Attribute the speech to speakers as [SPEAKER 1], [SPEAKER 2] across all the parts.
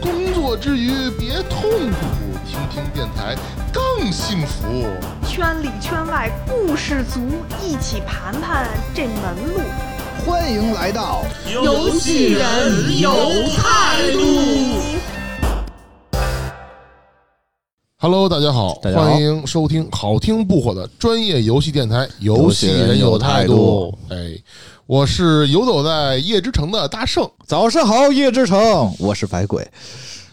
[SPEAKER 1] 工作之余别痛苦，听听电台更幸福。
[SPEAKER 2] 圈里圈外故事足，一起盘盘这门路。
[SPEAKER 3] 欢迎来到
[SPEAKER 4] 游戏人有态度。
[SPEAKER 1] Hello，大家好，
[SPEAKER 5] 大家好
[SPEAKER 1] 欢迎收听好听不火的专业游戏电台《 游戏人有态度》。哎，我是游走在夜之城的大圣。
[SPEAKER 5] 早上好，夜之城，我是白鬼。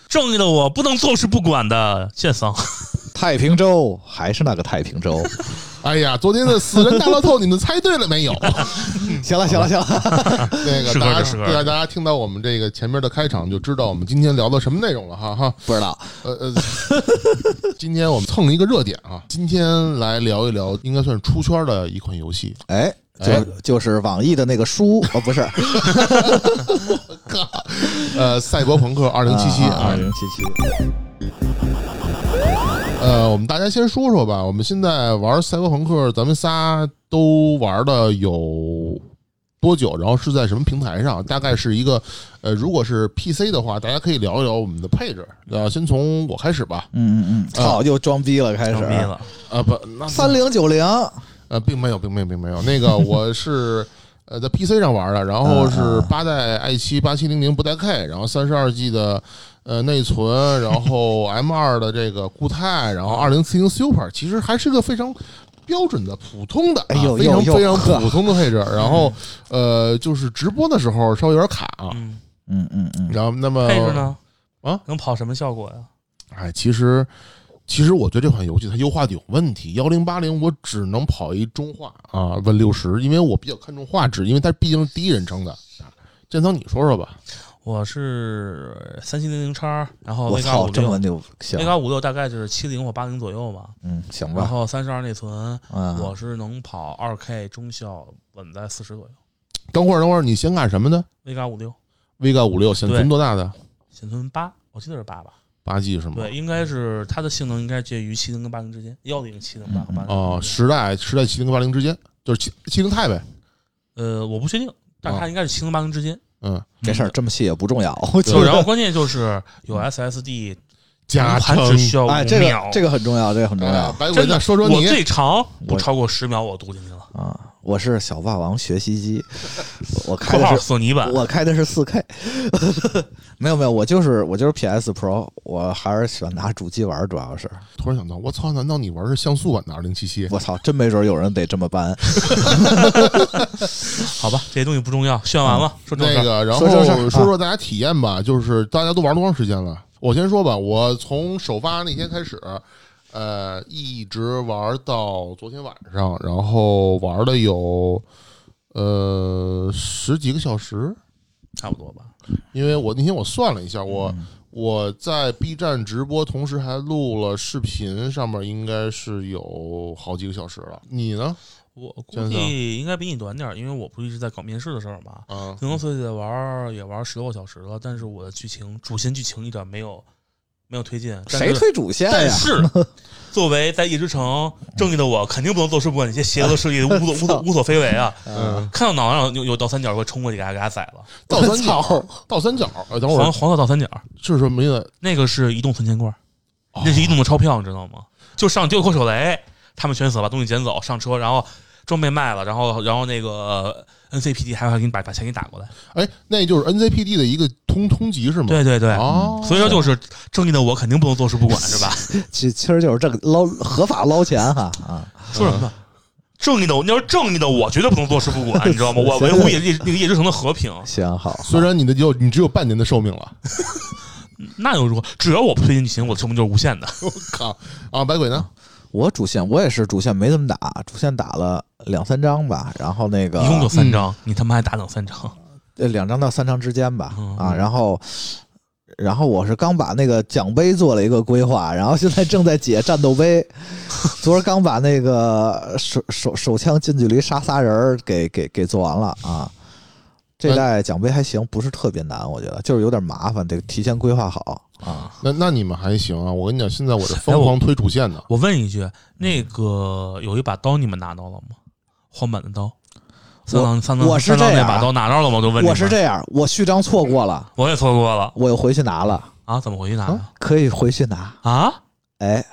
[SPEAKER 6] 正义的我不能坐视不管的剑桑，
[SPEAKER 5] 太平洲还是那个太平洲。
[SPEAKER 1] 哎呀，昨天的死人大乐透，你们猜对了没有？
[SPEAKER 6] 嗯
[SPEAKER 5] 行了，行了，行了。
[SPEAKER 1] 那个
[SPEAKER 6] 是
[SPEAKER 1] 大家
[SPEAKER 6] 个是个
[SPEAKER 1] 对啊，大家听到我们这个前面的开场就知道我们今天聊到什么内容了哈哈。
[SPEAKER 5] 不知道，
[SPEAKER 1] 呃呃， 今天我们蹭了一个热点啊，今天来聊一聊，应该算是出圈的一款游戏。
[SPEAKER 5] 哎，
[SPEAKER 1] 哎
[SPEAKER 5] 就就是网易的那个书，哦，不 是二
[SPEAKER 1] 靠，呃，《赛博朋克二零七七》啊
[SPEAKER 5] 二，零七七。
[SPEAKER 1] 呃，我们大家先说说吧，我们现在玩《赛博朋克》，咱们仨都玩的有。多久？然后是在什么平台上？大概是一个，呃，如果是 PC 的话，大家可以聊一聊我们的配置。呃，先从我开始吧。
[SPEAKER 5] 嗯嗯嗯，操，又装逼了，开
[SPEAKER 6] 牛哦逼
[SPEAKER 5] 始。
[SPEAKER 6] 了！
[SPEAKER 1] 啊、不，那
[SPEAKER 5] 三零九零，
[SPEAKER 1] 呃，并没有，并没有，并没有。那个 我是呃在 PC 上玩的，然
[SPEAKER 5] 嗯
[SPEAKER 1] 后是八代 i 七八七零零不带 K，然后三十二 G 的呃内存，然 后 M 二的这个固态，然后二零四零 Super，其实还是个非常。标准的普通的，
[SPEAKER 5] 哎呦
[SPEAKER 1] 啊非常
[SPEAKER 5] 呦呦
[SPEAKER 1] 非常
[SPEAKER 5] 呵
[SPEAKER 1] 普通的配置。然后，呃，就是直播的时候稍微有点卡啊。
[SPEAKER 6] 嗯，
[SPEAKER 5] 嗯嗯嗯，
[SPEAKER 1] 然后，那么
[SPEAKER 6] 配置呢？
[SPEAKER 5] 呃
[SPEAKER 1] 啊，
[SPEAKER 6] 能跑什么效果呀？
[SPEAKER 1] 哎，其实其实我觉得这款游戏它优化的有问题。幺零八零我只能跑一中画啊，问六十，因为我比较看重画质，因为它毕竟是第一人称的。啊建仓，你说说吧。
[SPEAKER 6] 我是三七零零叉，然后
[SPEAKER 5] 我
[SPEAKER 6] V 八
[SPEAKER 5] 操，
[SPEAKER 6] 哦五
[SPEAKER 5] 这么
[SPEAKER 6] 六
[SPEAKER 5] 牛，行
[SPEAKER 6] ，V，八五六大概就是七零或八零左右嘛。
[SPEAKER 5] 嗯，行
[SPEAKER 6] 然
[SPEAKER 5] 吧。
[SPEAKER 6] 后三十二内存，
[SPEAKER 5] 啊，
[SPEAKER 6] 我是能跑二 K 中效，稳在四十左右。
[SPEAKER 1] 等会儿，等会儿，你先干什么的
[SPEAKER 6] V 八五六
[SPEAKER 1] ？Vega 五六显存
[SPEAKER 6] 对
[SPEAKER 1] 多大的？
[SPEAKER 6] 显存八，我记得是八吧？
[SPEAKER 1] 八 G 是吗？
[SPEAKER 6] 对，应该是它的性能应该介于七零跟八零之间，幺零七零八八零。
[SPEAKER 1] 哦，时代时代七零跟八零之间，就是七七零钛呗。
[SPEAKER 6] 呃，我不确定，但
[SPEAKER 1] 哦
[SPEAKER 6] 是它应该是七零八零之间。
[SPEAKER 1] 嗯，
[SPEAKER 5] 这事儿这么细也不重要。 我觉
[SPEAKER 6] 就
[SPEAKER 5] 得
[SPEAKER 6] 然后关键就是有 SSD，
[SPEAKER 1] 嗯加
[SPEAKER 6] 盘
[SPEAKER 1] 成
[SPEAKER 6] 只需要五
[SPEAKER 5] 哎，这个
[SPEAKER 6] 秒。
[SPEAKER 5] 这个很重要，这个很重要
[SPEAKER 1] 啊，白鬼，
[SPEAKER 6] 真
[SPEAKER 1] 再
[SPEAKER 6] 的，
[SPEAKER 1] 说说
[SPEAKER 6] 我
[SPEAKER 1] 你。
[SPEAKER 6] 最长不
[SPEAKER 5] 我
[SPEAKER 6] 超过十秒，我读进去了。
[SPEAKER 5] 啊。我是小霸王学习机， 我开
[SPEAKER 6] 括
[SPEAKER 5] 的
[SPEAKER 6] 号
[SPEAKER 5] 是
[SPEAKER 6] 索尼版，
[SPEAKER 5] 我开的是四 K，没有没有，我就是我就是 PS Pro，我还是喜欢拿主机玩，主要是
[SPEAKER 1] 突然想到，我操，难道你玩的是像素版的二零七七？
[SPEAKER 5] 我操，真没准有人得这么搬。
[SPEAKER 6] 好吧，这些东西不重要，炫完了，说正事
[SPEAKER 1] 那
[SPEAKER 6] 儿。
[SPEAKER 1] 个，然后
[SPEAKER 5] 说正事儿
[SPEAKER 1] 说说大家体验吧，就是大家都玩多长时间了？我先说吧，我从首发那天开始，呃，一直玩到昨天晚上，然后玩了有呃十几个小时，
[SPEAKER 6] 差不多吧。
[SPEAKER 1] 因为我那天我算了一下，我、我在 B 站直播，同时还录了视频，上面应该是有好几个小时了。你呢？
[SPEAKER 6] 我估
[SPEAKER 1] 真的
[SPEAKER 6] 计应该比你短点儿，因为我不一直在搞面试的事儿嘛。
[SPEAKER 1] 啊，
[SPEAKER 6] 零零碎碎的玩儿也玩十多个小时了，但是我的剧情主线剧情一点没有没有推进。但是
[SPEAKER 5] 谁？推主线
[SPEAKER 1] 哎
[SPEAKER 6] 但
[SPEAKER 5] 呀？
[SPEAKER 6] 是作为在夜之城正义的我，肯定不能坐视不管这些邪恶的势力
[SPEAKER 1] 哎
[SPEAKER 6] 无所无所无所非为啊！
[SPEAKER 1] 嗯，
[SPEAKER 6] 看到脑袋上有有倒三角，我会冲过去给他给他宰了。
[SPEAKER 1] 倒三角，倒三角，呃等会
[SPEAKER 6] 黄
[SPEAKER 1] 儿
[SPEAKER 6] 黄色倒三角，
[SPEAKER 1] 是什么意思？
[SPEAKER 6] 那个是移动存钱罐，
[SPEAKER 1] 哦
[SPEAKER 6] 那是移动的钞票，你知道吗？就上丢个手雷，他们全死了，把东西捡走，上车，然后装备卖了，然后然后那个呃 NCPD 还会给你把把钱给你打过来。
[SPEAKER 1] 哎，那就是 NCPD 的一个通通缉是吗？
[SPEAKER 6] 对对对，嗯
[SPEAKER 1] 哦，
[SPEAKER 6] 所以说就是正义的我肯定不能坐视不管，是吧？
[SPEAKER 5] 其其实就是这个捞合法捞钱哈啊！
[SPEAKER 6] 说什么呢？正义的我，你要是正义的我，绝对不能坐视不管，你知道吗？我维护夜夜那个夜之城的和平，
[SPEAKER 5] 行好，
[SPEAKER 1] 虽然你的就你只有半年的寿命了，
[SPEAKER 6] 那又如何？只要我不推进剧情，我的生命就是无限的。
[SPEAKER 1] 我靠啊！白鬼呢？
[SPEAKER 5] 我主线我也是主线没怎么打，主线打了两三张吧，然后那个
[SPEAKER 6] 一共就三张，你他妈还打等三张，
[SPEAKER 5] 呃两张到三张之间吧
[SPEAKER 6] 嗯
[SPEAKER 5] 啊，然后然后我是刚把那个奖杯做了一个规划，然后现在正在解战斗 杯。昨儿刚把那个手手手枪近距离杀仨人儿给给给做完了啊。这代奖杯还行，不是特别难，我觉得就是有点麻烦，得提前规划好啊。
[SPEAKER 1] 那那你们还行啊！我跟你讲，现在我是
[SPEAKER 6] 哎
[SPEAKER 1] 疯
[SPEAKER 6] 我
[SPEAKER 1] 狂推主线的，
[SPEAKER 6] 我问一句，那个有一把刀你们拿到了吗？荒坂的刀，三郎三郎
[SPEAKER 5] 我是
[SPEAKER 6] 三郎
[SPEAKER 5] 这
[SPEAKER 6] 那
[SPEAKER 5] 样啊
[SPEAKER 6] 把刀拿到了吗？我就问你
[SPEAKER 5] 我
[SPEAKER 6] 们
[SPEAKER 5] 是，这样，我序章错过了，
[SPEAKER 6] 我也错过了
[SPEAKER 5] 我又回去拿了，嗯
[SPEAKER 6] 啊！怎么回去拿的
[SPEAKER 5] 可以回去拿。
[SPEAKER 6] 啊？
[SPEAKER 5] 哎，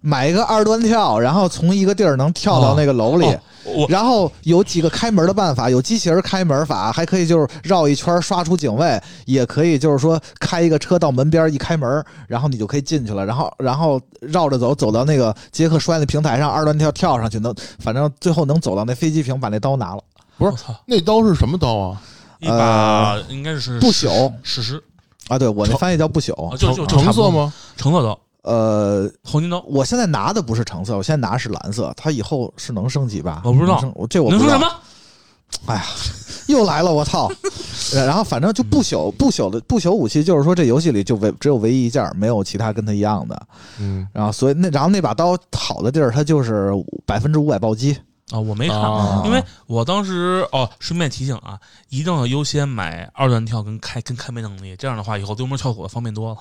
[SPEAKER 5] 买一个二段跳，然后从一个地儿能跳到那个楼里。
[SPEAKER 6] 哦我
[SPEAKER 5] 然后有几个开门的办法，有机器人开门法，还可以就是绕一圈刷出警卫，也可以就是说开一个车到门边一开门，然后你就可以进去了。然后然后绕着走，走到那个杰克摔那平台上，二段跳跳上去能，反正最后能走到那飞机坪，把那刀拿了。
[SPEAKER 6] 我操，
[SPEAKER 1] 那刀是什么刀啊？
[SPEAKER 6] 一把应该是
[SPEAKER 5] 呃不朽
[SPEAKER 6] 史诗，
[SPEAKER 5] 啊，对我那翻译叫不朽。
[SPEAKER 6] 啊就
[SPEAKER 1] 橙
[SPEAKER 6] 就就差
[SPEAKER 1] 橙
[SPEAKER 6] 不多
[SPEAKER 1] 色？吗？
[SPEAKER 6] 橙色刀，
[SPEAKER 5] 呃，
[SPEAKER 6] 黄金刀。
[SPEAKER 5] 我现在拿的不是橙色，我现在拿的是蓝色，它以后是能升级吧？
[SPEAKER 6] 哦我不知道
[SPEAKER 5] 能升，我这我不
[SPEAKER 6] 能
[SPEAKER 5] 知
[SPEAKER 6] 说
[SPEAKER 5] 道
[SPEAKER 6] 什么？
[SPEAKER 5] 哎呀，又来了，我操！然然后反正就不
[SPEAKER 6] 嗯
[SPEAKER 5] 朽不朽的不朽武器，就是说这游戏里就唯只有唯一一件儿，没有其他跟它一样的。
[SPEAKER 1] 嗯
[SPEAKER 5] 然后所以那然后那把刀好的地儿，它就是百分之五百暴击。
[SPEAKER 6] 啊，我没看，
[SPEAKER 1] 啊
[SPEAKER 6] 因为我当时哦，顺便提醒啊，一定要优先买二段跳跟开跟开门能力，这样的话以后丢门撬锁方便多了。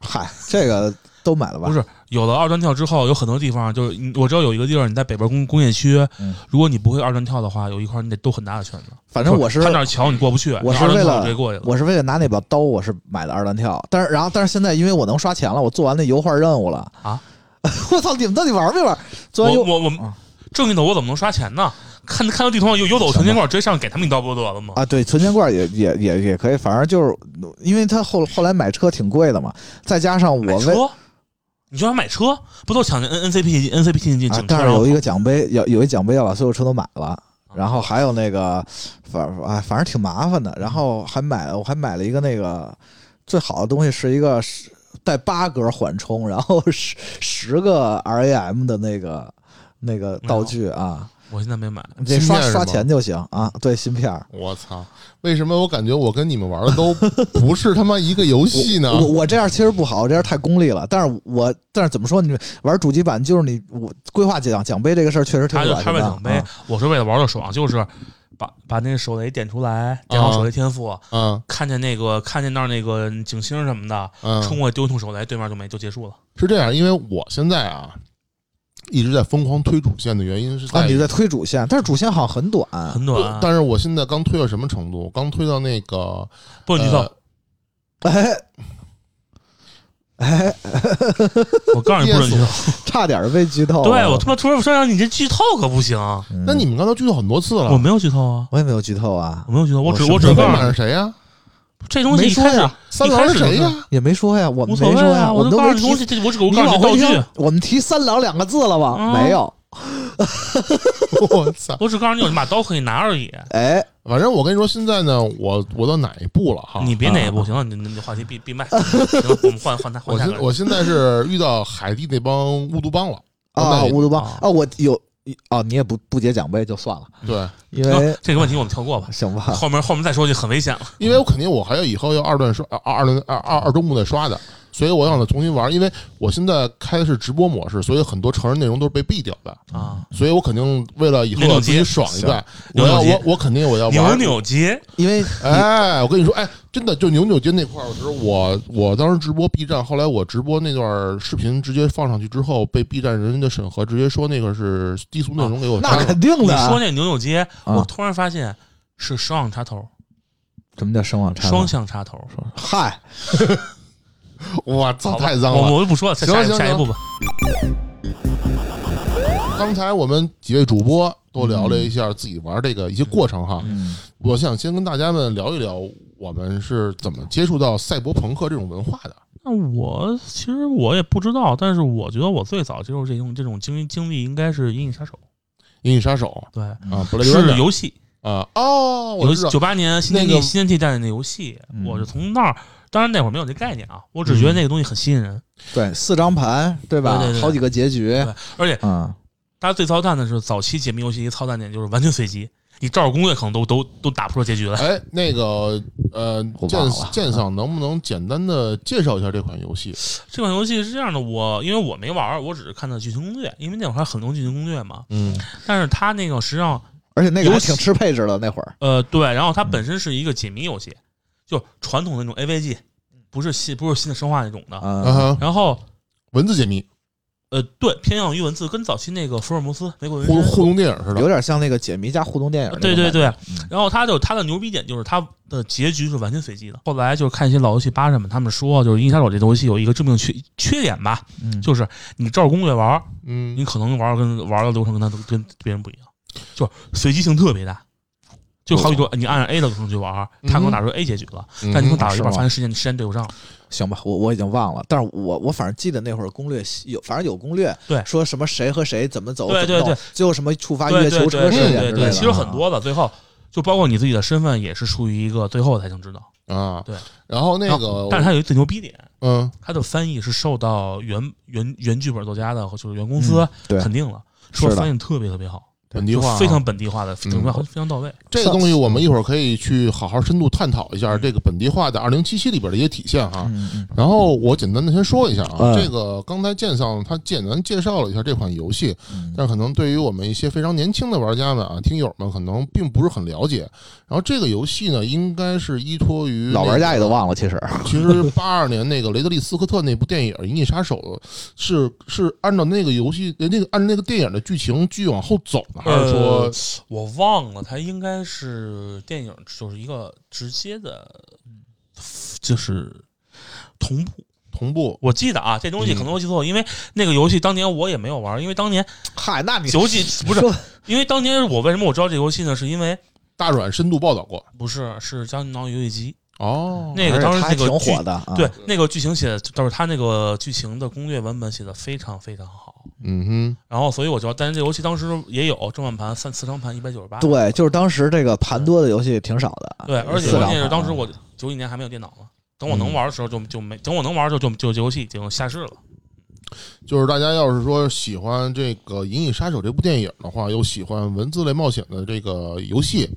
[SPEAKER 5] 嗨，这个都买了吧？
[SPEAKER 6] 不是，有了二段跳之后，有很多地方就是你我知道有一个地儿，你在北边工工业区
[SPEAKER 5] 嗯，
[SPEAKER 6] 如果你不会二段跳的话，有一块你得兜很大的圈子。
[SPEAKER 5] 反正我是
[SPEAKER 6] 他那儿桥你过不去，
[SPEAKER 5] 我是
[SPEAKER 6] 二段
[SPEAKER 5] 为
[SPEAKER 6] 跳
[SPEAKER 5] 了
[SPEAKER 6] 直接过去了。
[SPEAKER 5] 我是为了拿那把刀，我是买的二段跳。但是然后但是现在因为我能刷钱了，我做完那油画任务了
[SPEAKER 6] 啊！
[SPEAKER 5] 我操，你们到底玩没玩？做完
[SPEAKER 6] 我
[SPEAKER 5] 油
[SPEAKER 6] 我我
[SPEAKER 5] 啊
[SPEAKER 6] 正义的我怎么能刷钱呢？看看到地图上有有走存钱罐，直接上给他们一刀不就得了吗？
[SPEAKER 5] 啊，对，存钱罐也也也也可以，反正就是因为他后后来买车挺贵的嘛，再加上我
[SPEAKER 6] 买
[SPEAKER 5] 为啊
[SPEAKER 6] 车，你居然买车，不都抢 N N C P N C P 进进
[SPEAKER 5] 啊
[SPEAKER 6] 警，车
[SPEAKER 5] 但是有一
[SPEAKER 6] 吗
[SPEAKER 5] 个奖杯，有有一奖杯要把所有车都买了，然后还有那个反啊，反正挺麻烦的，然后还买我还买了一个那个最好的东西是一个是带八格缓冲，然后十十个 RAM 的那个那个道具啊，
[SPEAKER 6] 我现在没买，
[SPEAKER 5] 你这刷
[SPEAKER 1] 芯片是吗
[SPEAKER 5] 刷钱就行啊，对，芯片儿。
[SPEAKER 1] 我操！为什么我感觉我跟你们玩的都不是他妈一个游戏呢？
[SPEAKER 5] 我我这样其实不好，我这样太功利了。但是我但是怎么说，你玩主机版就是你我规划奖奖杯这个事儿确实挺
[SPEAKER 6] 他就
[SPEAKER 5] 恶
[SPEAKER 6] 他
[SPEAKER 5] 心
[SPEAKER 6] 为
[SPEAKER 5] 的
[SPEAKER 6] 奖杯
[SPEAKER 5] 啊，
[SPEAKER 6] 我是为了玩的爽，就是把把那个手雷点出
[SPEAKER 5] 啊
[SPEAKER 6] 来，点好手雷天赋，
[SPEAKER 1] 嗯
[SPEAKER 6] 看见那个看见那儿那个警星什么的，冲
[SPEAKER 1] 嗯，
[SPEAKER 6] 过去丢一桶手雷，对面就没就结束了。
[SPEAKER 1] 是这样，因为我现在啊一直在疯狂推主线的原因是
[SPEAKER 5] 啊！
[SPEAKER 1] 在
[SPEAKER 5] 你
[SPEAKER 1] 于
[SPEAKER 5] 在推主线，但是主线好像很短，
[SPEAKER 6] 很啊短，
[SPEAKER 1] 但是我现在刚推到什么程度？刚推到那个
[SPEAKER 6] 不许跳
[SPEAKER 1] 呃！
[SPEAKER 5] 哎，哎，
[SPEAKER 6] 我告诉你不准剧透。
[SPEAKER 5] 差点儿被剧透了。
[SPEAKER 6] 对我他妈突然说让你这剧透可不行，
[SPEAKER 5] 嗯
[SPEAKER 1] 那你们刚才剧透很多次了，
[SPEAKER 6] 我没有剧透啊，
[SPEAKER 5] 我也没有剧透啊
[SPEAKER 6] 我，没有剧透，我只
[SPEAKER 5] 我
[SPEAKER 6] 我只
[SPEAKER 5] 什么
[SPEAKER 1] 那
[SPEAKER 5] 都
[SPEAKER 6] 告
[SPEAKER 1] 老
[SPEAKER 6] 诉
[SPEAKER 1] 板
[SPEAKER 6] 你
[SPEAKER 1] 是谁 呀？
[SPEAKER 6] 这东西
[SPEAKER 5] 没
[SPEAKER 6] 一
[SPEAKER 5] 说
[SPEAKER 6] 开始
[SPEAKER 5] 呀
[SPEAKER 1] 三郎是
[SPEAKER 6] 一开
[SPEAKER 1] 谁
[SPEAKER 6] 始
[SPEAKER 1] 呀？
[SPEAKER 5] 也没说呀，我
[SPEAKER 6] 无
[SPEAKER 5] 们
[SPEAKER 6] 所
[SPEAKER 5] 没
[SPEAKER 6] 谓
[SPEAKER 5] 说呀，
[SPEAKER 6] 啊，
[SPEAKER 5] 我
[SPEAKER 6] 我
[SPEAKER 5] 们
[SPEAKER 6] 就
[SPEAKER 5] 都
[SPEAKER 6] 告诉
[SPEAKER 5] 没
[SPEAKER 6] 你
[SPEAKER 5] 提
[SPEAKER 6] 东。西，这我只我
[SPEAKER 5] 你
[SPEAKER 6] 告诉
[SPEAKER 5] 往
[SPEAKER 6] 你
[SPEAKER 5] 回
[SPEAKER 6] 道
[SPEAKER 5] 听
[SPEAKER 6] 具，，
[SPEAKER 5] 我们提“三郎”两个字了吗？
[SPEAKER 6] 嗯
[SPEAKER 5] 没有。
[SPEAKER 1] 我操！
[SPEAKER 6] 我只告诉你有你把刀可以拿而已。
[SPEAKER 5] 哎，
[SPEAKER 1] 反正我跟你说，现在呢，我我到哪一步了哈？
[SPEAKER 6] 你别哪一步行了，你你你话题闭闭麦，行了，我们换换他换
[SPEAKER 1] 我
[SPEAKER 6] 下
[SPEAKER 1] 现
[SPEAKER 6] 个人。
[SPEAKER 1] 我现在是遇到海地那帮巫毒帮了
[SPEAKER 5] 啊，
[SPEAKER 1] 那
[SPEAKER 5] 乌毒帮
[SPEAKER 6] 啊
[SPEAKER 5] 啊，我有哦，你也不不解奖杯就算了，
[SPEAKER 1] 对，
[SPEAKER 5] 因
[SPEAKER 6] 行
[SPEAKER 5] 为
[SPEAKER 6] 这个问题我们跳过吧，
[SPEAKER 5] 行吧，
[SPEAKER 6] 后面后面再说就很危险了。
[SPEAKER 1] 因为我肯定我还要以后要二段刷二二轮二二二周目再刷的，所以我想重新玩。因为我现在开的是直播模式，所以很多成人内容都是被毙掉的
[SPEAKER 6] 啊。
[SPEAKER 1] 所以我肯定为了以后
[SPEAKER 6] 扭扭
[SPEAKER 1] 要
[SPEAKER 6] 机
[SPEAKER 1] 自己爽一段，
[SPEAKER 6] 扭
[SPEAKER 1] 我
[SPEAKER 6] 扭
[SPEAKER 1] 要
[SPEAKER 6] 机
[SPEAKER 1] 我我肯定我要
[SPEAKER 6] 扭
[SPEAKER 1] 玩。
[SPEAKER 6] 扭机，
[SPEAKER 5] 因为
[SPEAKER 1] 哎，我跟你说，哎，真的，就扭扭街那块儿，我就是我我当时直播 B 站，后来我直播那段视频直接放上去之后，被 B 站人家的审核，直接说那个是低俗内容，给我删
[SPEAKER 5] 那
[SPEAKER 1] 了。
[SPEAKER 5] 肯定
[SPEAKER 6] 你
[SPEAKER 5] 的啊。
[SPEAKER 6] 说那扭扭机，我
[SPEAKER 5] 啊
[SPEAKER 6] 突然发现是双向插头，
[SPEAKER 5] 什么叫声望差？
[SPEAKER 6] 双向插头。
[SPEAKER 5] 嗨，
[SPEAKER 1] 我
[SPEAKER 6] 好
[SPEAKER 1] 操，
[SPEAKER 6] 吧
[SPEAKER 1] 太脏
[SPEAKER 6] 我
[SPEAKER 1] 了！
[SPEAKER 6] 我就不说了，下
[SPEAKER 1] 行
[SPEAKER 6] 下一
[SPEAKER 1] 行
[SPEAKER 6] 下一
[SPEAKER 1] 行
[SPEAKER 6] 步吧。
[SPEAKER 1] 刚才我们几位主播都聊了一下自己玩这个一些过程哈，
[SPEAKER 5] 嗯
[SPEAKER 1] 我想先跟大家们聊一聊我们是怎么接触到赛博朋克这种文化的。
[SPEAKER 6] 那我其实我也不知道，但是我觉得我最早接触这种这种经经历应该是《银翼杀手
[SPEAKER 1] 银翼杀手》，
[SPEAKER 6] 对，
[SPEAKER 5] 嗯
[SPEAKER 1] 啊，布莱德
[SPEAKER 6] 是
[SPEAKER 1] 有
[SPEAKER 6] 游戏，
[SPEAKER 1] 啊，哦，
[SPEAKER 6] 游
[SPEAKER 1] 我
[SPEAKER 6] 戏
[SPEAKER 1] 知道，
[SPEAKER 6] 九八年新天
[SPEAKER 1] 那
[SPEAKER 6] 地
[SPEAKER 1] 个
[SPEAKER 6] 新天地带的那游戏，
[SPEAKER 5] 嗯
[SPEAKER 6] 我是从那儿，当然那会儿没有那概念啊，我只觉得那个东西很吸引人，
[SPEAKER 5] 对，四张盘对吧
[SPEAKER 6] 对对对？
[SPEAKER 5] 好几个结局
[SPEAKER 6] 对，而且
[SPEAKER 5] 嗯，
[SPEAKER 6] 大家最操蛋的是早期解密游戏一操蛋点就是完全随机，你照着攻略可能都都都打不出结局来。
[SPEAKER 1] 哎，那个呃
[SPEAKER 5] 我，忘
[SPEAKER 1] 鉴
[SPEAKER 5] 了
[SPEAKER 1] 鉴赏能不能简单的介绍一下这款游戏？
[SPEAKER 6] 这款游戏是这样的，我因为我没玩儿，我只是看的剧情攻略，因为那会儿还很多剧情攻略嘛。
[SPEAKER 1] 嗯，
[SPEAKER 6] 但是它那个实际上，
[SPEAKER 5] 而且那个还
[SPEAKER 6] 游戏
[SPEAKER 5] 挺吃配置的，那会儿
[SPEAKER 6] 呃，对，然后它本身是一个解谜游戏，就传统的那种 AVG，不是新不是新的生化那种的。
[SPEAKER 5] 啊，
[SPEAKER 1] 啊哈，
[SPEAKER 6] 然后
[SPEAKER 1] 文字解谜，
[SPEAKER 6] 呃，对，偏向于文字，跟早期那个福尔摩斯、玫瑰
[SPEAKER 1] 互
[SPEAKER 6] 纹身。
[SPEAKER 1] 互动电影似
[SPEAKER 5] 有
[SPEAKER 1] 的。
[SPEAKER 5] 点像那个解谜加互动电影那种
[SPEAKER 6] 对
[SPEAKER 5] 感
[SPEAKER 6] 啊对
[SPEAKER 5] 觉。
[SPEAKER 6] 对，
[SPEAKER 5] 嗯
[SPEAKER 6] 然后它就它的牛逼点就是它的结局是完全随机的。后来就是看一些老游戏吧什么，他们说就是《银杀手》这游戏有一个致命缺缺点吧，
[SPEAKER 5] 嗯
[SPEAKER 6] 就是你照着攻略玩儿，
[SPEAKER 1] 嗯
[SPEAKER 6] 你，可能玩儿跟玩儿的流程跟他都跟别人不一样，就是随机性特别大。就好比说，
[SPEAKER 5] 嗯
[SPEAKER 6] 你按 A 的流程去玩儿，他可能打出 A 结局了，
[SPEAKER 1] 嗯
[SPEAKER 6] 但你可能打到一
[SPEAKER 5] 是
[SPEAKER 6] 半
[SPEAKER 5] 吗
[SPEAKER 6] 发现时间时间对不上了。
[SPEAKER 5] 行吧，我我已经忘了，但是我我反正记得那会儿攻略有，反正有攻略，
[SPEAKER 6] 对
[SPEAKER 5] 说什么谁和谁怎么走，
[SPEAKER 6] 对
[SPEAKER 5] 怎么
[SPEAKER 6] 对
[SPEAKER 5] 弄，最后什么触发月球车
[SPEAKER 6] 对
[SPEAKER 5] 事
[SPEAKER 6] 对
[SPEAKER 5] 件
[SPEAKER 6] 对
[SPEAKER 5] 之类
[SPEAKER 6] 对，
[SPEAKER 5] 的，
[SPEAKER 6] 其实很多的，最后就包括你自己的身份也是属于一个最后才能知道。
[SPEAKER 1] 啊，
[SPEAKER 6] 对。
[SPEAKER 1] 然后那
[SPEAKER 6] 然
[SPEAKER 1] 个
[SPEAKER 6] 后，但是它有一最牛逼点，
[SPEAKER 1] 嗯，
[SPEAKER 6] 它的翻译是受到原原原剧本作家的和就是原公司
[SPEAKER 5] 嗯对
[SPEAKER 6] 肯定了，说
[SPEAKER 5] 是的
[SPEAKER 6] 翻译特别特别好，
[SPEAKER 1] 本地化
[SPEAKER 6] 就
[SPEAKER 1] 啊
[SPEAKER 6] 非常本地化的，非常
[SPEAKER 1] 嗯
[SPEAKER 6] 非常到位。
[SPEAKER 1] 这个东西，我们一会儿可以去好好深度探讨一下这个本地化在二零七七里边的一些体现哈。
[SPEAKER 5] 嗯，嗯
[SPEAKER 1] 然后我简单的先说一下啊，
[SPEAKER 5] 嗯
[SPEAKER 1] 这个刚才剑上他简单介绍了一下这款游戏，
[SPEAKER 5] 嗯
[SPEAKER 1] 但可能对于我们一些非常年轻的玩家们啊，听友们可能并不是很了解。然后这个游戏呢，应该是依托于、
[SPEAKER 6] 嗯
[SPEAKER 5] 老玩家也都。忘了，其实
[SPEAKER 1] 其实八二年那个雷德利·斯科特那部电影《银翼杀手》是是按照那个游戏呃那个按那个电影的剧情继续往后走呢，还是说、
[SPEAKER 6] 呃我忘了，它应该是电影就是一个直接的，就是同步。
[SPEAKER 1] 同步？
[SPEAKER 6] 我记得啊，这
[SPEAKER 5] 嗯
[SPEAKER 6] 东西可能我记错，了，因为那个游戏当年我也没有玩，因为当年
[SPEAKER 5] 嗨，那你
[SPEAKER 6] 九几不是
[SPEAKER 5] 说，
[SPEAKER 6] 因为当年我为什么我知道这游戏呢？是因为
[SPEAKER 1] 大阮深度报道过
[SPEAKER 6] 不是是《江南游戏机
[SPEAKER 1] 哦》
[SPEAKER 6] 那个当时那
[SPEAKER 5] 还
[SPEAKER 6] 个
[SPEAKER 5] 挺
[SPEAKER 6] 剧
[SPEAKER 5] 火的，啊
[SPEAKER 6] 对，那个剧情写的，就是他那个剧情的攻略文本写的非常非常好。
[SPEAKER 1] 嗯
[SPEAKER 6] 然后，所以我知道，但是这游戏当时也有正版盘三四张盘一百九十八。
[SPEAKER 5] 对，就是当时这个盘多的游戏挺少的，
[SPEAKER 6] 对，而且
[SPEAKER 5] 四
[SPEAKER 6] 关
[SPEAKER 5] 两
[SPEAKER 6] 键是
[SPEAKER 5] 盘
[SPEAKER 6] 当时我九几年还没有电脑呢，等我能玩的时候就就没，等我能玩的时候就就就游戏已经下市了。
[SPEAKER 1] 哼，就是大家要是说喜欢这个《银翼杀手》这部电影的话，又喜欢文字类冒险的这个游戏，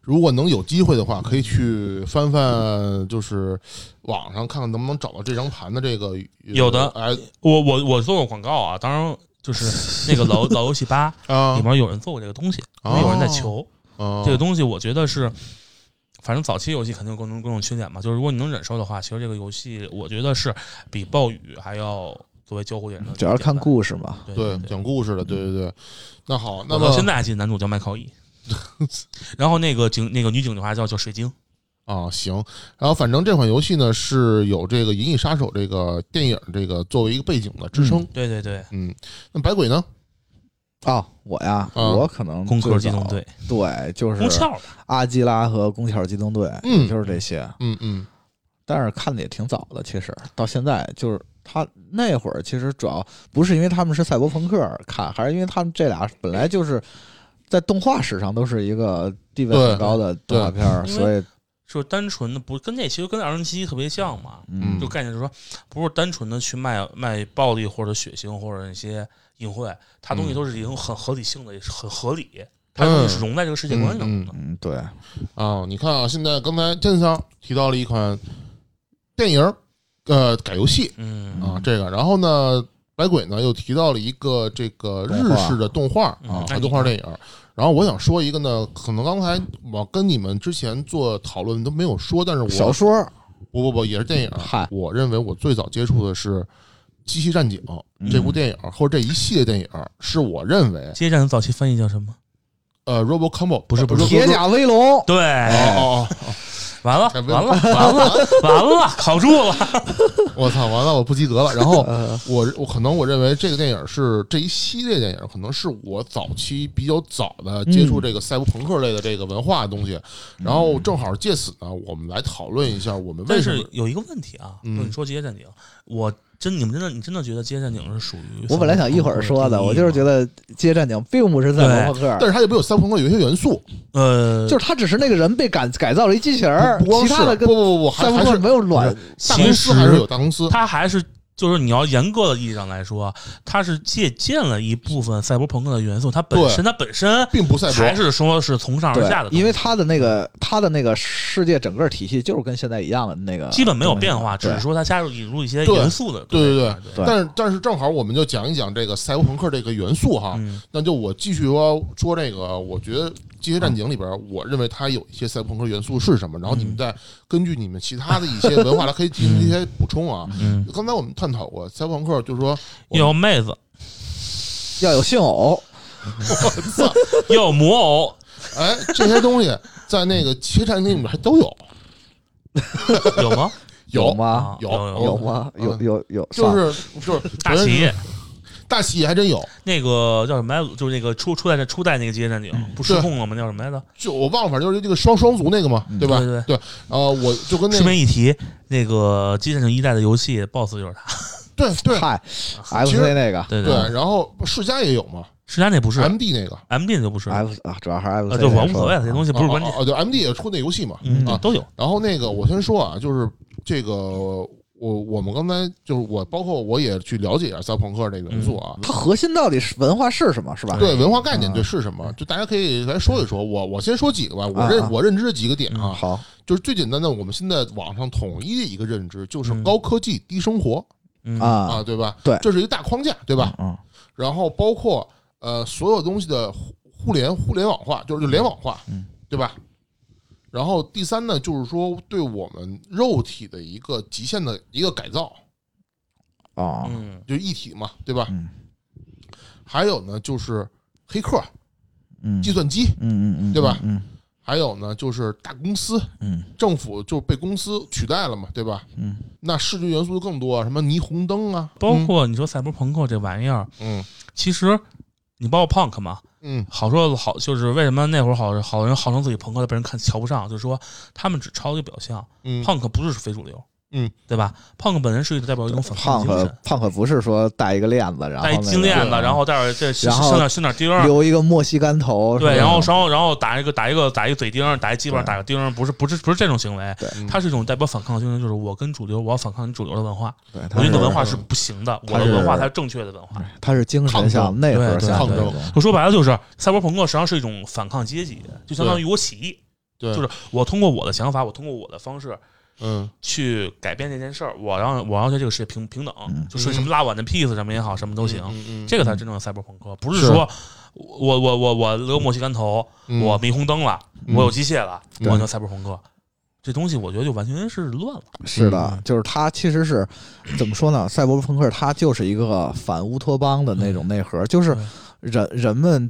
[SPEAKER 1] 如果能有机会的话，可以去翻翻，就是网上看看能不能找到这张盘的这个呃
[SPEAKER 6] 有的
[SPEAKER 1] 哎
[SPEAKER 6] 我我我做过广告啊，当然就是那个老老游戏吧
[SPEAKER 1] 啊
[SPEAKER 6] 里面有人做过这个东西，因为有人在求
[SPEAKER 1] 啊
[SPEAKER 6] 这个东西，我觉得是。反正早期游戏肯定有各种各种缺点嘛，就是如果你能忍受的话，其实这个游戏我觉得是比暴雨还要作为交互点的。
[SPEAKER 5] 主要是看故事嘛，
[SPEAKER 6] 对
[SPEAKER 1] 对讲故事的，对对对。那好，那
[SPEAKER 6] 我
[SPEAKER 1] 么
[SPEAKER 6] 到现在还记得男主叫麦考伊，然后那个警那个女警的话叫叫水晶，
[SPEAKER 1] 啊，行，然后反正这款游戏呢是有这个《银翼杀手》这个电影这个作为一个背景的支撑，
[SPEAKER 6] 对对对，
[SPEAKER 1] 嗯，那百鬼呢？
[SPEAKER 5] 哦，我呀，
[SPEAKER 1] 嗯
[SPEAKER 5] 我可能
[SPEAKER 6] 攻壳
[SPEAKER 5] 最
[SPEAKER 6] 机动
[SPEAKER 5] 早
[SPEAKER 6] 队，
[SPEAKER 5] 对，就
[SPEAKER 6] 宫
[SPEAKER 5] 是
[SPEAKER 6] 壳吧，
[SPEAKER 5] 阿基拉和宫壳机动队，
[SPEAKER 1] 嗯
[SPEAKER 5] 就是这些。
[SPEAKER 1] 嗯嗯
[SPEAKER 5] 但是看的也挺早的，其实到现在就是他那会儿，其实主要不是因为他们是赛博朋克看，还是因为他们这俩本来就是在动画史上都是一个地位
[SPEAKER 1] 对
[SPEAKER 5] 很高的动画片儿，
[SPEAKER 6] 对
[SPEAKER 5] 所以
[SPEAKER 6] 就是单纯的不跟那其实跟二零七特别像嘛，
[SPEAKER 5] 嗯
[SPEAKER 6] 就概念就是说不是单纯的去卖卖暴力或者血腥或者一些隐晦，它东西都是已经很合理性的，也是很合理，
[SPEAKER 1] 嗯
[SPEAKER 6] 它东西是融在这个世界观当中的。
[SPEAKER 5] 嗯对，
[SPEAKER 1] 啊，你看啊，现在刚才郑桑提到了一款电影儿，呃，改游戏
[SPEAKER 6] 嗯
[SPEAKER 1] 啊，这个，然后呢，百鬼呢又提到了一个这个日式的动画
[SPEAKER 6] 动画
[SPEAKER 1] 啊
[SPEAKER 6] 嗯，那
[SPEAKER 1] 动画电影儿。然后我想说一个呢，可能刚才我跟你们之前做讨论都没有说，但是我
[SPEAKER 5] 小说儿
[SPEAKER 1] 不不不，也是电影。
[SPEAKER 5] 嗨
[SPEAKER 1] 我认为我最早接触的是《机器战警》
[SPEAKER 6] 嗯
[SPEAKER 1] 这部电影，或者这一系列电影，是我认为
[SPEAKER 6] 街站的早期翻译叫 什么？
[SPEAKER 1] 呃，Robo Combo
[SPEAKER 6] 不是不是
[SPEAKER 5] 铁甲威龙，
[SPEAKER 6] 对，
[SPEAKER 1] 哦哦，
[SPEAKER 6] 完了
[SPEAKER 1] 哎
[SPEAKER 6] 完
[SPEAKER 1] 不是
[SPEAKER 6] 了完了完 了，考住了。
[SPEAKER 1] 我操，完了，我不及格了。然后
[SPEAKER 5] 呃，
[SPEAKER 1] 我我可能我认为这个电影是这一系列电影，可能是我早期比较早的接
[SPEAKER 5] 嗯
[SPEAKER 1] 触这个赛博朋克类的这个文化的东西。然后正好借此呢，我们来讨论一下我们为
[SPEAKER 6] 嗯但
[SPEAKER 1] 什
[SPEAKER 6] 是
[SPEAKER 1] 么
[SPEAKER 6] 有一个问题啊，
[SPEAKER 1] 嗯
[SPEAKER 6] 就你说《街战警》，我真你们真的你真的觉得《街战警》是属于
[SPEAKER 5] 我本来想一会儿说的，我就是觉得《街战警》并不是赛博朋克
[SPEAKER 1] 但。是它里边有赛博朋克有一些元素，
[SPEAKER 6] 呃，
[SPEAKER 5] 就是他只是那个人被改改造了一机器人儿
[SPEAKER 1] 不不，光
[SPEAKER 5] 其
[SPEAKER 1] 是
[SPEAKER 5] 他的跟
[SPEAKER 1] 不不不不，还
[SPEAKER 5] 赛
[SPEAKER 1] 还
[SPEAKER 5] 博朋克
[SPEAKER 1] 是
[SPEAKER 5] 没有卵
[SPEAKER 1] 大公
[SPEAKER 6] 其
[SPEAKER 1] 司还是
[SPEAKER 6] 实
[SPEAKER 1] 有大公司，
[SPEAKER 6] 它还是就是你要严格的意义上来说，它是借鉴了一部分赛博朋克的元素，它本
[SPEAKER 1] 对
[SPEAKER 6] 身它本身
[SPEAKER 1] 并不赛博，
[SPEAKER 6] 还是说是从上而
[SPEAKER 5] 对
[SPEAKER 6] 下的，东西，
[SPEAKER 5] 因为它的那个它的那个世界整个体系就是跟现在一样的那个，
[SPEAKER 6] 基本没有变化，只
[SPEAKER 5] 对
[SPEAKER 6] 是说它加入引入一些
[SPEAKER 1] 对
[SPEAKER 6] 元素的，
[SPEAKER 1] 对
[SPEAKER 6] 对
[SPEAKER 1] 对
[SPEAKER 6] 对
[SPEAKER 5] 对
[SPEAKER 1] 但是但是正好我们就讲一讲这个赛博朋克这个元素哈。
[SPEAKER 6] 嗯
[SPEAKER 1] 那就我继续说说这个，我觉得《机械战警》里边，我认为它有一些赛博朋克元素是什么，然后
[SPEAKER 6] 嗯
[SPEAKER 1] 你们再根据你们其他的一些文化来可以进行一些补充啊。
[SPEAKER 6] 嗯，
[SPEAKER 1] 刚才我们探讨过赛博朋克，就是说
[SPEAKER 6] 又有妹子，
[SPEAKER 5] 要有性偶，
[SPEAKER 6] 又有魔偶，
[SPEAKER 1] 哎，这些东西在那个《机械战警》里面还都有，
[SPEAKER 6] 有吗？啊
[SPEAKER 1] 有
[SPEAKER 5] 吗？
[SPEAKER 6] 有
[SPEAKER 1] 啊有
[SPEAKER 5] 有吗？
[SPEAKER 1] 嗯
[SPEAKER 5] 有有有，
[SPEAKER 1] 就是就是
[SPEAKER 6] 大旗，
[SPEAKER 1] 大企业还真有，
[SPEAKER 6] 那个叫什么来着？就是那个初初代初代那个《机械战警》不失控了吗？那叫什么来着？
[SPEAKER 1] 就我忘了，反正就是这个双双族那个嘛，对吧？
[SPEAKER 6] 对对
[SPEAKER 1] 对，呃，我就跟那
[SPEAKER 6] 顺
[SPEAKER 1] 个
[SPEAKER 6] 便一提，那个《机械战警》一代的游戏 BOSS 就是他，
[SPEAKER 1] 对对
[SPEAKER 5] 嗨
[SPEAKER 6] 啊
[SPEAKER 1] 其实
[SPEAKER 5] ，FC 那个
[SPEAKER 6] 对
[SPEAKER 1] 对，，然后世嘉也有嘛
[SPEAKER 6] 世嘉那不是
[SPEAKER 1] ，M D 那个。
[SPEAKER 6] M D 就不是，啊，
[SPEAKER 5] F 啊，主要还是 FC，
[SPEAKER 6] 对，我
[SPEAKER 5] 来
[SPEAKER 6] 无
[SPEAKER 5] 说
[SPEAKER 6] 所谓了，啊这东西不是关键，
[SPEAKER 1] 哦，对，M D 也出那游戏嘛。
[SPEAKER 6] 嗯
[SPEAKER 1] 啊，
[SPEAKER 6] 都有，
[SPEAKER 1] 然后那个我先说啊，就是这个我我们刚才就是我包括我也去了解一下赛博朋克这个元素啊，
[SPEAKER 5] 它核心到底是文化是什么，是吧？
[SPEAKER 1] 对文化概念
[SPEAKER 5] 啊
[SPEAKER 1] 对是什么，就大家可以来说一说。我我先说几个吧，我
[SPEAKER 5] 啊啊
[SPEAKER 1] 认我认知的几个点
[SPEAKER 6] 嗯
[SPEAKER 1] 啊，
[SPEAKER 5] 好，
[SPEAKER 1] 就是最简单的，我们现在网上统一的一个认知就是
[SPEAKER 6] 嗯
[SPEAKER 1] 高科技低生活
[SPEAKER 6] 嗯，
[SPEAKER 5] 啊
[SPEAKER 1] 啊，，对吧？
[SPEAKER 5] 对
[SPEAKER 1] 这是一个大框架，对吧？
[SPEAKER 5] 嗯，
[SPEAKER 1] 然后包括呃所有东西的互互联互联网化，就是就联网化，
[SPEAKER 5] 嗯
[SPEAKER 1] 对吧？然后第三呢，就是说对我们肉体的一个极限的一个改造，
[SPEAKER 5] 哦，
[SPEAKER 6] 嗯，
[SPEAKER 1] 就是一体嘛，对吧？
[SPEAKER 5] 嗯
[SPEAKER 1] 还有呢，就是黑客、
[SPEAKER 5] 嗯
[SPEAKER 1] 计算机，
[SPEAKER 5] 嗯嗯嗯，
[SPEAKER 1] 对吧
[SPEAKER 5] 嗯
[SPEAKER 1] 还有呢就是大公司、
[SPEAKER 5] 嗯
[SPEAKER 1] 政府就被公司取代了嘛，对吧？
[SPEAKER 5] 嗯，
[SPEAKER 1] 那视觉元素就更多，什么霓虹灯啊，
[SPEAKER 6] 包括你说赛博朋克这玩意儿，
[SPEAKER 1] 嗯
[SPEAKER 6] 其实你包括 punk 嘛，
[SPEAKER 1] 嗯
[SPEAKER 6] 好说好就是为什么那会儿好好人号称自己朋克的被人看瞧不上，就是说他们只抄一个表象
[SPEAKER 1] 嗯，
[SPEAKER 6] ，punk 不是非主流，
[SPEAKER 1] 嗯，
[SPEAKER 6] 对吧？punk 本人是代表一种反
[SPEAKER 5] 胖
[SPEAKER 6] 抗精
[SPEAKER 5] 可
[SPEAKER 6] 神，
[SPEAKER 5] 胖可不是说戴一个链子，然后
[SPEAKER 6] 带一
[SPEAKER 5] 那
[SPEAKER 6] 金
[SPEAKER 5] 个
[SPEAKER 6] 链子，
[SPEAKER 5] 对
[SPEAKER 6] 然后带这身
[SPEAKER 5] 然后
[SPEAKER 6] 上点身点钉儿。
[SPEAKER 5] 留一个莫西干头，
[SPEAKER 6] 对，
[SPEAKER 5] 是吧
[SPEAKER 6] 然后，然后，然后打一个，打一个，打一个嘴钉儿，打一鸡巴，打个钉儿，不是，不是，不是这种行为，
[SPEAKER 1] 嗯
[SPEAKER 6] 它是一种代表反抗的精神，就是我跟主流，我要反抗你主流的文化，
[SPEAKER 5] 对，
[SPEAKER 6] 我觉
[SPEAKER 5] 他
[SPEAKER 6] 得
[SPEAKER 5] 是
[SPEAKER 6] 你的文化
[SPEAKER 1] 嗯
[SPEAKER 6] 是不行的，我
[SPEAKER 5] 它
[SPEAKER 6] 的
[SPEAKER 5] 是
[SPEAKER 6] 文化才是正确的文化。
[SPEAKER 5] 他是精神向内核向
[SPEAKER 1] 抗
[SPEAKER 5] 的
[SPEAKER 1] 争
[SPEAKER 5] 那种，
[SPEAKER 6] 就说白了，就是赛博朋克实际上是一种反抗阶级，就相当于我起义，
[SPEAKER 1] 对，
[SPEAKER 6] 就是我通过我的想法，我通过我的方式
[SPEAKER 1] 嗯
[SPEAKER 6] 去改变这件事儿，我让我要对这个世界平平等，
[SPEAKER 5] 嗯
[SPEAKER 6] 就是什么拉碗的 peace 什么也好，什么都行，
[SPEAKER 1] 嗯嗯嗯
[SPEAKER 6] 这个才是真正的赛博朋克，不
[SPEAKER 1] 是
[SPEAKER 6] 是说我我我我留莫西干头，
[SPEAKER 1] 嗯
[SPEAKER 6] 我霓虹灯了，
[SPEAKER 1] 嗯
[SPEAKER 6] 我有机械了，
[SPEAKER 1] 对
[SPEAKER 6] 我叫赛博朋克，这东西我觉得就完全是乱了，
[SPEAKER 5] 是
[SPEAKER 1] 嗯
[SPEAKER 5] 的，就是他其实是怎么说呢？赛博朋克它就是一个反乌托邦的那种
[SPEAKER 1] 嗯
[SPEAKER 5] 内核，就是
[SPEAKER 6] 对
[SPEAKER 5] 人人们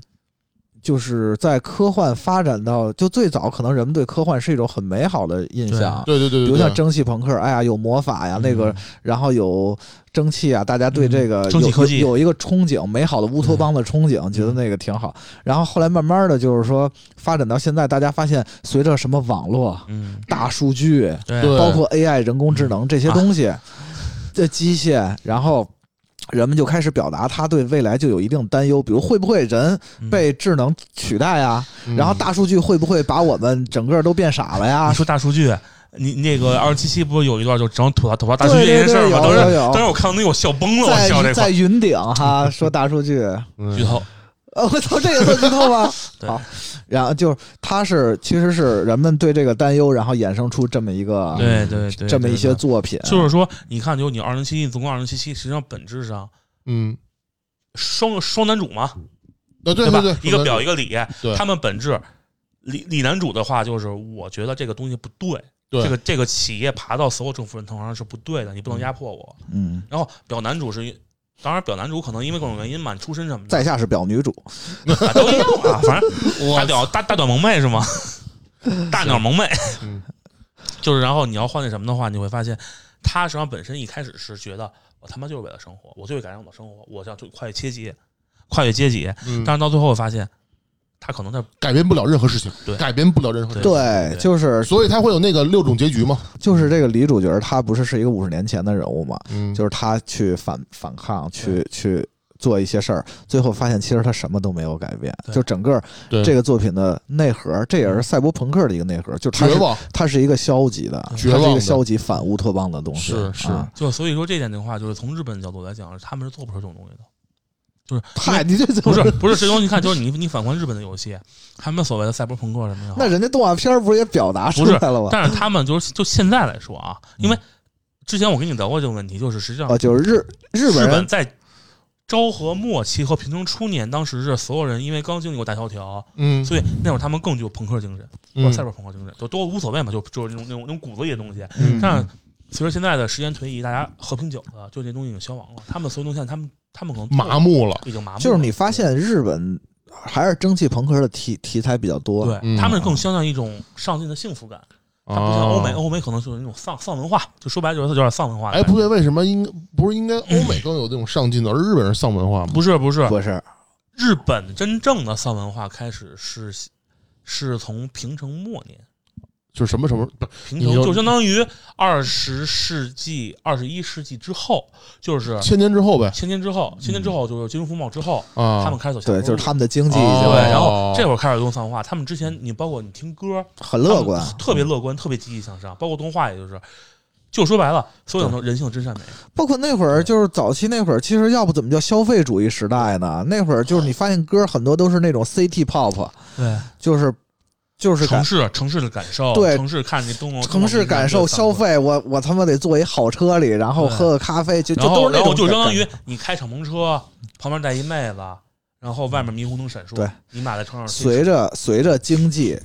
[SPEAKER 5] 就是在科幻发展到就最早，可能人们对科幻是一种很美好的印象。
[SPEAKER 1] 对对对对，
[SPEAKER 5] 比如
[SPEAKER 1] 对
[SPEAKER 5] 像蒸汽朋克，哎呀，有魔法呀，那个，然后有蒸汽啊，大家对这个
[SPEAKER 6] 嗯嗯蒸
[SPEAKER 5] 有
[SPEAKER 6] 汽科
[SPEAKER 5] 有
[SPEAKER 6] 技嗯
[SPEAKER 5] 有一个憧憬，美好的乌托邦的憧憬，觉得那个挺好。然后后来慢慢的就是说，发展到现在，大家发现随着什么网络、
[SPEAKER 6] 嗯，
[SPEAKER 5] 大数据，
[SPEAKER 6] 对嗯啊
[SPEAKER 1] 对
[SPEAKER 5] 包括 AI 人工智能这些东西，这机械，然后人们就开始表达他对未来就有一定担忧，比如会不会人
[SPEAKER 6] 嗯
[SPEAKER 5] 被智能取代啊？
[SPEAKER 1] 嗯
[SPEAKER 5] 然后大数据会不会把我们整个都变傻了呀
[SPEAKER 6] 你？说大数据，你那个二十七期不是有一段就整吐槽吐槽大数据这
[SPEAKER 5] 对对
[SPEAKER 6] 件事儿吗？当
[SPEAKER 5] 对有
[SPEAKER 6] 时
[SPEAKER 5] 有有
[SPEAKER 6] 当时我看到那个我笑崩了， 我笑
[SPEAKER 5] 在
[SPEAKER 6] 这
[SPEAKER 5] 在
[SPEAKER 6] 块
[SPEAKER 5] 云 顶哈，说大数据，
[SPEAKER 1] 嗯
[SPEAKER 6] 剧透，
[SPEAKER 5] 呃，我操，这个算剧透吗？
[SPEAKER 6] 对
[SPEAKER 5] 好，然后就是它是其实是人们对这个担忧，然后衍生出这么一个
[SPEAKER 6] 对对对，
[SPEAKER 5] 嗯这么一些
[SPEAKER 6] 对
[SPEAKER 5] 嗯作品，
[SPEAKER 6] 就是说，你看，就你二零七一，总共二零七期，实际上本质上
[SPEAKER 1] 嗯，
[SPEAKER 6] 双双男主嘛，
[SPEAKER 1] 呃对
[SPEAKER 6] 吧
[SPEAKER 1] 对？
[SPEAKER 6] 一个表一个里，
[SPEAKER 1] 对
[SPEAKER 6] 他们本质李李男主的话就是，我觉得这个东西不对，
[SPEAKER 1] 对
[SPEAKER 6] 这个这个企业爬到所有政府人头上是不对的，你不能压迫我。
[SPEAKER 5] 嗯，
[SPEAKER 6] 然后表男主是。当然，表男主可能因为各种原因嘛，你出身什么的，
[SPEAKER 5] 在下是表女主，
[SPEAKER 6] 啊都一样啊。反正
[SPEAKER 1] 我
[SPEAKER 6] 大屌大大屌萌妹是 吗？大鸟萌妹
[SPEAKER 1] 嗯，
[SPEAKER 6] 就是然后你要换那什么的话，你会发现他实际上本身一开始是觉得我他妈就是为了生活，我就是改善我的生活，我想就跨越阶级，跨越阶级。
[SPEAKER 1] 嗯
[SPEAKER 6] 但是到最后发现，他可能在
[SPEAKER 1] 改变不了任何事情，
[SPEAKER 6] 对
[SPEAKER 1] 改变不了任何事
[SPEAKER 6] 对
[SPEAKER 1] 情，
[SPEAKER 5] 对，就是
[SPEAKER 1] 所以他会有那个六种结局嘛，
[SPEAKER 5] 就是这个李嗯主角，他不是是一个五十年前的人物嘛，
[SPEAKER 1] 嗯，
[SPEAKER 5] 就是他去反反抗，去去做一些事儿，最后发现其实它什么都没有改变，
[SPEAKER 6] 对嗯
[SPEAKER 5] 就整个
[SPEAKER 1] 对
[SPEAKER 5] 这个作品的内核，这也是赛博朋克的一个内核，就它
[SPEAKER 1] 绝
[SPEAKER 5] 是
[SPEAKER 1] 望，
[SPEAKER 5] 它是一个消极
[SPEAKER 6] 嗯
[SPEAKER 5] 的，
[SPEAKER 1] 绝
[SPEAKER 5] 它
[SPEAKER 1] 望
[SPEAKER 5] 是
[SPEAKER 1] 的
[SPEAKER 5] 一个消极反乌托邦的东西，
[SPEAKER 1] 是是
[SPEAKER 5] 啊
[SPEAKER 6] 就所以说这点的话，就是从日本角度来讲，他们是做不出这种东 西的。就是
[SPEAKER 5] 嗨，你这怎
[SPEAKER 6] 不
[SPEAKER 5] 么
[SPEAKER 6] 是不是这东西，你看就是你你反观日本的游戏，他们所谓的赛博朋克什么的，
[SPEAKER 5] 那人家动画片儿不是也表达出
[SPEAKER 6] 不是
[SPEAKER 5] 来了吗？
[SPEAKER 6] 但是他们就是就现在来说啊，因为之前我跟你聊过这个问题，就是实际上
[SPEAKER 5] 啊，就是日日
[SPEAKER 6] 日
[SPEAKER 5] 本人
[SPEAKER 6] 本在昭和末期和平成初年，当时是所有人因为刚经历过大萧条，
[SPEAKER 1] 嗯
[SPEAKER 6] 所以那会儿他们更具有朋克精神，或者
[SPEAKER 1] 嗯
[SPEAKER 6] 赛博朋克精神，都都无所谓嘛，就就是那种那种那种骨子里的东西。
[SPEAKER 1] 嗯
[SPEAKER 6] 但是随着现在的时间推移，大家和平久了，就这东西已经消亡了。他们所有东西现在，他们他们可能
[SPEAKER 1] 麻木了，
[SPEAKER 6] 已经麻木了，
[SPEAKER 5] 就是你发现日本还是蒸汽朋克的题题材比较多，
[SPEAKER 6] 对、
[SPEAKER 1] 嗯哦
[SPEAKER 6] 他们更相当于一种上进的幸福感，它不
[SPEAKER 1] 啊
[SPEAKER 6] 像欧美，欧美可能就是那种丧丧文化，就说白了就是有点丧文化的
[SPEAKER 1] 哎，
[SPEAKER 6] 感觉。
[SPEAKER 1] 不对，为什么应不是应该欧美更有这种上进的，而日本人丧文化吗？
[SPEAKER 6] 不是不是，
[SPEAKER 5] 不是
[SPEAKER 6] 日本真正的丧文化开始是是从平成末年，
[SPEAKER 1] 就是什么什么不
[SPEAKER 6] 平
[SPEAKER 1] 你
[SPEAKER 6] 成
[SPEAKER 1] 就
[SPEAKER 6] 就相当于二十世纪、二十一世纪之后，就是
[SPEAKER 1] 千年之后呗
[SPEAKER 6] 千年之后，千年之后就是金融风暴之后，
[SPEAKER 1] 嗯啊，
[SPEAKER 6] 他们开始走下坡
[SPEAKER 5] 对，
[SPEAKER 6] 路
[SPEAKER 5] 就是他们的经济
[SPEAKER 6] 对，
[SPEAKER 5] 已经
[SPEAKER 1] 哦
[SPEAKER 6] 然后这会儿开始用丧文化，他们之前你包括你听歌，
[SPEAKER 5] 很乐观
[SPEAKER 6] 他，们特别乐观，特别积极向上，包括动画，也就是。就说白了，所有的人性的真善美，
[SPEAKER 5] 包括那会儿就是早期那会儿，其实要不怎么叫消费主义时代呢？那会儿就是你发现歌很多都是那种 CT pop，
[SPEAKER 6] 对
[SPEAKER 5] 就是就是
[SPEAKER 6] 城
[SPEAKER 5] 感
[SPEAKER 6] 市城市的感受，
[SPEAKER 5] 对
[SPEAKER 6] 城市看你东东
[SPEAKER 5] 城市感受消，费，我我他妈得坐一好车里，然后
[SPEAKER 6] 对
[SPEAKER 5] 喝个咖啡，就就
[SPEAKER 6] 然
[SPEAKER 5] 都
[SPEAKER 6] 后
[SPEAKER 5] 是那
[SPEAKER 6] 然后
[SPEAKER 5] 种
[SPEAKER 6] 就
[SPEAKER 5] 感
[SPEAKER 6] 相当
[SPEAKER 5] 觉
[SPEAKER 6] 于你开敞篷车，旁边带一妹子，然后外面霓虹灯闪烁，
[SPEAKER 5] 对，
[SPEAKER 6] 你俩在车上
[SPEAKER 5] 随着随着经济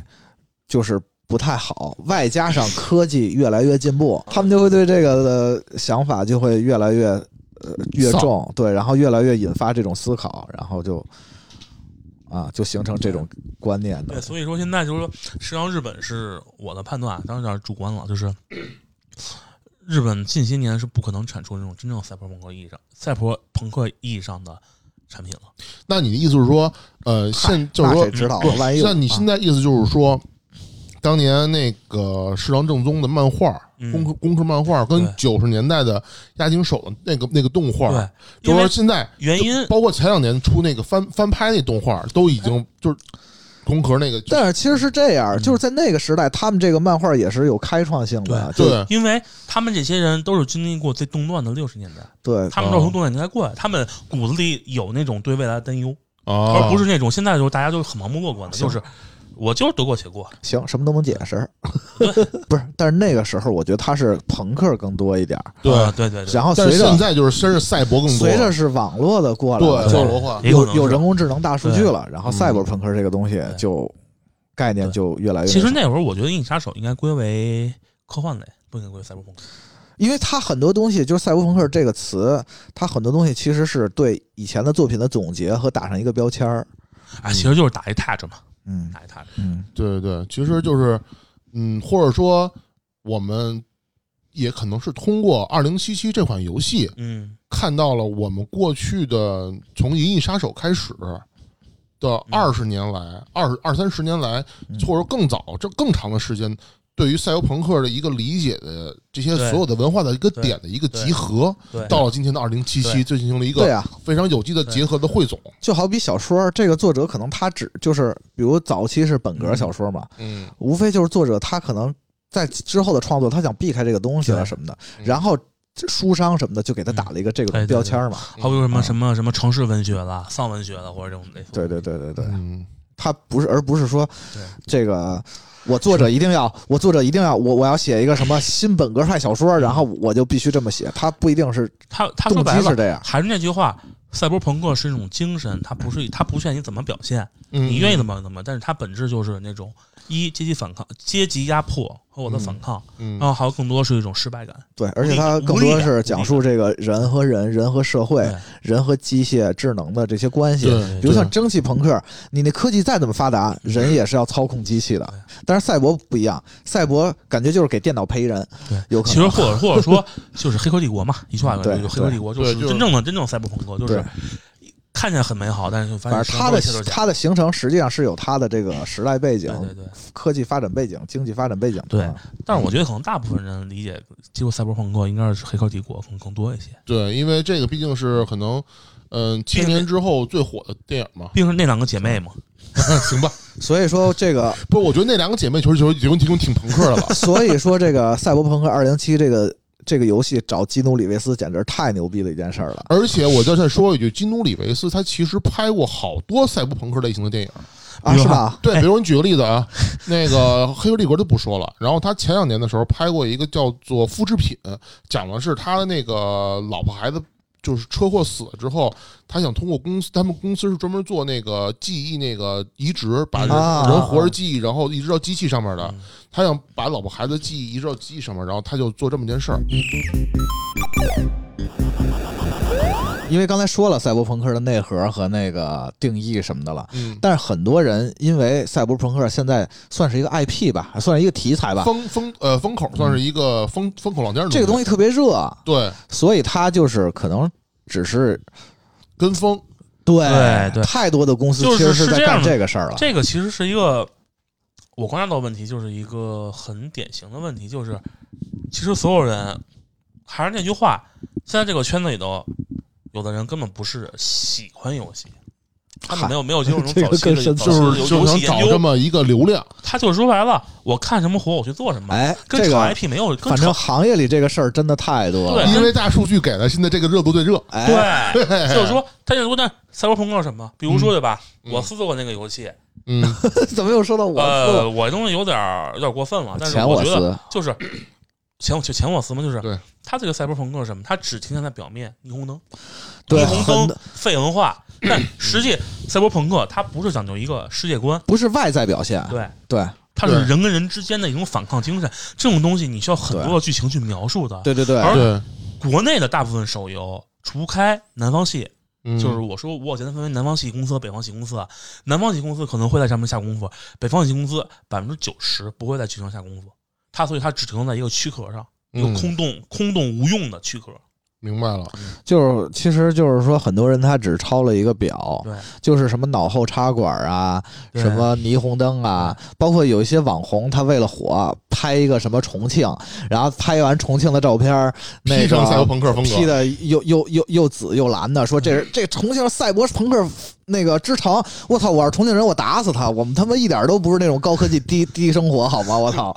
[SPEAKER 5] 就是不太好，外 加上科技越来越进步，他们就会对这个的想法就会越来越呃越
[SPEAKER 1] 丧
[SPEAKER 5] 重，对，然后越来越引发这种思考，然后就啊就形成这种观念的
[SPEAKER 6] 对，。所以说现在就是说，实际上日本是我的判断，当然有点主观了，就是 日本近些年是不可能产出这种真正赛博朋克意义上赛博朋克意义上的产品了。
[SPEAKER 1] 那你的意思是说，呃，现就是
[SPEAKER 5] 那
[SPEAKER 1] 说
[SPEAKER 5] 谁，知道
[SPEAKER 1] 不
[SPEAKER 5] 啊？万一有
[SPEAKER 1] 那你现在意思就是说，当年那个市场正宗的漫画，
[SPEAKER 6] 嗯
[SPEAKER 1] 工科工科漫画，跟
[SPEAKER 6] 对
[SPEAKER 1] 九十年代的押井守的那个那个动画，
[SPEAKER 6] 对，
[SPEAKER 1] 就
[SPEAKER 6] 因
[SPEAKER 1] 是
[SPEAKER 6] 为
[SPEAKER 1] 说现在
[SPEAKER 6] 原因哎
[SPEAKER 1] 包括前两年出那个翻翻拍那动画，都已经就是工壳那个，
[SPEAKER 5] 但是其实是这样，
[SPEAKER 6] 嗯
[SPEAKER 5] 就是在那个时代，他们这个漫画也是有开创性的，就
[SPEAKER 1] 对
[SPEAKER 6] 因为他们这些人都是经历过最动乱的六十年代，
[SPEAKER 5] 对
[SPEAKER 6] 他们都是从动乱年代过来，他们骨子里有那种对未来的担忧，
[SPEAKER 1] 啊，
[SPEAKER 6] 而
[SPEAKER 5] 哦
[SPEAKER 6] 不是那种现在就是大家都很盲目乐观的，就是我就是得过且过，
[SPEAKER 5] 行，什么都能解释。 不是，但是那个时候我觉得他是朋克更多一点儿，
[SPEAKER 1] 对
[SPEAKER 6] 啊对对对，
[SPEAKER 5] 然后
[SPEAKER 1] 但
[SPEAKER 5] 随
[SPEAKER 1] 是
[SPEAKER 5] 着
[SPEAKER 1] 现在就是真是赛博更多，
[SPEAKER 5] 随着是网络的过来了，
[SPEAKER 1] 对
[SPEAKER 5] 就
[SPEAKER 1] 网
[SPEAKER 5] 是
[SPEAKER 1] 络化，
[SPEAKER 6] 也可
[SPEAKER 5] 有
[SPEAKER 6] 能
[SPEAKER 5] 有
[SPEAKER 6] 是
[SPEAKER 5] 人工智能大数据了，然后
[SPEAKER 1] 嗯
[SPEAKER 5] 赛博朋克这个东西
[SPEAKER 6] 对
[SPEAKER 5] 就概念就越来越少。
[SPEAKER 6] 其实那会儿我觉得《银翼杀手》应该归为科幻类，不应该归为赛博朋克。
[SPEAKER 5] 因为它很多东西，就是赛博朋克这个词，它很多东西其实是对以前的作品的总结和打上一个标签儿。
[SPEAKER 6] 啊，其实就是打一 touch 嘛，
[SPEAKER 5] 嗯
[SPEAKER 6] 打一 touch。
[SPEAKER 5] 嗯，
[SPEAKER 1] 对对对，其实就是，嗯，或者说我们也可能是通过《二零七七》这款游戏
[SPEAKER 6] 嗯，
[SPEAKER 1] 看到了我们过去的从《银翼杀手》开始的
[SPEAKER 6] 嗯
[SPEAKER 1] 二十年来，二十二三十年来，
[SPEAKER 5] 嗯
[SPEAKER 1] 或者说更早这更长的时间，对于赛博朋克的一个理解的这些
[SPEAKER 6] 对
[SPEAKER 1] 所有的文化的一个
[SPEAKER 6] 对
[SPEAKER 1] 点的一个
[SPEAKER 6] 对
[SPEAKER 1] 集合，
[SPEAKER 6] 对，
[SPEAKER 1] 到了今天的《二零七七
[SPEAKER 6] 对》，
[SPEAKER 1] 就进行了一
[SPEAKER 5] 对
[SPEAKER 1] 个
[SPEAKER 5] 啊，
[SPEAKER 1] 非常有机的
[SPEAKER 6] 对
[SPEAKER 1] 结合的汇总。
[SPEAKER 5] 就好比小说，这个作者可能他只就是，比如早期是本格小说嘛，
[SPEAKER 1] 嗯，
[SPEAKER 5] 无非就是作者他可能在之后的创作，他想避开这个东西了
[SPEAKER 6] 对
[SPEAKER 5] 什么的，
[SPEAKER 1] 嗯
[SPEAKER 5] 然后书商什么的就给他打了一个这
[SPEAKER 6] 哎对
[SPEAKER 5] 个
[SPEAKER 6] 对
[SPEAKER 5] 标签儿嘛。
[SPEAKER 6] 好比说什么
[SPEAKER 5] 啊
[SPEAKER 6] 什么什么城市文学啦、丧文学啦，或者这种类似。
[SPEAKER 5] 对对对对对。啊
[SPEAKER 1] 嗯，
[SPEAKER 5] 他不是，而不是说
[SPEAKER 6] 对
[SPEAKER 5] 这个我作者一定要，我作者一定要，我我要写一个什么新本格派小说，然后我就必须这么写。他不一定是
[SPEAKER 6] 他嗯他说
[SPEAKER 5] 动
[SPEAKER 6] 白
[SPEAKER 5] 机是
[SPEAKER 6] 了，
[SPEAKER 5] 这样，
[SPEAKER 6] 还是那句话，赛博朋克是一种精神，它不是它不限你怎么表现，
[SPEAKER 1] 嗯
[SPEAKER 5] 嗯
[SPEAKER 6] 你愿意怎么怎么，但是它本质就是那种一阶级反抗、阶级压迫和我的反抗，
[SPEAKER 1] 嗯，
[SPEAKER 6] 然后还有更多是一种失败感。
[SPEAKER 5] 对，而且他更多是讲述这个人和人、人和社会、人和机械智能的这些关系。
[SPEAKER 1] 对，
[SPEAKER 5] 比如像蒸汽朋克，你那科技再怎么发达，
[SPEAKER 6] 嗯
[SPEAKER 5] 人也是要操控机器的。但是赛博不一样，赛博感觉就是给电脑陪人，
[SPEAKER 6] 对，
[SPEAKER 5] 有可
[SPEAKER 6] 其实
[SPEAKER 5] 能。
[SPEAKER 6] 或 者或者说就是黑客帝国嘛，一句话就
[SPEAKER 5] 对
[SPEAKER 6] 是黑客帝国，就是
[SPEAKER 1] 对就是
[SPEAKER 6] 真正的真正赛博朋克，就是
[SPEAKER 5] 对
[SPEAKER 6] 看起来很美好，但是就发
[SPEAKER 5] 反
[SPEAKER 6] 现
[SPEAKER 5] 正它的
[SPEAKER 6] 实际上都是假
[SPEAKER 5] 它的形成实际上是有它的这个时代背景
[SPEAKER 6] 的。、对对对。
[SPEAKER 5] 科技发展背景、经济发展背景。
[SPEAKER 6] 对
[SPEAKER 5] 啊
[SPEAKER 6] 但是我觉得可能大部分人理解接触赛博朋克应该是《黑客帝国》更更多一些。。
[SPEAKER 1] 对，因为这个毕竟是可能，嗯、千年之后最火的电影嘛
[SPEAKER 6] 并是那两个姐妹嘛，
[SPEAKER 1] 行吧，
[SPEAKER 5] 所以说这个，。
[SPEAKER 1] 不是，我觉得那两个姐妹球球已经已经挺朋克的了
[SPEAKER 5] 所以说这个《赛博朋克2077》这个这个游戏找基努里维斯简直太牛逼的一件事儿了。
[SPEAKER 1] 而且我就再说一句，基努里维斯他其实拍过好多赛博朋克类型的 电影。
[SPEAKER 6] 哎
[SPEAKER 5] 啊，是吧？
[SPEAKER 1] 对，比如你举个例子啊，那个《黑客帝国》就不说了。然后他前两年的时候拍过一个叫做《复制品》，讲的是他的那个老婆孩子就是车祸死了之后，他想通过公司，他们公司是专门做那个记忆那个移植，把人、
[SPEAKER 5] 啊
[SPEAKER 1] 人活着记忆，然后移植到机器上面的。他想把老婆孩子的记忆移植到机器上面，然后他就做这么件事儿。
[SPEAKER 5] 嗯因为刚才说了赛博朋克的内核和那个定义什么的了，
[SPEAKER 1] 嗯，
[SPEAKER 5] 但是很多人因为赛博朋克现在算是一个 IP 吧，还算是一个题材吧，
[SPEAKER 1] 风风呃风口算是一个风风口浪尖儿的
[SPEAKER 5] 这个东
[SPEAKER 1] 西，
[SPEAKER 5] 西特别热，
[SPEAKER 1] 对，
[SPEAKER 5] 所以它就是可能只是
[SPEAKER 1] 跟风。
[SPEAKER 5] 对
[SPEAKER 6] 对对
[SPEAKER 5] 太多的公司
[SPEAKER 6] 就是
[SPEAKER 5] 其实在
[SPEAKER 6] 是这样
[SPEAKER 5] 干
[SPEAKER 6] 的
[SPEAKER 5] 这个事儿了。
[SPEAKER 6] 这个其实是一个我观察到的问题，就是一个很典型的问题，就是其实所有人还是那句话，现在这个圈子里头，有的人根本不是喜欢游戏，他们没有没 有接受这
[SPEAKER 5] 这
[SPEAKER 6] 种早
[SPEAKER 5] 个
[SPEAKER 6] 期的
[SPEAKER 5] 更深
[SPEAKER 6] 早
[SPEAKER 1] 就
[SPEAKER 6] 期的
[SPEAKER 1] 是
[SPEAKER 6] 游
[SPEAKER 1] 就是
[SPEAKER 6] 游
[SPEAKER 1] 想
[SPEAKER 6] 戏研
[SPEAKER 1] 找
[SPEAKER 6] 究
[SPEAKER 1] 这么一个流量，
[SPEAKER 6] 他就是说白了，我看什么活我去做什么，
[SPEAKER 5] 哎，
[SPEAKER 6] 跟
[SPEAKER 5] 这
[SPEAKER 6] 炒
[SPEAKER 5] 个
[SPEAKER 6] IP 没有，跟
[SPEAKER 5] 反正
[SPEAKER 6] 炒
[SPEAKER 5] 行业里这个事儿真的太多了。
[SPEAKER 6] 对
[SPEAKER 1] 因为大数据给了现在这个热度最热。
[SPEAKER 5] 哎，
[SPEAKER 6] 对，就是说他就说那赛博朋克是什么，比如说对吧，
[SPEAKER 1] 嗯
[SPEAKER 6] 我撕过那个游戏，
[SPEAKER 1] 嗯，
[SPEAKER 5] 怎么又说到我
[SPEAKER 6] 呃，
[SPEAKER 5] 了？
[SPEAKER 6] 我东西有点儿有点过分了，但是
[SPEAKER 5] 钱
[SPEAKER 6] 我
[SPEAKER 5] 我
[SPEAKER 6] 觉得
[SPEAKER 5] 撕，
[SPEAKER 6] 就是前就前我司嘛，就是
[SPEAKER 1] 对
[SPEAKER 6] 他这个赛博朋克是什么，他只停留在表面，霓虹灯，
[SPEAKER 5] 对
[SPEAKER 6] 霓虹
[SPEAKER 5] 很
[SPEAKER 6] 灯废文化，但实际赛博朋克它不是讲究一个世界观，
[SPEAKER 5] 不是外在表现，
[SPEAKER 6] 对，
[SPEAKER 5] 对
[SPEAKER 6] 它是
[SPEAKER 1] 对
[SPEAKER 6] 人跟人之间的一种反抗精神，这种东西你需要很
[SPEAKER 5] 对
[SPEAKER 6] 多的剧情去描述的。
[SPEAKER 5] 对对对，
[SPEAKER 6] 而
[SPEAKER 1] 对，
[SPEAKER 6] 国内的大部分手游，除开南方系，
[SPEAKER 1] 嗯
[SPEAKER 6] 就是我说我简单分为南方系公司和北方系公司，啊，南方系公司可能会在上面下功夫，北方系公司百分之九十不会在剧情上下功夫，它所以它只停留在一个躯壳上，一个
[SPEAKER 1] 嗯
[SPEAKER 6] 空洞、空洞无用的躯壳。
[SPEAKER 1] 明白了，
[SPEAKER 5] 就是其实就是说，很多人他只抄了一个表，
[SPEAKER 6] 对，
[SPEAKER 5] 就是什么脑后插管啊，
[SPEAKER 6] 对
[SPEAKER 5] 什么霓虹灯啊，包括有一些网红，他为了火拍一个什么重庆，然后拍完重庆的照片儿，那
[SPEAKER 1] 披上赛博
[SPEAKER 5] 个
[SPEAKER 1] 朋克风格，
[SPEAKER 5] 披的又又又又紫又蓝的，说这是这重庆赛博朋克那个之城，我操！我是重庆人，我打死他！我们他妈一点都不是那种高科技低低生活，好吗？我操！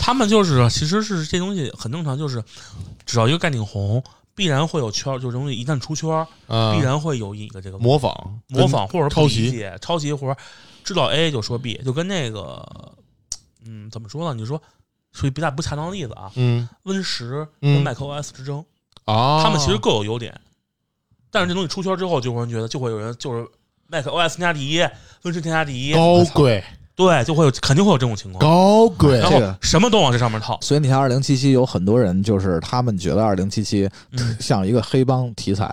[SPEAKER 6] 他们就是其实是这东西很正常，就是只要一个概念红，必然会有圈儿，就是东西一旦出圈儿，
[SPEAKER 1] 啊
[SPEAKER 6] 必，然会有一个这个
[SPEAKER 1] 模仿
[SPEAKER 6] 模仿或者
[SPEAKER 1] 抄
[SPEAKER 6] 不理
[SPEAKER 1] 袭
[SPEAKER 6] 解、抄袭或者知道 A 就说 B，就跟那个嗯怎么说呢？你说属于比较不恰当的例子啊，
[SPEAKER 1] 嗯
[SPEAKER 6] 温十
[SPEAKER 1] 嗯
[SPEAKER 6] 跟 macOS 之争，
[SPEAKER 1] 啊，
[SPEAKER 6] 他们其实各有优点，但是这东西出圈之后，就会有人觉得就会有人就是 macOS 天下第一，温十天下第一，
[SPEAKER 1] 高贵
[SPEAKER 6] 对，就会有肯定会有这种情况，
[SPEAKER 1] 高贵
[SPEAKER 6] 然，
[SPEAKER 5] 这
[SPEAKER 6] 后
[SPEAKER 5] 个
[SPEAKER 6] 什么都往这上面套，
[SPEAKER 5] 所以你看，二零七七有很多人就是他们觉得二零七七
[SPEAKER 6] 嗯
[SPEAKER 5] 像一个黑帮题材，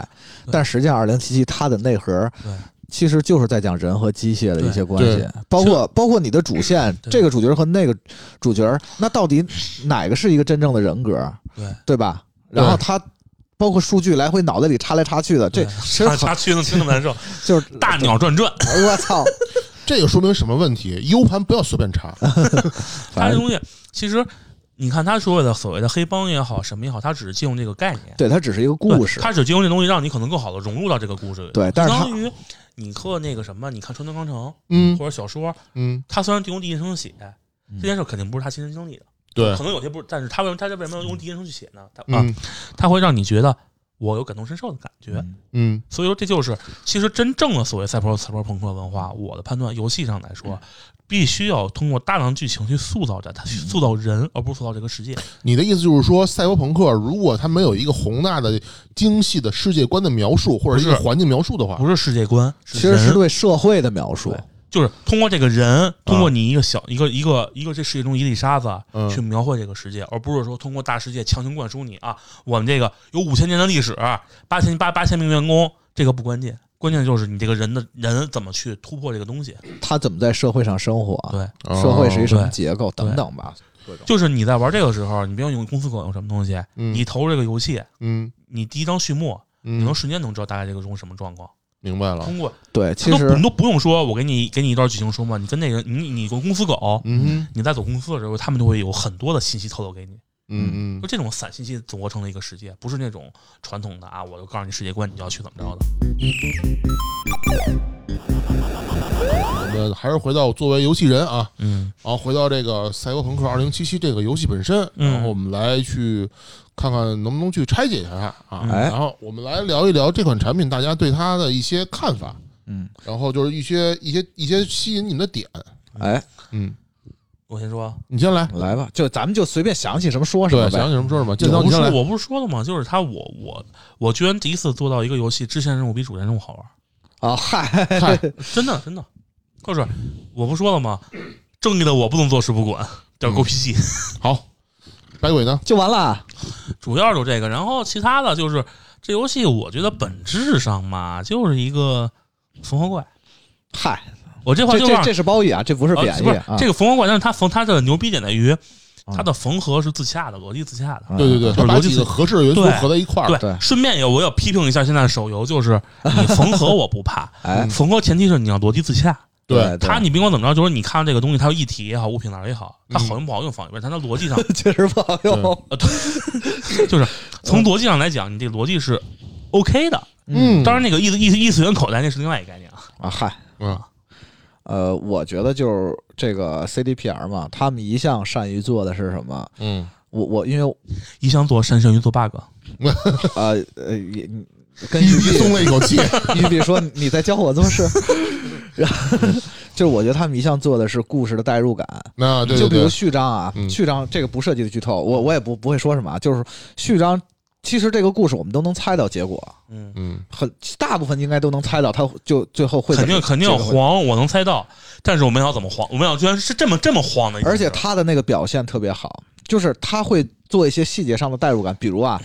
[SPEAKER 6] 对
[SPEAKER 5] 但实际上二零七七它的内核
[SPEAKER 6] 对。
[SPEAKER 5] 其实就是在讲人和机械的一些关系
[SPEAKER 1] 对，
[SPEAKER 5] 包括包括你的主线，
[SPEAKER 6] 对
[SPEAKER 5] 这个主角和那个主角，那到底哪个是一个真正的人格，
[SPEAKER 6] 对
[SPEAKER 5] 对吧？
[SPEAKER 1] 对
[SPEAKER 5] 然后他包括数据来回脑袋里插来插去的，这
[SPEAKER 6] 对
[SPEAKER 5] 其实
[SPEAKER 6] 插
[SPEAKER 5] 很
[SPEAKER 6] 插去能听那么难受，
[SPEAKER 5] 就是哎
[SPEAKER 6] 大鸟转转，
[SPEAKER 5] 我操，
[SPEAKER 1] 这个说明什么问题？U 盘不要随便插，
[SPEAKER 5] 啊
[SPEAKER 6] 它
[SPEAKER 5] 反
[SPEAKER 6] 这
[SPEAKER 5] 正
[SPEAKER 6] 东西其实。你看他所谓的所谓的黑帮也好，什么也好，他只是借用这个概念，
[SPEAKER 5] 对它只是一个故事，
[SPEAKER 6] 他只借用这东西让你可能更好的融入到这个故事里。
[SPEAKER 5] 对，但
[SPEAKER 6] 相
[SPEAKER 5] 是它
[SPEAKER 6] 当于你刻那个什么，你看《川端康成》
[SPEAKER 1] 嗯
[SPEAKER 6] 或者小说，
[SPEAKER 1] 嗯，
[SPEAKER 6] 他虽然用第一人称写，
[SPEAKER 5] 嗯
[SPEAKER 6] 这件事肯定不是他亲身经历的，
[SPEAKER 1] 对
[SPEAKER 6] 可，能有些不是，但是他为他为什么要用第一人称去写呢？他啊，
[SPEAKER 1] 嗯
[SPEAKER 6] 他会让你觉得我有感同身受的感觉。
[SPEAKER 5] 嗯
[SPEAKER 1] 嗯
[SPEAKER 6] 所以说，这就是其实真正的所谓赛博赛博朋克文化。我的判断，游戏上来
[SPEAKER 5] 嗯
[SPEAKER 6] 说，必须要通过大量剧情去塑造它，它去
[SPEAKER 5] 嗯
[SPEAKER 6] 塑造人，而不是塑造这个世界。
[SPEAKER 1] 你的意思就是说，赛博朋克如果它没有一个宏大的、精细的世界观的描述，或者一
[SPEAKER 6] 不
[SPEAKER 1] 个
[SPEAKER 6] 是
[SPEAKER 1] 环境描述的话，
[SPEAKER 6] 不是世界观，
[SPEAKER 5] 其实是
[SPEAKER 6] 人
[SPEAKER 5] 对社会的描述
[SPEAKER 6] 对，就是通过这个
[SPEAKER 1] 啊
[SPEAKER 6] 人，通过你一个小、一个一个一个这世界中一粒沙子啊
[SPEAKER 1] 嗯
[SPEAKER 6] 去描绘这个世界，而不是说通过大世界强行灌输你啊，我们这个有五千年的历史，八千八八千名员工，这个不关键，关键就是你这个人的人怎么去突破这个东西。啊
[SPEAKER 5] 他怎么在社会上生活，
[SPEAKER 6] 对，
[SPEAKER 1] 哦
[SPEAKER 5] 社会是一什么
[SPEAKER 6] 对
[SPEAKER 5] 结构等等吧。
[SPEAKER 6] 就是你在玩这个时候，你别用公司梗有什么东西，
[SPEAKER 1] 嗯
[SPEAKER 6] 你投入这个游戏，
[SPEAKER 1] 嗯
[SPEAKER 6] 你第一张序幕，你能
[SPEAKER 1] 嗯，啊
[SPEAKER 6] 瞬间能知道大概这个中什么状况。
[SPEAKER 1] 明白了，
[SPEAKER 6] 通过
[SPEAKER 5] 对，
[SPEAKER 6] 他
[SPEAKER 5] 其
[SPEAKER 6] 都
[SPEAKER 5] 实
[SPEAKER 6] 你都不用说，我给你给你一段剧情说嘛，你跟那个你你你公司狗，
[SPEAKER 1] 嗯哼
[SPEAKER 6] 你在走公司的时候，他们就会有很多的信息透露给你。
[SPEAKER 1] 嗯
[SPEAKER 6] 就这种散信息组合成了一个世界，不是那种传统的啊，我就告诉你世界观，你要去怎么着的。
[SPEAKER 1] 嗯，我们还是回到作为游戏人啊，
[SPEAKER 6] 嗯
[SPEAKER 1] 然后回到这个《赛博朋克2077》这个游戏本身，
[SPEAKER 6] 嗯
[SPEAKER 1] 然后我们来去看看能不能去拆解一下它
[SPEAKER 6] 嗯
[SPEAKER 1] 啊。
[SPEAKER 5] 哎
[SPEAKER 1] 然后我们来聊一聊这款产品，大家对它的一些看法，
[SPEAKER 5] 嗯，
[SPEAKER 1] 然后就是一些一些一些吸引你们的点。
[SPEAKER 5] 哎，
[SPEAKER 1] 嗯，
[SPEAKER 6] 我先说，
[SPEAKER 1] 你先来，
[SPEAKER 5] 来吧，就咱们就随便想起什么说什
[SPEAKER 1] 对
[SPEAKER 5] 么，
[SPEAKER 1] 想
[SPEAKER 5] 呗。
[SPEAKER 1] 起什么说什么。建
[SPEAKER 6] 我
[SPEAKER 1] 涛，你
[SPEAKER 6] 不是
[SPEAKER 1] 先来
[SPEAKER 6] 说，。我不是说了吗？就是他我，我我居然第一次做到一个游戏支线任务比主线任务好玩，
[SPEAKER 5] 啊，嗨，
[SPEAKER 1] 嗨，
[SPEAKER 6] 真的真的，就是我不说了吗？正义的我不能坐视不管，点狗脾气。
[SPEAKER 1] 好，白鬼呢？
[SPEAKER 5] 就完了。啊
[SPEAKER 6] 主要就这个，然后其他的就是这游戏，我觉得本质上嘛，就是一个缝合怪。
[SPEAKER 5] 嗨，
[SPEAKER 6] 我这话
[SPEAKER 5] 这
[SPEAKER 6] 就让
[SPEAKER 5] 这这是褒义啊，这不是
[SPEAKER 6] 呃
[SPEAKER 5] 贬义
[SPEAKER 6] 不是
[SPEAKER 5] 啊。
[SPEAKER 6] 这个缝合怪，但是它缝它的牛逼点在于
[SPEAKER 5] 嗯
[SPEAKER 6] 它的缝合是自洽的，逻辑自洽的。
[SPEAKER 5] 嗯
[SPEAKER 1] 对对对，
[SPEAKER 6] 就是
[SPEAKER 1] 它把
[SPEAKER 6] 逻辑
[SPEAKER 1] 几个
[SPEAKER 6] 思
[SPEAKER 1] 合适的元素
[SPEAKER 6] 对
[SPEAKER 1] 合在一块儿。
[SPEAKER 6] 对，
[SPEAKER 5] 对
[SPEAKER 6] 顺便也我要批评一下现在的手游，就是你缝合我不怕，
[SPEAKER 5] 哎，
[SPEAKER 6] 缝合前提是你要逻辑自洽。
[SPEAKER 5] 对，
[SPEAKER 6] 它你甭管怎么着，就是你看这个东西，它有议题也好，物品栏也好，它
[SPEAKER 1] 嗯
[SPEAKER 6] 好用不好用放一边，但它逻辑上
[SPEAKER 5] 确实不好用。
[SPEAKER 6] 就是从逻辑上来讲，你这逻辑是 OK 的。
[SPEAKER 1] 嗯，
[SPEAKER 6] 当然，那个异次异次异次元口袋那是另外一个概念啊。
[SPEAKER 5] 啊，嗨，
[SPEAKER 1] 嗯，
[SPEAKER 5] 呃，我觉得就是这个 CDPR 嘛，他们一向善于做的是什么？
[SPEAKER 1] 嗯，
[SPEAKER 5] 我我因为
[SPEAKER 6] 一向做善善于做 bug，
[SPEAKER 5] 呃呃也跟
[SPEAKER 1] 一
[SPEAKER 5] 玉
[SPEAKER 1] 一松
[SPEAKER 5] 碧
[SPEAKER 1] 了一口气。
[SPEAKER 5] 玉碧说你在教我做事， 然后就是我觉得他们一向做的是故事的代入感，
[SPEAKER 1] 那对
[SPEAKER 5] 就
[SPEAKER 1] 对
[SPEAKER 5] 比如
[SPEAKER 1] 对，
[SPEAKER 5] 序章啊，
[SPEAKER 1] 嗯
[SPEAKER 5] 序章这个不涉及的剧透，我我也不不会说什么啊，就是序章。其实这个故事我们都能猜到结果，
[SPEAKER 6] 嗯，
[SPEAKER 1] 嗯，
[SPEAKER 5] 很大部分应该都能猜到，他就最后会
[SPEAKER 6] 肯定肯定有
[SPEAKER 5] 有
[SPEAKER 6] 黄，我能猜到，但是我没想到怎么黄，我没想到居然是这么这么黄的一件事。
[SPEAKER 5] 而且他的那个表现特别好，就是他会做一些细节上的代入感，比如啊，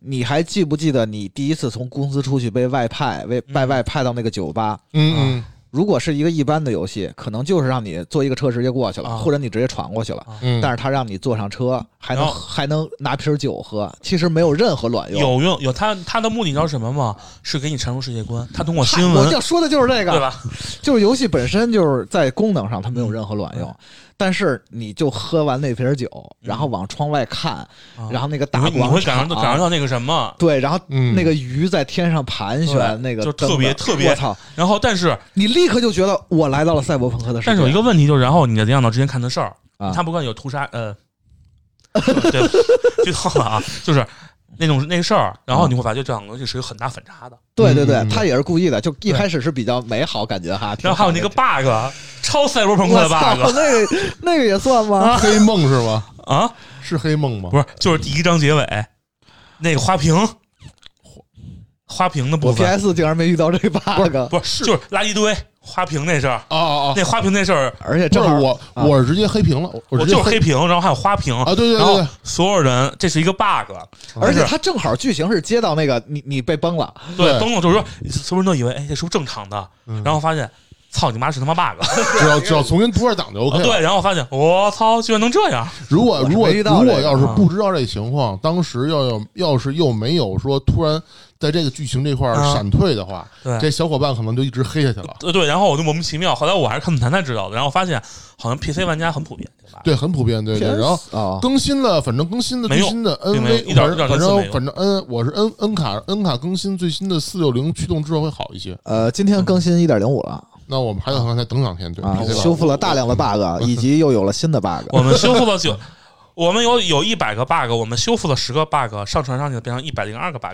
[SPEAKER 5] 你还记不记得你第一次从公司出去被外派，被
[SPEAKER 6] 嗯
[SPEAKER 5] 被外派到那个酒吧？
[SPEAKER 1] 嗯
[SPEAKER 5] 如果是一个一般的游戏，可能就是让你坐一个车直接过去了，
[SPEAKER 6] 啊
[SPEAKER 5] 或者你直接闯过去了。
[SPEAKER 1] 嗯嗯，
[SPEAKER 5] 但是他让你坐上车，还能
[SPEAKER 6] 然后
[SPEAKER 5] 还能拿瓶酒喝，其实没有任何卵用。
[SPEAKER 6] 有用有他他的目的你知道什么吗？是给你阐述世界观，他通过
[SPEAKER 5] 嗨
[SPEAKER 6] 新
[SPEAKER 5] 我
[SPEAKER 6] 闻
[SPEAKER 5] 要说的就是这个，
[SPEAKER 6] 对吧？嗯
[SPEAKER 5] 就是游戏本身就是在功能上它没有任何卵用，但是你就喝完那瓶酒，然后往窗外看，
[SPEAKER 6] 啊
[SPEAKER 5] 然后那个
[SPEAKER 6] 嗯你
[SPEAKER 5] 大
[SPEAKER 6] 会你会
[SPEAKER 5] 广
[SPEAKER 6] 感
[SPEAKER 5] 场
[SPEAKER 6] 受到感受到那个什么，
[SPEAKER 5] 对，然后
[SPEAKER 1] 嗯
[SPEAKER 5] 那个鱼在天上盘旋，
[SPEAKER 6] 对
[SPEAKER 5] 那个
[SPEAKER 6] 就
[SPEAKER 5] 灯
[SPEAKER 6] 特别
[SPEAKER 5] 的
[SPEAKER 6] 特别
[SPEAKER 5] 我操！
[SPEAKER 6] 然后但是
[SPEAKER 5] 你立刻就觉得我来到了赛博朋克的世界。
[SPEAKER 6] 但是有一个问题就是，然后你的电脑之前看的事儿
[SPEAKER 5] 啊，
[SPEAKER 6] 他不管有屠杀呃， 对， 剧透了啊，就是那种那个事儿，然后你会发觉这两个东西是有很大反差的。
[SPEAKER 5] 对对对
[SPEAKER 1] 嗯，
[SPEAKER 5] 他也是故意的，就一
[SPEAKER 6] 对
[SPEAKER 5] 开始是比较美好，感觉哈。挺
[SPEAKER 6] 然后还有
[SPEAKER 5] 好
[SPEAKER 6] 那个
[SPEAKER 5] 的
[SPEAKER 6] bug，超赛博朋克
[SPEAKER 5] 我
[SPEAKER 6] 的
[SPEAKER 5] 操，
[SPEAKER 6] bug
[SPEAKER 5] 那个那个也算吗？
[SPEAKER 1] 黑梦是吗？
[SPEAKER 6] 啊，
[SPEAKER 1] 是黑梦吗？
[SPEAKER 6] 不 是，就是第一章结尾那个花瓶，花瓶的部
[SPEAKER 5] 我
[SPEAKER 6] 分
[SPEAKER 5] PS 竟然没遇到这 bug，
[SPEAKER 6] 不是，就是垃圾堆花瓶那事儿，
[SPEAKER 1] 哦哦哦，
[SPEAKER 6] 那花瓶那事儿，
[SPEAKER 5] 而且
[SPEAKER 1] 不
[SPEAKER 5] 正
[SPEAKER 1] 是
[SPEAKER 5] 好
[SPEAKER 1] 我，
[SPEAKER 5] 啊
[SPEAKER 1] 我是直接黑屏了，我
[SPEAKER 6] 我
[SPEAKER 1] 直接
[SPEAKER 6] 就是黑屏，然后还有花瓶
[SPEAKER 1] 啊！对对
[SPEAKER 6] 然
[SPEAKER 1] 对
[SPEAKER 6] 后
[SPEAKER 1] 对，
[SPEAKER 6] 所有人，这是一个 bug，
[SPEAKER 5] 而且
[SPEAKER 6] 就是
[SPEAKER 5] 他正好剧情是接到那个你你被崩了，
[SPEAKER 1] 对嗯
[SPEAKER 6] 对，崩了就是说，所有人都以为，哎，这是不是正常的？然后发现，操你妈是他妈 bug！
[SPEAKER 1] 只要只要重新读二档就 OK 了。
[SPEAKER 6] 对，然后发现，我操，居然能这样！
[SPEAKER 1] 如果
[SPEAKER 5] 我是
[SPEAKER 1] 如果
[SPEAKER 5] 没遇到
[SPEAKER 1] 如果
[SPEAKER 5] 这个
[SPEAKER 1] 要是
[SPEAKER 6] 啊
[SPEAKER 1] 不知道这情况，当时要有要是又没有说突然在这个剧情这块儿
[SPEAKER 6] 啊
[SPEAKER 1] 闪退的话，
[SPEAKER 6] 对
[SPEAKER 1] 这小伙伴可能就一直黑下去了。
[SPEAKER 6] 对对，然后我就莫名其妙，后来我还是看论坛才知道的，然后发现好像 PC 玩家很普遍，对吧？
[SPEAKER 1] 对，很普遍，对对。然后
[SPEAKER 5] 啊，
[SPEAKER 1] 更新了，反正更新的
[SPEAKER 6] 没
[SPEAKER 1] 最
[SPEAKER 6] 有
[SPEAKER 1] 新的
[SPEAKER 6] 并没有
[SPEAKER 1] NV，
[SPEAKER 6] 一点
[SPEAKER 1] 反
[SPEAKER 6] 一点
[SPEAKER 1] 正
[SPEAKER 6] 零
[SPEAKER 1] 反
[SPEAKER 6] 四没
[SPEAKER 1] 正
[SPEAKER 6] 有
[SPEAKER 1] 反正 N 我是 N N 卡 N 卡更新最新的四六零驱动之后会好一些。
[SPEAKER 5] 呃，今天更新一点零五了
[SPEAKER 1] 那我们还得看再等两天，对
[SPEAKER 5] 啊，
[SPEAKER 1] 对吧
[SPEAKER 5] 修复了大量的 bug，以及又有了新的 bug。
[SPEAKER 6] 我们修复了九，我们有有一百个 bug，我们修复了十个 bug，上传上去变成一百零二个 bug。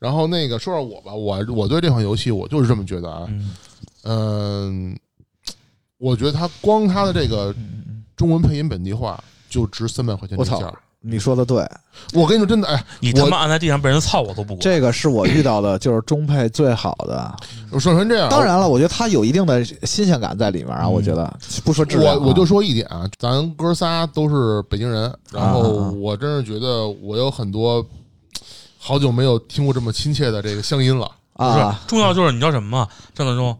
[SPEAKER 1] 然后那个说说我吧，我我对这款游戏我就是这么觉得啊，
[SPEAKER 6] 嗯
[SPEAKER 1] 嗯，我觉得它光它的这个中文配音本地化就值三百块钱
[SPEAKER 5] 嗯我
[SPEAKER 1] 一
[SPEAKER 5] 操
[SPEAKER 1] 件。
[SPEAKER 5] 你说的对，
[SPEAKER 1] 我跟你说真的，哎，
[SPEAKER 6] 你他妈按在地上被人操，我都不管。
[SPEAKER 5] 这个是我遇到的，就是中配最好的。
[SPEAKER 1] 我说成这样，
[SPEAKER 5] 嗯当然了，我觉得它有一定的新鲜感在里面啊。我觉得不说质量啊，
[SPEAKER 1] 嗯我我就说一点啊，咱哥仨都是北京人，然后
[SPEAKER 5] 啊啊啊
[SPEAKER 1] 我真是觉得我有很多好久没有听过这么亲切的这个乡音了。
[SPEAKER 6] 不是
[SPEAKER 5] 啊，，
[SPEAKER 6] 重要就是你知道什么吗？郑德忠，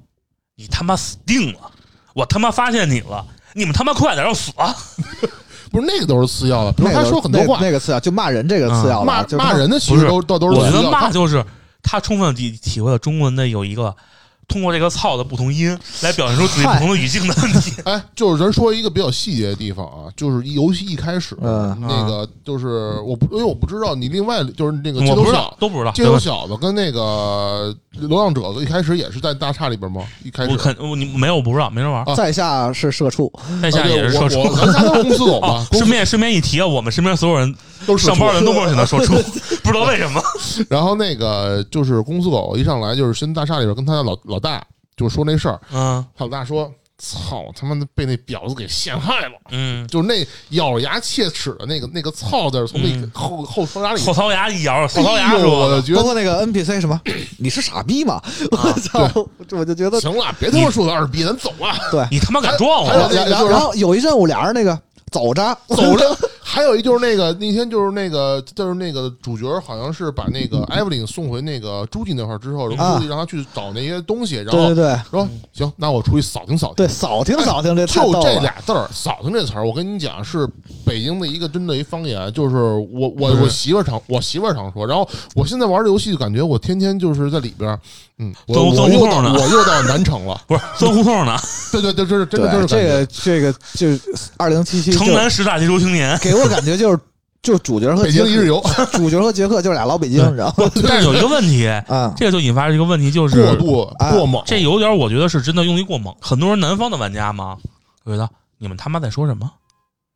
[SPEAKER 6] 你他妈死定了！我他妈发现你了！你们他妈快点让死啊！
[SPEAKER 1] 不是那个都是次要的，比如
[SPEAKER 5] 那
[SPEAKER 1] 他
[SPEAKER 5] 个
[SPEAKER 1] 说很多话啊
[SPEAKER 5] 那，那个次要就骂人这个次要了，啊
[SPEAKER 1] 骂
[SPEAKER 5] 就是
[SPEAKER 1] 骂人的其
[SPEAKER 6] 不
[SPEAKER 1] 实
[SPEAKER 6] 是
[SPEAKER 1] 都都都
[SPEAKER 6] 我
[SPEAKER 1] 是
[SPEAKER 6] 觉
[SPEAKER 1] 次
[SPEAKER 6] 得
[SPEAKER 1] 要。
[SPEAKER 6] 骂
[SPEAKER 1] 他
[SPEAKER 6] 就是他充分地体体会了中文的有一个通过这个“操”的不同音来表现出自己不同的语境的问题。
[SPEAKER 1] 哎，就是咱说一个比较细节的地方啊，就是一游戏一开始，
[SPEAKER 6] 啊
[SPEAKER 5] 嗯
[SPEAKER 1] 那个就是我不，因为我不知道你另外就是那个街
[SPEAKER 6] 我不
[SPEAKER 1] 头
[SPEAKER 6] 知
[SPEAKER 1] 小
[SPEAKER 6] 道，都不知道。
[SPEAKER 1] 街头小子跟那个流浪者一开始也是在大厦里边吗？一开始
[SPEAKER 6] 我肯我你没有我不知道，没人玩。
[SPEAKER 1] 啊
[SPEAKER 5] 在下是社畜，
[SPEAKER 6] 在下
[SPEAKER 1] 啊对
[SPEAKER 6] 也是社畜
[SPEAKER 1] 我我咱仨都是公司狗嘛
[SPEAKER 6] 哦，，
[SPEAKER 1] 公司
[SPEAKER 6] 顺便顺便一提啊，我们身边所有人
[SPEAKER 1] 都是社
[SPEAKER 6] 上
[SPEAKER 1] 畜
[SPEAKER 6] 班的人都梦见他 说出，不知道为什么。
[SPEAKER 1] 然后那个就是公司狗一上来就是先大厦里边跟他的老老大就说那事儿，
[SPEAKER 6] 嗯
[SPEAKER 1] 他老大说：“操，他妈的被那婊子给陷害了。”
[SPEAKER 6] 嗯，
[SPEAKER 1] 就是那咬着牙切齿的那个那个“操”字儿从那个
[SPEAKER 6] 嗯
[SPEAKER 1] 后、后槽牙里
[SPEAKER 6] 后槽牙一咬，后槽牙
[SPEAKER 1] 哎呦
[SPEAKER 6] 说
[SPEAKER 1] 我
[SPEAKER 6] 的。
[SPEAKER 1] 觉
[SPEAKER 5] 包
[SPEAKER 1] 得啊
[SPEAKER 5] 括那个 NPC 什么，你是傻逼吗？ 我操，我就觉得
[SPEAKER 1] 行了，别他妈说他二逼，咱走啊了。
[SPEAKER 6] 你他妈敢撞
[SPEAKER 1] 还有
[SPEAKER 6] 我！
[SPEAKER 1] 那
[SPEAKER 5] 然
[SPEAKER 1] 个就
[SPEAKER 5] 然
[SPEAKER 1] 是
[SPEAKER 5] 然后有一任务俩人那个走着
[SPEAKER 1] 走了。还有一就是那个那天就是那个就是那个主角好像是把那个艾 v 琳送回那个朱棣那块儿之后，然后
[SPEAKER 5] 嗯啊
[SPEAKER 1] 朱棣让他去找那些东西，然
[SPEAKER 5] 对
[SPEAKER 1] 后
[SPEAKER 5] 对对嗯
[SPEAKER 1] 说行，那我出去扫听扫听 哎
[SPEAKER 5] 对，。扫听扫听，这太
[SPEAKER 1] 就
[SPEAKER 5] 逗
[SPEAKER 1] 这
[SPEAKER 5] 了。
[SPEAKER 1] 俩字儿“扫听”这词儿，我跟你讲是北京的一个真的一方言，就是我我
[SPEAKER 6] 嗯
[SPEAKER 1] 我媳妇儿常我媳妇儿常说，然后我现在玩这游戏就感觉我天天就是在里边儿，嗯，我
[SPEAKER 6] 都
[SPEAKER 1] 我
[SPEAKER 6] 都
[SPEAKER 1] 又
[SPEAKER 6] 胡
[SPEAKER 1] 到
[SPEAKER 6] 同呢
[SPEAKER 1] 我又到南城了，
[SPEAKER 6] 不是钻胡同呢，
[SPEAKER 1] 对对对，这是真的
[SPEAKER 5] 对
[SPEAKER 1] 真是
[SPEAKER 5] 这
[SPEAKER 1] 感觉
[SPEAKER 5] 个这个就是二零七七，
[SPEAKER 6] 城南十大杰出青 年。
[SPEAKER 5] 给我感觉就是就是主角和
[SPEAKER 1] 北京一日
[SPEAKER 5] 杰
[SPEAKER 1] 游
[SPEAKER 5] 克， 主角和杰克就是俩老北京，你知道吗？
[SPEAKER 6] 但是有一个问题，
[SPEAKER 5] 啊，
[SPEAKER 6] 这个就引发了一个问题，就是
[SPEAKER 1] 过度
[SPEAKER 5] 哎
[SPEAKER 1] 过猛，
[SPEAKER 6] 这有点，我觉得是真的用力过猛。很多人南方的玩家嘛，我觉得你们他妈在说什么？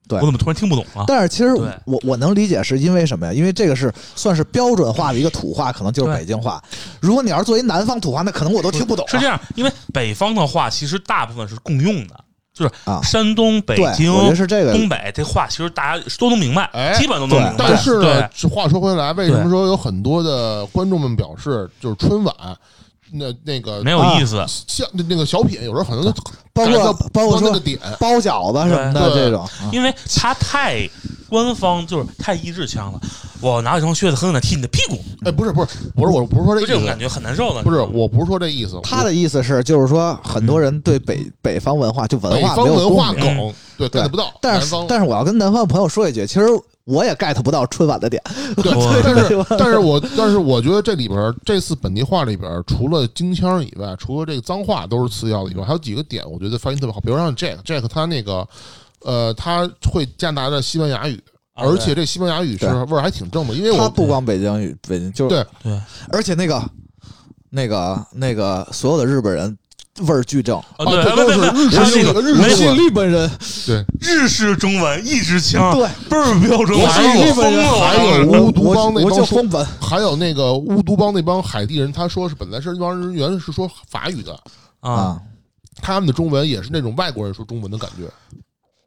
[SPEAKER 5] 对
[SPEAKER 6] 我怎么突然听不懂了？
[SPEAKER 5] 但是其实
[SPEAKER 6] 对
[SPEAKER 5] 我我能理解是因为什么呀？因为这个是算是标准化的一个土话，可能就是
[SPEAKER 6] 对
[SPEAKER 5] 北京话。如果你要是作为南方土话，那可能我都听不懂啊。
[SPEAKER 6] 是这样，因为北方的话其实大部分是共用的，就是
[SPEAKER 5] 啊
[SPEAKER 6] 山东、北
[SPEAKER 5] 对，
[SPEAKER 6] 京、
[SPEAKER 5] 我觉得是这个
[SPEAKER 6] 东北这话，其实大家都能明白，
[SPEAKER 1] 哎
[SPEAKER 6] 基本都能明白。
[SPEAKER 1] 但是呢
[SPEAKER 6] 对，，
[SPEAKER 1] 这话说回来，为什么说有很多的观众们表示，就是春晚那那个
[SPEAKER 6] 没有
[SPEAKER 5] 啊
[SPEAKER 6] 意思。
[SPEAKER 1] 像那那个小品，有时候很多都
[SPEAKER 5] 包
[SPEAKER 1] 改到
[SPEAKER 5] 括包括
[SPEAKER 1] 到那个
[SPEAKER 5] 说
[SPEAKER 1] 点，
[SPEAKER 5] 包饺子什么的
[SPEAKER 1] 对
[SPEAKER 5] 这种，啊
[SPEAKER 6] 因为它太官方，就是太意志强了。我拿一双靴子狠狠的踢你的屁股，
[SPEAKER 1] 哎，不是不是不是，我不是说这
[SPEAKER 6] 就这种
[SPEAKER 1] 意
[SPEAKER 6] 感
[SPEAKER 1] 思，
[SPEAKER 6] 觉很难受的。
[SPEAKER 1] 不是我不是说这意思，
[SPEAKER 5] 他的意思是，就是说很多人对北北方文化就
[SPEAKER 1] 我嗯
[SPEAKER 5] 文
[SPEAKER 1] 北
[SPEAKER 5] 化
[SPEAKER 1] 方
[SPEAKER 5] 没有
[SPEAKER 1] 文
[SPEAKER 5] 共
[SPEAKER 1] 化
[SPEAKER 5] 鸣，
[SPEAKER 6] 嗯
[SPEAKER 1] 梗对 get 不到，
[SPEAKER 5] 但
[SPEAKER 1] 南
[SPEAKER 5] 是
[SPEAKER 1] 方
[SPEAKER 5] 但是我要跟南方朋友说一句，其实我也 get 不到春晚的点，
[SPEAKER 1] 对
[SPEAKER 6] 我，
[SPEAKER 1] 但
[SPEAKER 5] 我
[SPEAKER 1] 是但是我但是我觉得这里边儿这次本地话里边儿，除了京腔儿以外，除了这个脏话都是次要的以外，还有几个点我觉得发音特别好，比如像 Jack Jack 他那个呃他会加拿大的西班牙语，
[SPEAKER 6] 啊
[SPEAKER 1] 而且这西班牙语是
[SPEAKER 5] 对
[SPEAKER 1] 味儿还挺正的，因为
[SPEAKER 5] 他
[SPEAKER 1] 我
[SPEAKER 5] 不光北京语，北京就是
[SPEAKER 1] 对
[SPEAKER 6] 对，
[SPEAKER 5] 而且那个那个那个所有的日本人味儿巨正，哎
[SPEAKER 6] 啊，
[SPEAKER 1] 啊
[SPEAKER 6] 对，
[SPEAKER 1] 这
[SPEAKER 6] 不
[SPEAKER 1] 都
[SPEAKER 6] 不
[SPEAKER 1] 是
[SPEAKER 6] 不，
[SPEAKER 1] 日
[SPEAKER 6] 还有
[SPEAKER 1] 式
[SPEAKER 6] 那个
[SPEAKER 1] 日式
[SPEAKER 6] 没有啊
[SPEAKER 1] 文
[SPEAKER 5] 日本人
[SPEAKER 1] 对
[SPEAKER 6] 日式中文一支枪，
[SPEAKER 5] 对，
[SPEAKER 6] 倍儿标准，
[SPEAKER 1] 我
[SPEAKER 6] 我
[SPEAKER 1] 是
[SPEAKER 6] 疯
[SPEAKER 1] 日
[SPEAKER 6] 了，
[SPEAKER 1] 本人还有
[SPEAKER 6] 我
[SPEAKER 1] 乌毒帮那
[SPEAKER 5] 我
[SPEAKER 1] 帮
[SPEAKER 5] 就
[SPEAKER 1] 说
[SPEAKER 5] 封本，
[SPEAKER 1] 还有那个乌都邦那帮海地人，他说是本来是那帮人原来是说法语的，
[SPEAKER 6] 啊！，
[SPEAKER 1] 嗯他们的中文也是那种外国人说中文的感觉。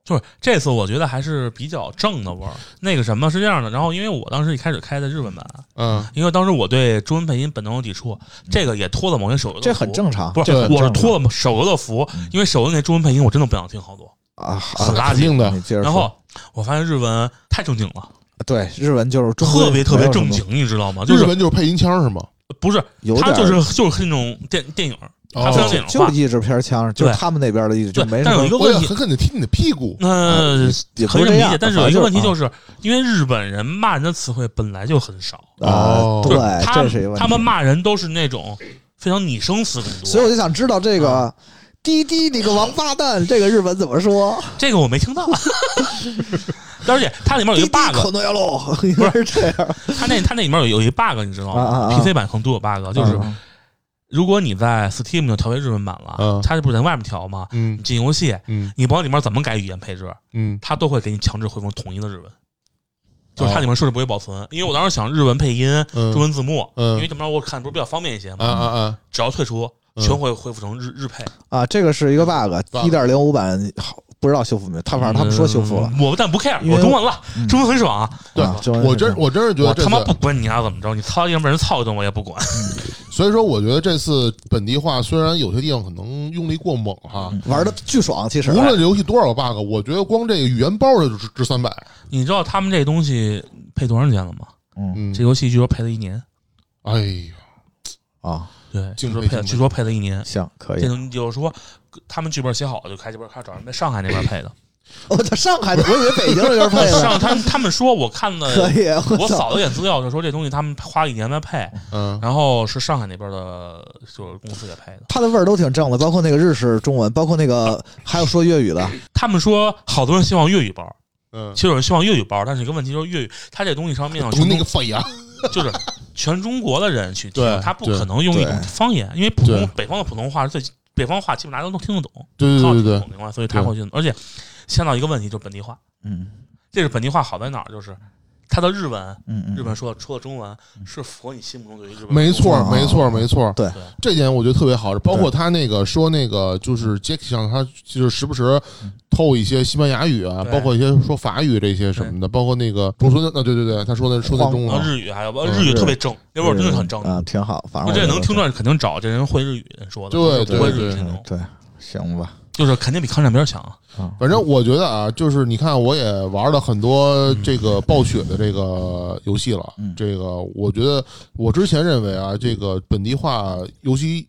[SPEAKER 6] 就是这次我觉得还是比较正的味儿。那个什么是这样的，然后因为我当时一开始开的日本版，
[SPEAKER 1] 嗯，
[SPEAKER 6] 因为当时我对中文配音本能有抵触，这个也托了某些手游的
[SPEAKER 5] 这很
[SPEAKER 6] 福。
[SPEAKER 5] 正常，
[SPEAKER 6] 不是
[SPEAKER 5] 这，很
[SPEAKER 6] 我是
[SPEAKER 5] 正常
[SPEAKER 6] 托了手游的福，因为手游那中文配音我真的不想听好多，
[SPEAKER 5] 啊，
[SPEAKER 6] 很
[SPEAKER 5] 啊
[SPEAKER 6] 垃
[SPEAKER 1] 肯
[SPEAKER 6] 圾。
[SPEAKER 1] 定的
[SPEAKER 5] 你。接着说
[SPEAKER 6] 然后我发现日文太正经了，
[SPEAKER 5] 对日文就是中国
[SPEAKER 6] 特别特别正
[SPEAKER 5] 没有什
[SPEAKER 6] 经
[SPEAKER 5] 么，，
[SPEAKER 6] 你知道吗？就
[SPEAKER 1] 日
[SPEAKER 6] 是
[SPEAKER 1] 文就是配音腔是吗？
[SPEAKER 6] 不是
[SPEAKER 5] 有点
[SPEAKER 6] 他
[SPEAKER 5] 儿
[SPEAKER 6] 就是就是那种电电影，他
[SPEAKER 1] 哦
[SPEAKER 6] 非常电影
[SPEAKER 5] 就
[SPEAKER 6] 化
[SPEAKER 5] 是。译制片腔，就是
[SPEAKER 6] 对
[SPEAKER 5] 他们那边的译制，就
[SPEAKER 6] 对，
[SPEAKER 5] 没什
[SPEAKER 6] 但有
[SPEAKER 5] 么
[SPEAKER 6] 一。个
[SPEAKER 1] 我
[SPEAKER 6] 问
[SPEAKER 1] 也
[SPEAKER 6] 题，
[SPEAKER 1] 狠狠的踢你的屁股。
[SPEAKER 6] 那
[SPEAKER 5] 啊也啊
[SPEAKER 6] 可以这么
[SPEAKER 5] 不是这
[SPEAKER 6] 理
[SPEAKER 5] 样
[SPEAKER 6] 解，但是
[SPEAKER 5] 反
[SPEAKER 6] 有一个
[SPEAKER 5] 正
[SPEAKER 6] 问题
[SPEAKER 5] 就
[SPEAKER 6] 就是是，因为日本人骂人的词汇本来就很少，
[SPEAKER 1] 哦
[SPEAKER 5] 啊，
[SPEAKER 6] 就是
[SPEAKER 5] 对，
[SPEAKER 6] 他
[SPEAKER 5] 这
[SPEAKER 6] 们
[SPEAKER 5] 是一个问
[SPEAKER 6] 他
[SPEAKER 5] 题。
[SPEAKER 6] 们骂人都是那种非常拟声词更
[SPEAKER 5] 所
[SPEAKER 6] 多。
[SPEAKER 5] 以我就想知道这个“滴滴你个王八蛋”这个日本怎么说？
[SPEAKER 6] 这个我没听 到，而且它里面有一个 bug，
[SPEAKER 5] 可诺亚喽，是这样
[SPEAKER 6] 它那它那里面有有一 bug，你知道
[SPEAKER 5] 啊
[SPEAKER 6] 吗
[SPEAKER 5] 啊啊
[SPEAKER 6] ？PC 版可能都有 bug，就是
[SPEAKER 5] 嗯
[SPEAKER 6] 如果你在 Steam 就调为日文版了
[SPEAKER 1] 嗯，
[SPEAKER 6] 它不是在外面调吗？
[SPEAKER 1] 嗯
[SPEAKER 6] 你进游戏，
[SPEAKER 1] 嗯
[SPEAKER 6] 你不管里面怎么改语言配置，
[SPEAKER 1] 嗯，
[SPEAKER 6] 它都会给你强制回复统一的日文。就是它里面设置不会保存，因为我当时想日文配音、
[SPEAKER 1] 哦嗯
[SPEAKER 6] 中文字幕，
[SPEAKER 1] 嗯
[SPEAKER 6] 因为这么着我看不是比较方便一些
[SPEAKER 1] 啊
[SPEAKER 6] 嘛。
[SPEAKER 1] 啊啊！
[SPEAKER 6] 只要退出，
[SPEAKER 1] 嗯
[SPEAKER 6] 全会恢复成日日配。
[SPEAKER 5] 啊，这个是一个 bug，一点零五版好不知道修复没有，他反正他们说修复了。啊
[SPEAKER 6] 嗯我但不 care，
[SPEAKER 5] 因为
[SPEAKER 6] 我中文了，
[SPEAKER 5] 嗯
[SPEAKER 6] 中文很爽啊。
[SPEAKER 1] 对
[SPEAKER 5] 啊中文
[SPEAKER 1] 我
[SPEAKER 5] 是这
[SPEAKER 1] 真
[SPEAKER 5] 样
[SPEAKER 1] 我真是觉
[SPEAKER 6] 我
[SPEAKER 1] 得这
[SPEAKER 6] 他妈不
[SPEAKER 1] 次，
[SPEAKER 6] 管你丫怎么着，你操，要被人操一顿我也不管。
[SPEAKER 1] 所以说我觉得这次本地化虽然有些地方可能用力过猛哈，
[SPEAKER 6] 嗯
[SPEAKER 5] 玩的巨爽，其实
[SPEAKER 1] 无论游戏多少个 bug，我觉得光这个语言包就值值三百。
[SPEAKER 6] 你知道他们这东西配多长时间了吗？
[SPEAKER 1] 嗯
[SPEAKER 6] 这，游戏据说配了一年，
[SPEAKER 1] 哎呀，
[SPEAKER 5] 啊，
[SPEAKER 6] 对，据
[SPEAKER 1] 敬
[SPEAKER 6] 说
[SPEAKER 1] 佩
[SPEAKER 6] 配了，
[SPEAKER 1] 敬佩
[SPEAKER 6] 据说配了一年。
[SPEAKER 5] 行可
[SPEAKER 6] 这
[SPEAKER 5] 以
[SPEAKER 6] 东西就是说，他们剧本写好了就开始开始找人在上海那边配的，
[SPEAKER 5] 我操，上海的，我以为北京的就是配的，
[SPEAKER 6] 上他们他们说我看的，
[SPEAKER 5] 可以，
[SPEAKER 6] 我
[SPEAKER 5] 操，
[SPEAKER 6] 扫了一眼资料，就说这东西他们花了一年在配，
[SPEAKER 1] 嗯，
[SPEAKER 6] 然后是上海那边的，就是公司给配的。
[SPEAKER 5] 它的味儿都挺正的，包括那个日式中文，包括那个还有说粤语的，
[SPEAKER 6] 他们说好多人希望粤语包，
[SPEAKER 1] 嗯
[SPEAKER 6] 其，实有人希望粤语包，但是一个问题就是粤语，它这东西上面向
[SPEAKER 1] 读
[SPEAKER 6] 全
[SPEAKER 1] 那
[SPEAKER 6] 中
[SPEAKER 1] 个肺啊，
[SPEAKER 6] 就是全中国的人去
[SPEAKER 1] 对
[SPEAKER 6] 听，他不
[SPEAKER 1] 对
[SPEAKER 6] 可能用一种
[SPEAKER 5] 对
[SPEAKER 6] 方言，因为普通
[SPEAKER 1] 对
[SPEAKER 6] 北方的普通话是最北方话，基本大家都听得懂，
[SPEAKER 1] 对
[SPEAKER 6] 靠
[SPEAKER 1] 对
[SPEAKER 6] 听
[SPEAKER 1] 对
[SPEAKER 6] 得
[SPEAKER 1] 对
[SPEAKER 6] 懂，另外所以他会去，而且现到一个问题就是本地化，
[SPEAKER 5] 嗯
[SPEAKER 6] 这是本地化好在哪儿，就是它的日文，
[SPEAKER 5] 嗯嗯，
[SPEAKER 6] 日本说除了中文是符合你心目中对于日本
[SPEAKER 1] 对，没错
[SPEAKER 5] 啊
[SPEAKER 1] 没错没错，
[SPEAKER 5] 对
[SPEAKER 6] 对
[SPEAKER 1] 这点我觉得特别好，包括他那个说那个就是 Jack 像他就是时不时透一些西班牙语啊，
[SPEAKER 6] 对
[SPEAKER 1] 包括一些说法语这些什么的，包括那个不是说那哦对对对，他说的说的中
[SPEAKER 6] 然后
[SPEAKER 1] 文，
[SPEAKER 6] 日语还有
[SPEAKER 1] 嗯
[SPEAKER 6] 日语特别正，那会儿真是很正，
[SPEAKER 5] 啊，挺好，反
[SPEAKER 6] 我
[SPEAKER 5] 正
[SPEAKER 6] 这能听出
[SPEAKER 5] 来，
[SPEAKER 6] 来肯定找这人会日语的人说的，
[SPEAKER 1] 对对
[SPEAKER 6] 不会日
[SPEAKER 1] 对
[SPEAKER 6] 语这种，
[SPEAKER 5] 对，行吧，
[SPEAKER 6] 就是肯定比抗战片强，啊
[SPEAKER 1] 反正我觉得啊，就是你看我也玩了很多这个暴雪的这个游戏了，
[SPEAKER 5] 嗯
[SPEAKER 1] 这个我觉得我之前认为啊，这个本地化尤其。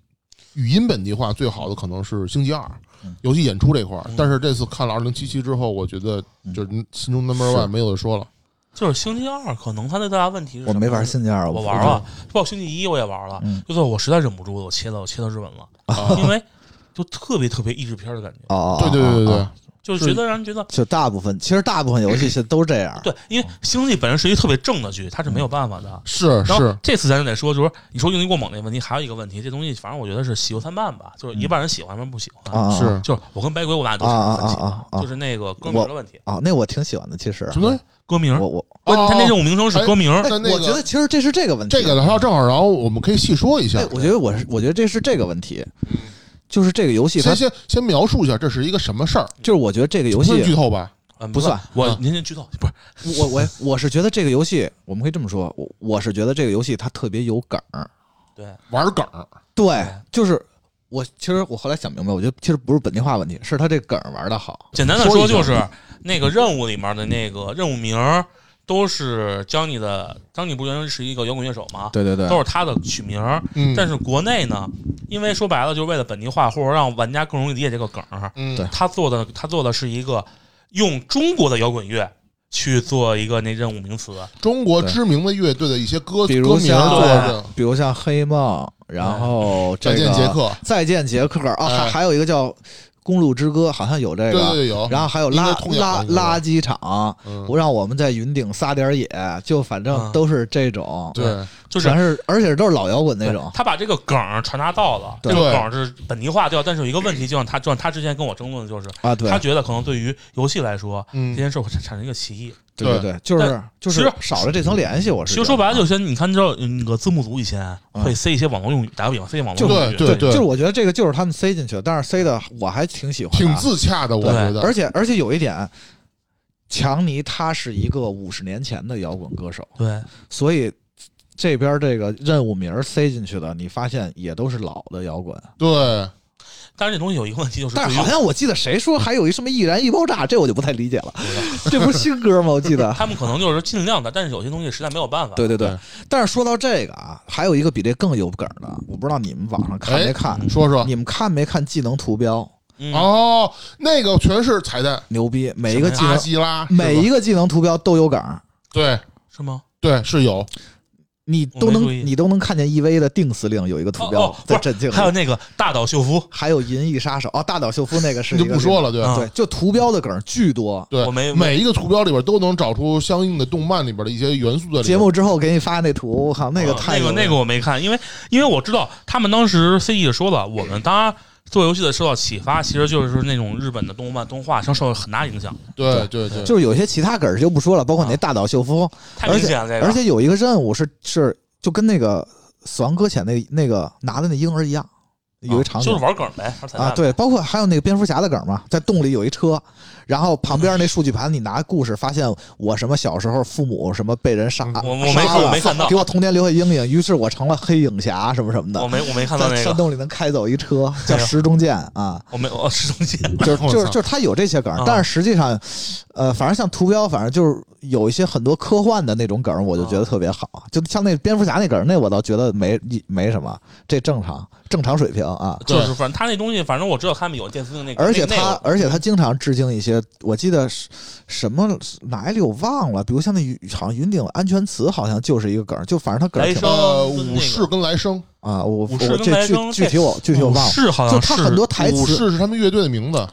[SPEAKER 1] 语音本地化最好的可能是《星期二》
[SPEAKER 5] 嗯，嗯
[SPEAKER 1] 尤其演出这块儿
[SPEAKER 6] 嗯。
[SPEAKER 1] 但是这次看了二零七七之后，我觉得就是心中 number
[SPEAKER 5] 是
[SPEAKER 1] one 没有得说了。
[SPEAKER 6] 就是星期二可能它的最大问题是
[SPEAKER 5] 我没玩
[SPEAKER 6] 什么
[SPEAKER 5] 新疆二，
[SPEAKER 6] 我
[SPEAKER 5] 不
[SPEAKER 6] 玩
[SPEAKER 5] 知道
[SPEAKER 6] 了，包括星期一我也玩了，
[SPEAKER 5] 嗯
[SPEAKER 6] 就是我实在忍不住了，我切到我切到日本了，
[SPEAKER 1] 啊
[SPEAKER 6] 因为就特别特别励志片的感觉，
[SPEAKER 5] 哦哦，
[SPEAKER 1] 对对
[SPEAKER 5] 哦
[SPEAKER 1] 对对对
[SPEAKER 5] 哦哦，
[SPEAKER 6] 就是觉得让人觉得
[SPEAKER 5] 就大部分，其实大部分游戏现在都这样，
[SPEAKER 6] 对，因为《星际》本身是一个特别正的剧，它是没有办法的。
[SPEAKER 1] 是
[SPEAKER 6] 然后
[SPEAKER 1] 嗯是，
[SPEAKER 6] 这次咱就得说，就是你说用力过猛那问题，还有一个问题，这东西反正我觉得是喜忧参半吧，就是一半人喜欢，一半人不喜欢。
[SPEAKER 5] 嗯啊，啊
[SPEAKER 1] 是
[SPEAKER 6] 就是我跟白鬼，我俩都
[SPEAKER 5] 啊啊
[SPEAKER 6] 是
[SPEAKER 5] 啊
[SPEAKER 6] 很喜
[SPEAKER 5] 啊
[SPEAKER 6] 欢，
[SPEAKER 5] 啊
[SPEAKER 6] 就是那个歌名的问题，
[SPEAKER 5] 啊，那我挺喜欢的，其实
[SPEAKER 1] 什么东西？
[SPEAKER 6] 歌名
[SPEAKER 5] 我。我
[SPEAKER 6] 关
[SPEAKER 1] 哦
[SPEAKER 6] 他那任务名称是歌名，
[SPEAKER 1] 那
[SPEAKER 5] 哎
[SPEAKER 1] 那个
[SPEAKER 5] 我觉得其实这是这个问题，
[SPEAKER 1] 这个的话，正好，然后我们可以细说一下
[SPEAKER 5] 哎，。我觉得我是，我觉得这是这个问题，就是这个游戏它
[SPEAKER 1] 先，先先描述一下这是一个什么事儿，
[SPEAKER 5] 就是我觉得这个游
[SPEAKER 1] 不算剧
[SPEAKER 5] 戏，
[SPEAKER 1] 透吧？
[SPEAKER 6] 嗯，
[SPEAKER 5] 不算
[SPEAKER 6] 我
[SPEAKER 1] 嗯
[SPEAKER 6] 您先剧透，不是
[SPEAKER 5] 我我我是觉得这个游戏，我们可以这么说，我我是觉得这个游戏它特别有梗儿，
[SPEAKER 6] 对，
[SPEAKER 1] 玩梗儿，
[SPEAKER 5] 对，就是我其实我后来想明白，我觉得其实不是本地化问题，是它这梗儿玩的好，
[SPEAKER 6] 简单的
[SPEAKER 1] 说
[SPEAKER 6] 说
[SPEAKER 1] 一下
[SPEAKER 6] 就是那个任务里面的那个任务名儿都是江你的，江你不原来是一个摇滚乐手吗？
[SPEAKER 5] 对对对
[SPEAKER 6] 都，是他的取名儿。
[SPEAKER 1] 嗯，
[SPEAKER 6] 但是国内呢，因为说白了，就是为了本地化或者让玩家更容易理解这个梗儿，
[SPEAKER 1] 嗯
[SPEAKER 5] 对
[SPEAKER 6] 他做的他做的是一个用中国的摇滚乐去做一个那任务名词，
[SPEAKER 1] 中国知名的乐队的一些歌
[SPEAKER 5] 比
[SPEAKER 1] 歌
[SPEAKER 5] 如
[SPEAKER 1] 名
[SPEAKER 5] 像
[SPEAKER 1] 做的，
[SPEAKER 5] 比如像黑梦，
[SPEAKER 6] 哎
[SPEAKER 5] 然后这
[SPEAKER 1] 再
[SPEAKER 5] 个
[SPEAKER 1] 见杰，克，
[SPEAKER 5] 再见杰克啊，还
[SPEAKER 1] 哎
[SPEAKER 5] 还有一个叫《公路之歌》，好像有这
[SPEAKER 1] 对对
[SPEAKER 5] 个，
[SPEAKER 1] 对有。
[SPEAKER 5] 然后还有
[SPEAKER 1] 应该
[SPEAKER 5] 垃
[SPEAKER 1] 通
[SPEAKER 5] 垃
[SPEAKER 1] 养的
[SPEAKER 5] 垃圾场。
[SPEAKER 1] 嗯
[SPEAKER 5] 不让我们在云顶撒点野，就反正
[SPEAKER 6] 嗯
[SPEAKER 5] 都是这种，
[SPEAKER 1] 对，
[SPEAKER 6] 就是
[SPEAKER 5] 全是而且都是老摇滚那种
[SPEAKER 6] 对。他把这个梗儿传达到了，这
[SPEAKER 5] 对
[SPEAKER 6] 个梗儿是本地化掉，但是有一个问题，就像他就像他之前跟我争论的就是，
[SPEAKER 5] 啊，对
[SPEAKER 6] 他觉得可能对于游戏来说，这
[SPEAKER 1] 嗯，
[SPEAKER 6] 件事会产生一个歧义。
[SPEAKER 5] 对对，就是就
[SPEAKER 6] 其
[SPEAKER 5] 是
[SPEAKER 6] 实
[SPEAKER 5] 少了这啊层联系，我是
[SPEAKER 6] 其
[SPEAKER 5] 觉
[SPEAKER 6] 实
[SPEAKER 5] 得
[SPEAKER 6] 说白了，就是你看，知道嗯那个字幕组以前
[SPEAKER 5] 嗯
[SPEAKER 6] 会塞一些网络用语，打个比方，塞一些网络用
[SPEAKER 1] 对
[SPEAKER 6] 语，
[SPEAKER 1] 对
[SPEAKER 5] 就是
[SPEAKER 1] 对，
[SPEAKER 5] 我觉得这个就是他们塞进去的，但是塞的我还挺喜欢的，啊
[SPEAKER 1] 挺自洽的，我
[SPEAKER 6] 对
[SPEAKER 1] 觉得。
[SPEAKER 5] 而且而且有一点，强尼他是一个五十年前的摇滚歌手，
[SPEAKER 6] 对，
[SPEAKER 5] 所以这边这个任务名儿塞进去的，你发现也都是老的摇滚。
[SPEAKER 1] 对，
[SPEAKER 6] 但是这东西有一个问题，就是
[SPEAKER 5] 但
[SPEAKER 6] 对
[SPEAKER 5] 是
[SPEAKER 6] 于
[SPEAKER 5] 好像我记得谁说还有一什么易燃易爆炸，这我就不太理解了。这不是新歌吗？我 记得。
[SPEAKER 6] 他们可能就是尽量的，但是有些东西实在没有办法。
[SPEAKER 5] 对对对
[SPEAKER 1] 对，
[SPEAKER 5] 但是说到这个啊，还有一个比这更有梗儿的，我不知道你们网上看没看？
[SPEAKER 1] 说说
[SPEAKER 5] 你们看没看技能图标？
[SPEAKER 6] 嗯，
[SPEAKER 1] 哦，那个全是彩蛋，
[SPEAKER 5] 牛逼，每一个技
[SPEAKER 1] 阿
[SPEAKER 5] 能
[SPEAKER 1] 基拉，是吧
[SPEAKER 5] 啊每一个技能图标都有梗儿，
[SPEAKER 1] 对
[SPEAKER 6] 是吗？
[SPEAKER 1] 对是有，
[SPEAKER 5] 你
[SPEAKER 6] 我
[SPEAKER 5] 都
[SPEAKER 6] 没
[SPEAKER 5] 能
[SPEAKER 6] 注意
[SPEAKER 5] 你都能看见 EV 的定司令有一个图标
[SPEAKER 6] 哦哦不
[SPEAKER 5] 在
[SPEAKER 6] 是
[SPEAKER 5] 镇静里，
[SPEAKER 6] 还有那个大岛秀夫，
[SPEAKER 5] 还有银翼杀手哦，大岛秀夫那个是
[SPEAKER 1] 你就不说了，对
[SPEAKER 6] 啊
[SPEAKER 5] 对，就图标的梗儿巨多。
[SPEAKER 1] 对，
[SPEAKER 6] 我没
[SPEAKER 1] 每一个图标里边都能找出相应的动漫里边的一些元素在里边。
[SPEAKER 5] 节目之后给你发那图，我靠，那个
[SPEAKER 6] 嗯
[SPEAKER 5] 太
[SPEAKER 6] 那
[SPEAKER 5] 有
[SPEAKER 6] 个那个我没看，因为因为我知道他们当时 C E 也说了，我们当然做游戏的受到启发，其实就是那种日本的动漫动画上受到很大影响，
[SPEAKER 1] 对对对，
[SPEAKER 5] 就是有些其他梗儿就不说了，包括你那大岛秀夫，
[SPEAKER 6] 太明显了啊这个。
[SPEAKER 5] 而且有一个任务是是就跟那个死亡搁浅那那个拿的那婴儿一样，有一场景
[SPEAKER 6] 啊就是玩梗呗，玩彩蛋
[SPEAKER 5] 啊，对，包括还有那个蝙蝠侠的梗嘛，在洞里有一车，然后旁边那数据盘，你拿故事发现我什么小时候父母什么被人杀，
[SPEAKER 6] 嗯我我没
[SPEAKER 5] 杀
[SPEAKER 6] 看
[SPEAKER 5] 了
[SPEAKER 6] 我没看到
[SPEAKER 5] 给我童年留下阴影，于是我成了黑影侠什么什么
[SPEAKER 6] 我
[SPEAKER 5] 的，
[SPEAKER 6] 没我没看到
[SPEAKER 5] 在
[SPEAKER 6] 那
[SPEAKER 5] 山
[SPEAKER 6] 个，
[SPEAKER 5] 洞里能开走一车，叫
[SPEAKER 6] 哎呦
[SPEAKER 5] 石中剑啊，
[SPEAKER 6] 我没我是中间，
[SPEAKER 5] 就是
[SPEAKER 1] 我
[SPEAKER 5] 就是
[SPEAKER 1] 操
[SPEAKER 5] 就是他有这些梗
[SPEAKER 6] 啊，
[SPEAKER 5] 但是实际上，呃，反正像图标，反正就是有一些很多科幻的那种梗，我就
[SPEAKER 6] 啊
[SPEAKER 5] 觉得特别好，就像那蝙蝠侠那梗，那我倒觉得没没什么，这正常正常水平。啊。
[SPEAKER 6] 就是反正他那东西，反正我知道他们有电磁性那个，
[SPEAKER 5] 而且
[SPEAKER 6] 那
[SPEAKER 5] 他
[SPEAKER 6] 那个，
[SPEAKER 5] 而且他经常致敬一些，我记得是什么哪里我忘了，比如像那云好像云顶安全词，好像就是一个梗，就反正他梗
[SPEAKER 6] 来
[SPEAKER 5] 儿挺
[SPEAKER 6] 生
[SPEAKER 1] 呃，
[SPEAKER 6] 跟那
[SPEAKER 1] 武
[SPEAKER 6] 个
[SPEAKER 1] 士跟来生，
[SPEAKER 5] 啊，我我
[SPEAKER 6] 武士跟
[SPEAKER 5] 这
[SPEAKER 6] 来
[SPEAKER 5] 具
[SPEAKER 6] 生
[SPEAKER 5] 具体我具体我
[SPEAKER 6] 武
[SPEAKER 5] 忘了，
[SPEAKER 6] 士好像嗯
[SPEAKER 5] 就
[SPEAKER 6] 是
[SPEAKER 5] 他很多台
[SPEAKER 1] 武
[SPEAKER 5] 词，
[SPEAKER 1] 士是他们乐队的名字，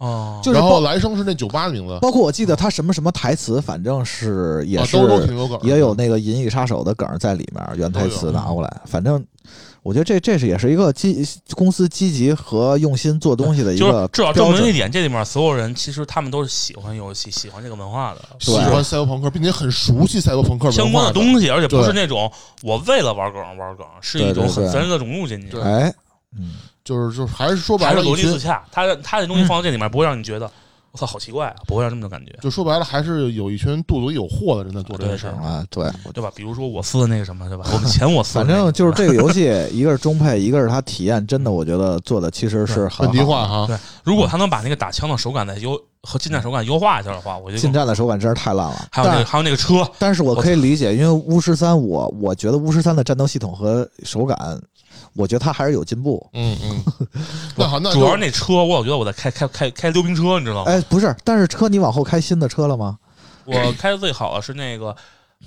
[SPEAKER 6] 哦，
[SPEAKER 5] 就是
[SPEAKER 1] 然
[SPEAKER 5] 包
[SPEAKER 1] 后来生是那酒吧的名字，啊，啊
[SPEAKER 5] 包括我记得他什么什么台词，反正是也是
[SPEAKER 1] 哦都都挺有梗，
[SPEAKER 5] 也有。那个《银翼杀手》的梗儿在里面，原台
[SPEAKER 6] 嗯
[SPEAKER 5] 词拿过来。反正我觉得这这是也是一个积公司积极和用心做东西的一
[SPEAKER 6] 就是
[SPEAKER 5] 个
[SPEAKER 6] 至少
[SPEAKER 5] 标
[SPEAKER 6] 证明
[SPEAKER 5] 准
[SPEAKER 6] 一点，这里面所有人其实他们都是喜欢游戏、喜欢这个文化的
[SPEAKER 1] 喜欢赛博朋克，并且很熟悉赛博朋克文化
[SPEAKER 6] 相关的东西，而且不是
[SPEAKER 1] 对
[SPEAKER 6] 那种我为了玩梗而玩梗，是一
[SPEAKER 5] 对对
[SPEAKER 6] 种很
[SPEAKER 5] 对
[SPEAKER 6] 自然的融入进去。
[SPEAKER 5] 哎，嗯，
[SPEAKER 1] 就是就是还是说白
[SPEAKER 6] 还是
[SPEAKER 1] 了，
[SPEAKER 6] 逻
[SPEAKER 1] 一
[SPEAKER 6] 辑自
[SPEAKER 1] 群
[SPEAKER 6] 洽，他他的东西放到这里面不会让你觉得我操好奇怪啊，不会让这么的感觉，
[SPEAKER 1] 就说白了，还是有一群肚子里有货的人在做这件事儿。
[SPEAKER 5] 啊，对，
[SPEAKER 6] 对吧？比如说我撕的那个什么，对吧？我们前我撕的
[SPEAKER 5] 反
[SPEAKER 6] 那个，
[SPEAKER 5] 正就是这个游戏， 一个是中配，一个是它体验，真的我觉得做的其实是很
[SPEAKER 1] 本地化哈，
[SPEAKER 5] 好。
[SPEAKER 6] 对，如果他能把那个打枪的手感再优和近战手感优化一下的话，我就
[SPEAKER 5] 近战的手感真是太烂了，
[SPEAKER 6] 还有那个
[SPEAKER 5] 但
[SPEAKER 6] 还有那个车，
[SPEAKER 5] 但是我可以理解，因为巫师三，我我觉得巫师三的战斗系统和手感，我觉得它还是有进步。
[SPEAKER 1] 嗯 嗯。那好， 那就
[SPEAKER 6] 主要是那车，我老觉得我在开开开开溜冰车，你知道吗？
[SPEAKER 5] 哎，不是，但是车你往后开新的车了吗？
[SPEAKER 6] 我开的最好的是那个，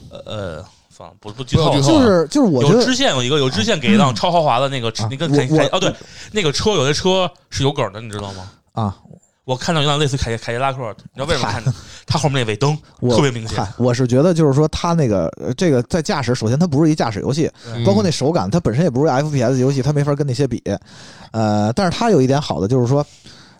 [SPEAKER 6] 呃呃，算了，不不剧
[SPEAKER 1] 不要
[SPEAKER 6] 透了。
[SPEAKER 1] 剧透
[SPEAKER 5] 就是就是，我觉
[SPEAKER 6] 有
[SPEAKER 5] 得
[SPEAKER 6] 支线有一个有支线给一辆超豪华的那个
[SPEAKER 5] 啊
[SPEAKER 6] 那个
[SPEAKER 5] 我
[SPEAKER 6] 凯凯
[SPEAKER 5] 我
[SPEAKER 6] 哦对，那个车有的车是有梗的，你知道吗？
[SPEAKER 5] 啊，
[SPEAKER 6] 我看到一辆类似凯凯迪拉克，你知道为什么看的？它后面那尾灯
[SPEAKER 5] 我
[SPEAKER 6] 特别明显
[SPEAKER 5] 嗨，，我是觉得就是说，它那个呃这个在驾驶，首先它不是一驾驶游戏，
[SPEAKER 1] 嗯
[SPEAKER 5] 包括那手感，它本身也不是 FPS 游戏，它没法跟那些比。呃，但是它有一点好的就是说，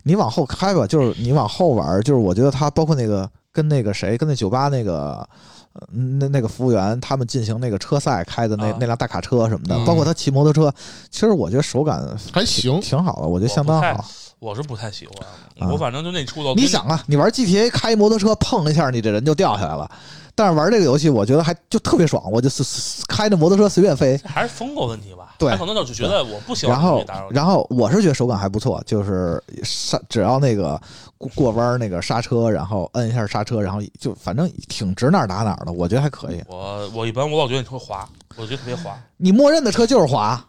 [SPEAKER 5] 你往后开吧，就是你往后玩儿，就是我觉得它包括那个跟那个谁，跟那酒吧那个。呃那那个服务员他们进行那个车赛开的那、
[SPEAKER 6] 啊
[SPEAKER 5] 那辆大卡车什么的，
[SPEAKER 1] 嗯
[SPEAKER 5] 包括他骑摩托车，其实我觉得手感
[SPEAKER 1] 还行，
[SPEAKER 5] 挺好的，我觉得相当好。
[SPEAKER 6] 我是不太喜
[SPEAKER 5] 啊
[SPEAKER 6] 欢。我反正就那出头，
[SPEAKER 5] 你想啊，你玩 GTA 开摩托车碰一下，你这人就掉下来了。但是玩这个游戏，我觉得还就特别爽，我就是是开着摩托车随便飞。
[SPEAKER 6] 还是风格问题吧？
[SPEAKER 5] 对
[SPEAKER 6] 他可能就是觉得我不喜欢
[SPEAKER 5] 然后
[SPEAKER 6] 被打扰，。
[SPEAKER 5] 然后我是觉得手感还不错，就是刹，只要那个过过弯儿那个刹车，然后摁一下刹车，然后就反正挺指哪儿打哪儿的，我觉得还可以。
[SPEAKER 6] 我我一般我老觉得你车滑，我觉得特别 滑。
[SPEAKER 5] 你默认的车就是滑，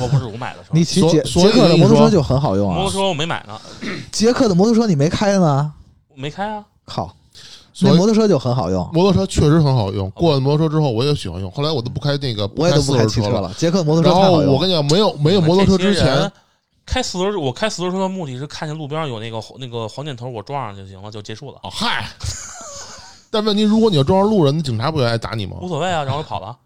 [SPEAKER 6] 我不是我买的车，
[SPEAKER 5] 你骑
[SPEAKER 1] 所
[SPEAKER 5] 捷
[SPEAKER 1] 所以
[SPEAKER 5] 捷克的
[SPEAKER 1] 你
[SPEAKER 5] 摩托
[SPEAKER 1] 说
[SPEAKER 5] 车就很好用
[SPEAKER 6] 摩托
[SPEAKER 5] 啊。
[SPEAKER 6] 车我没买呢，
[SPEAKER 5] 捷克的摩托车你没开呢，
[SPEAKER 6] 我没开啊。
[SPEAKER 5] 靠，
[SPEAKER 1] 所
[SPEAKER 5] 那
[SPEAKER 1] 以
[SPEAKER 5] 摩托车就很好用，
[SPEAKER 1] 摩托车确实很好用。过了摩托车之后，我也喜欢用。后来我都不开那个，
[SPEAKER 5] 我也都不开
[SPEAKER 1] 开
[SPEAKER 5] 汽
[SPEAKER 1] 四
[SPEAKER 5] 车
[SPEAKER 1] 轮了。
[SPEAKER 5] 了。捷克摩托车
[SPEAKER 1] 然
[SPEAKER 5] 太
[SPEAKER 1] 后
[SPEAKER 5] 好
[SPEAKER 1] 我
[SPEAKER 5] 用了。
[SPEAKER 1] 跟你讲，没有没有摩托车之
[SPEAKER 6] 这些人
[SPEAKER 1] 前，
[SPEAKER 6] 开四轮，我开四轮车的目的是看见路边有那个那个黄箭头，我撞上就行了，就结束了，
[SPEAKER 1] 哦嗨。 但问题，如果你要撞上路人，那警察不也爱打你吗
[SPEAKER 6] 无？所谓啊。然后就跑了，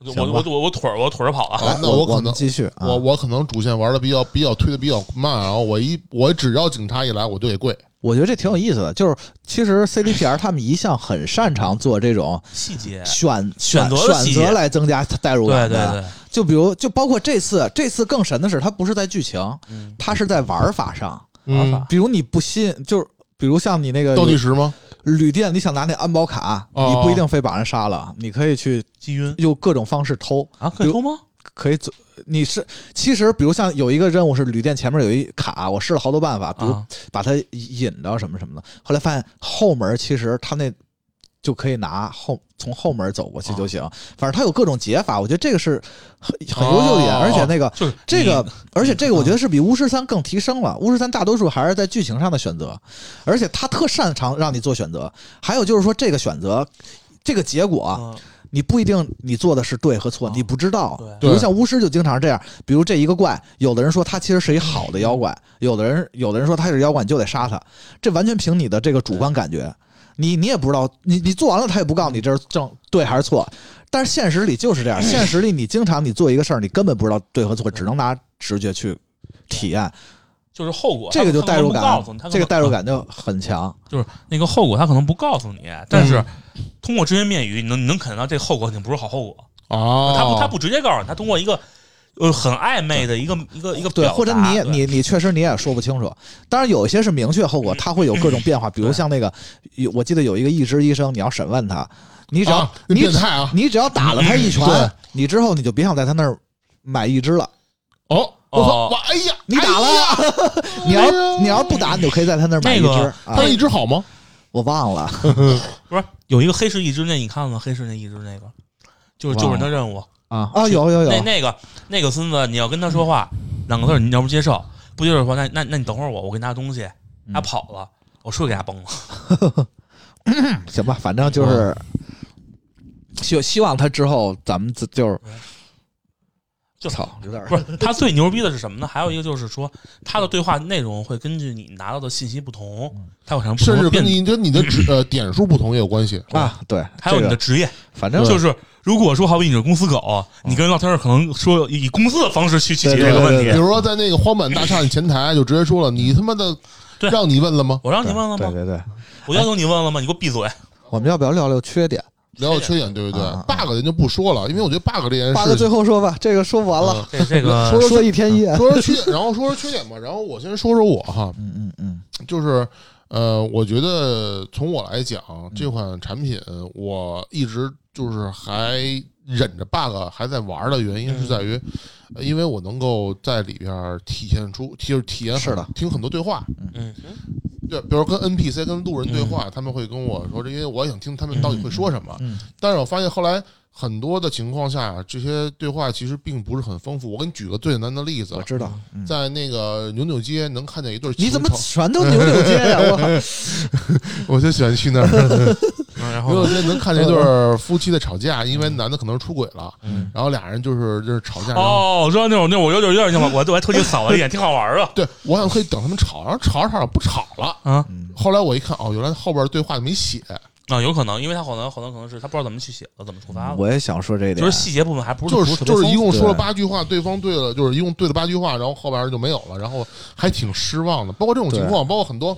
[SPEAKER 6] 我就
[SPEAKER 5] 哦行吧哦
[SPEAKER 6] 我我我我腿儿我腿儿跑了。
[SPEAKER 1] 啊
[SPEAKER 5] 来，
[SPEAKER 1] 那
[SPEAKER 5] 我
[SPEAKER 1] 可
[SPEAKER 5] 们
[SPEAKER 1] 能
[SPEAKER 5] 继续啊。
[SPEAKER 1] 我我可能主线玩的比较比较推的比较慢，然后我一我只要警察一来，我就得跪。
[SPEAKER 5] 我觉得这挺有意思的，就是其实 CDPR 他们一向很擅长做这种
[SPEAKER 6] 细节，
[SPEAKER 5] 选
[SPEAKER 6] 哎选择的
[SPEAKER 5] 选
[SPEAKER 6] 细节
[SPEAKER 5] 择来增加代入
[SPEAKER 6] 对
[SPEAKER 5] 感
[SPEAKER 6] 对
[SPEAKER 5] 的。
[SPEAKER 6] 对，
[SPEAKER 5] 就比如，就包括这次，这次更神的是，它不是在剧情，
[SPEAKER 6] 嗯，
[SPEAKER 5] 它是在玩法上。
[SPEAKER 6] 玩
[SPEAKER 1] 嗯
[SPEAKER 6] 法，
[SPEAKER 5] 比如你不信，就是比如像你那个
[SPEAKER 1] 倒计
[SPEAKER 5] 旅
[SPEAKER 1] 时吗？
[SPEAKER 5] 旅店，你想拿那安保卡，
[SPEAKER 1] 哦
[SPEAKER 5] 你不一定非把人杀了，你可以去
[SPEAKER 6] 击晕
[SPEAKER 5] 用各种方式偷，
[SPEAKER 6] 啊，可以偷吗？
[SPEAKER 5] 可以走。你是其实，比如像有一个任务是旅店前面有一卡，我试了好多办法，比如
[SPEAKER 6] 啊，
[SPEAKER 5] 把它引到什么什么的。后来发现后门其实他那就可以拿后从后门走过去就行，反正他有各种解法，我觉得这个是很很优秀的一点，
[SPEAKER 1] 哦
[SPEAKER 5] 而且那个。
[SPEAKER 6] 就是
[SPEAKER 5] 这个
[SPEAKER 6] 你，
[SPEAKER 5] 而且这个我觉得是比巫师三更提升了。巫师三大多数还是在剧情上的选择，而且他特擅长让你做选择。还有就是说，这个选择，这个结果，啊
[SPEAKER 6] 嗯
[SPEAKER 5] 你不一定你做的是对和错，
[SPEAKER 6] 啊
[SPEAKER 5] 你不知道。
[SPEAKER 6] 对
[SPEAKER 5] 比如像巫师就经常这样，比如这一个怪，有的人说他其实是一好
[SPEAKER 6] 嗯
[SPEAKER 5] 的妖怪，有的人有的人说他是妖怪，你就得杀他，这完全凭你的这个主观感觉。你你也不知道，你你做完了他也不告诉你这是正对还是错，但是现实里就是这样。现实里你经常你做一个事儿，你根本不知道对和错，只能拿直觉去体验，
[SPEAKER 6] 就是后果，
[SPEAKER 5] 这个就
[SPEAKER 6] 他
[SPEAKER 5] 代
[SPEAKER 6] 可能
[SPEAKER 5] 入
[SPEAKER 6] 不
[SPEAKER 5] 感
[SPEAKER 6] 告诉你，他，可
[SPEAKER 5] 这个
[SPEAKER 6] 能
[SPEAKER 5] 代入感就很强。
[SPEAKER 6] 就是那个后果，他可能不告诉你，但
[SPEAKER 5] 嗯
[SPEAKER 6] 是通过只言面语，你能你能感觉到这个后果肯定不是好后果。
[SPEAKER 1] 啊，
[SPEAKER 5] 哦
[SPEAKER 6] 他不他不直接告诉你，他通过一个呃很暧昧的一个一个一个
[SPEAKER 5] 对，
[SPEAKER 6] 表达
[SPEAKER 5] 或者你也
[SPEAKER 6] 对
[SPEAKER 5] 你你确实你也说不清楚。当然，有一些是明确后果，它会有各种变化，比如像那个，有我记得有一个义肢医生，你要审问他，你只要、
[SPEAKER 1] 啊那
[SPEAKER 5] 你
[SPEAKER 1] 变态啊！
[SPEAKER 5] 你只要打了他一拳
[SPEAKER 1] 对，
[SPEAKER 5] 你之后你就别想在他那儿买义肢了。
[SPEAKER 1] 哦，我
[SPEAKER 6] 哦
[SPEAKER 1] 操哇，哎呀，
[SPEAKER 5] 你打了，你要、你要不打，你就可以在他那儿买义肢、
[SPEAKER 6] 哎那个
[SPEAKER 5] 啊
[SPEAKER 1] 他。一只好吗？
[SPEAKER 5] 我忘了，
[SPEAKER 6] 不是有一个黑市一只那你看了吗？黑市那一只那个，就是
[SPEAKER 5] 哇
[SPEAKER 6] 救人的任务，
[SPEAKER 5] 啊啊，有有有
[SPEAKER 6] 那那个那个孙子，你要跟他说话，两个字儿你要不接受，不接受说那那那你等会儿我，我给你拿东西，他跑了，我出去给他崩了。
[SPEAKER 5] 行吧，反正就是
[SPEAKER 6] 嗯
[SPEAKER 5] 希希望他之后咱们自就是
[SPEAKER 6] 就
[SPEAKER 5] 操，有点儿
[SPEAKER 6] 不是他最牛逼的是什么呢？还有一个就是说，他的对话内容会根据你拿到的信息不同，
[SPEAKER 5] 嗯
[SPEAKER 6] 他有什么不
[SPEAKER 1] 甚
[SPEAKER 6] 同的
[SPEAKER 1] 至
[SPEAKER 6] 变
[SPEAKER 1] 跟，你跟你的指呃点数不同也有关系。
[SPEAKER 5] 啊，对，
[SPEAKER 6] 还有你
[SPEAKER 5] 这个
[SPEAKER 6] 的职业。
[SPEAKER 5] 反正
[SPEAKER 6] 就是如果说好比你是公司狗，你跟人聊天儿可能说以公司的方式去去解决这个问
[SPEAKER 5] 嗯对
[SPEAKER 1] 比
[SPEAKER 6] 题。
[SPEAKER 1] 如说在那个荒坂大厦的前台，就直接说了：“你他妈的
[SPEAKER 6] 对
[SPEAKER 1] 让你问了吗？
[SPEAKER 6] 我让你
[SPEAKER 5] 对
[SPEAKER 6] 问了
[SPEAKER 5] 对
[SPEAKER 6] 吗？
[SPEAKER 5] 对对，
[SPEAKER 6] 我要求你问了吗？你给我闭嘴！
[SPEAKER 5] 我们要不要聊聊缺点？
[SPEAKER 1] 聊聊缺点，对不对
[SPEAKER 5] 啊啊
[SPEAKER 1] ？bug 咱就不说了，因为我觉得 bug 这件事
[SPEAKER 5] 八哥最后说吧，这个说完了，
[SPEAKER 6] 这这个
[SPEAKER 1] 说
[SPEAKER 5] 嗯 说一嗯天一夜。
[SPEAKER 1] 说说缺点，然后说说缺点吧。然后我先说说我哈，
[SPEAKER 5] 嗯嗯嗯，
[SPEAKER 1] 就是呃，我觉得从我来讲，
[SPEAKER 5] 嗯
[SPEAKER 1] 这款产品我一直就是还忍着 bug 还在玩的原因
[SPEAKER 5] 嗯
[SPEAKER 1] 是在于，呃因为我能够在里边儿体现出，就是体验很
[SPEAKER 5] 是的
[SPEAKER 1] 听很多对话，
[SPEAKER 6] 嗯，
[SPEAKER 1] 对，比如跟 NPC 跟路人对话，他们会跟我说这些，我也想听他们到底会说什么。
[SPEAKER 5] 嗯嗯嗯
[SPEAKER 1] 但是我发现后来很多的情况下，这些对话其实并不是很丰富。我给你举个最简单的例子
[SPEAKER 5] 我，知道。嗯
[SPEAKER 1] 在那个扭扭街能看见一对情
[SPEAKER 5] 你
[SPEAKER 1] 侣吵，
[SPEAKER 5] 怎么全都扭扭街呀？我靠！
[SPEAKER 1] 我就喜欢去那儿，
[SPEAKER 6] 嗯然
[SPEAKER 1] 扭
[SPEAKER 6] 后
[SPEAKER 1] 扭
[SPEAKER 6] 呢
[SPEAKER 1] 街能看见一对夫妻在吵架，因为男的可能出轨了，
[SPEAKER 6] 嗯
[SPEAKER 1] 然后俩人就是就是吵架。然后
[SPEAKER 6] 哦，我知道那种那种我有点有点像我，我还特地扫 了一眼，挺好玩儿
[SPEAKER 5] 嗯
[SPEAKER 6] 啊
[SPEAKER 1] 对，我想可以等他们吵，然后吵着吵着不吵了。
[SPEAKER 6] 啊
[SPEAKER 1] 后来我一看，哦，原来后边对话没写，
[SPEAKER 6] 啊，有可能，因为他可能可能可能是他不知道怎么去写了，怎么触发了，
[SPEAKER 5] 我也想说这一点，
[SPEAKER 6] 就是细节部分还不是
[SPEAKER 1] 就是
[SPEAKER 6] 特别
[SPEAKER 1] 就是
[SPEAKER 6] 丰
[SPEAKER 1] 一
[SPEAKER 6] 富
[SPEAKER 1] 共说了
[SPEAKER 5] 对
[SPEAKER 1] 八句话，对方对了，就是一共对了八句话，然后后边就没有了，然后还挺失望的。包括这种情况，包括很多，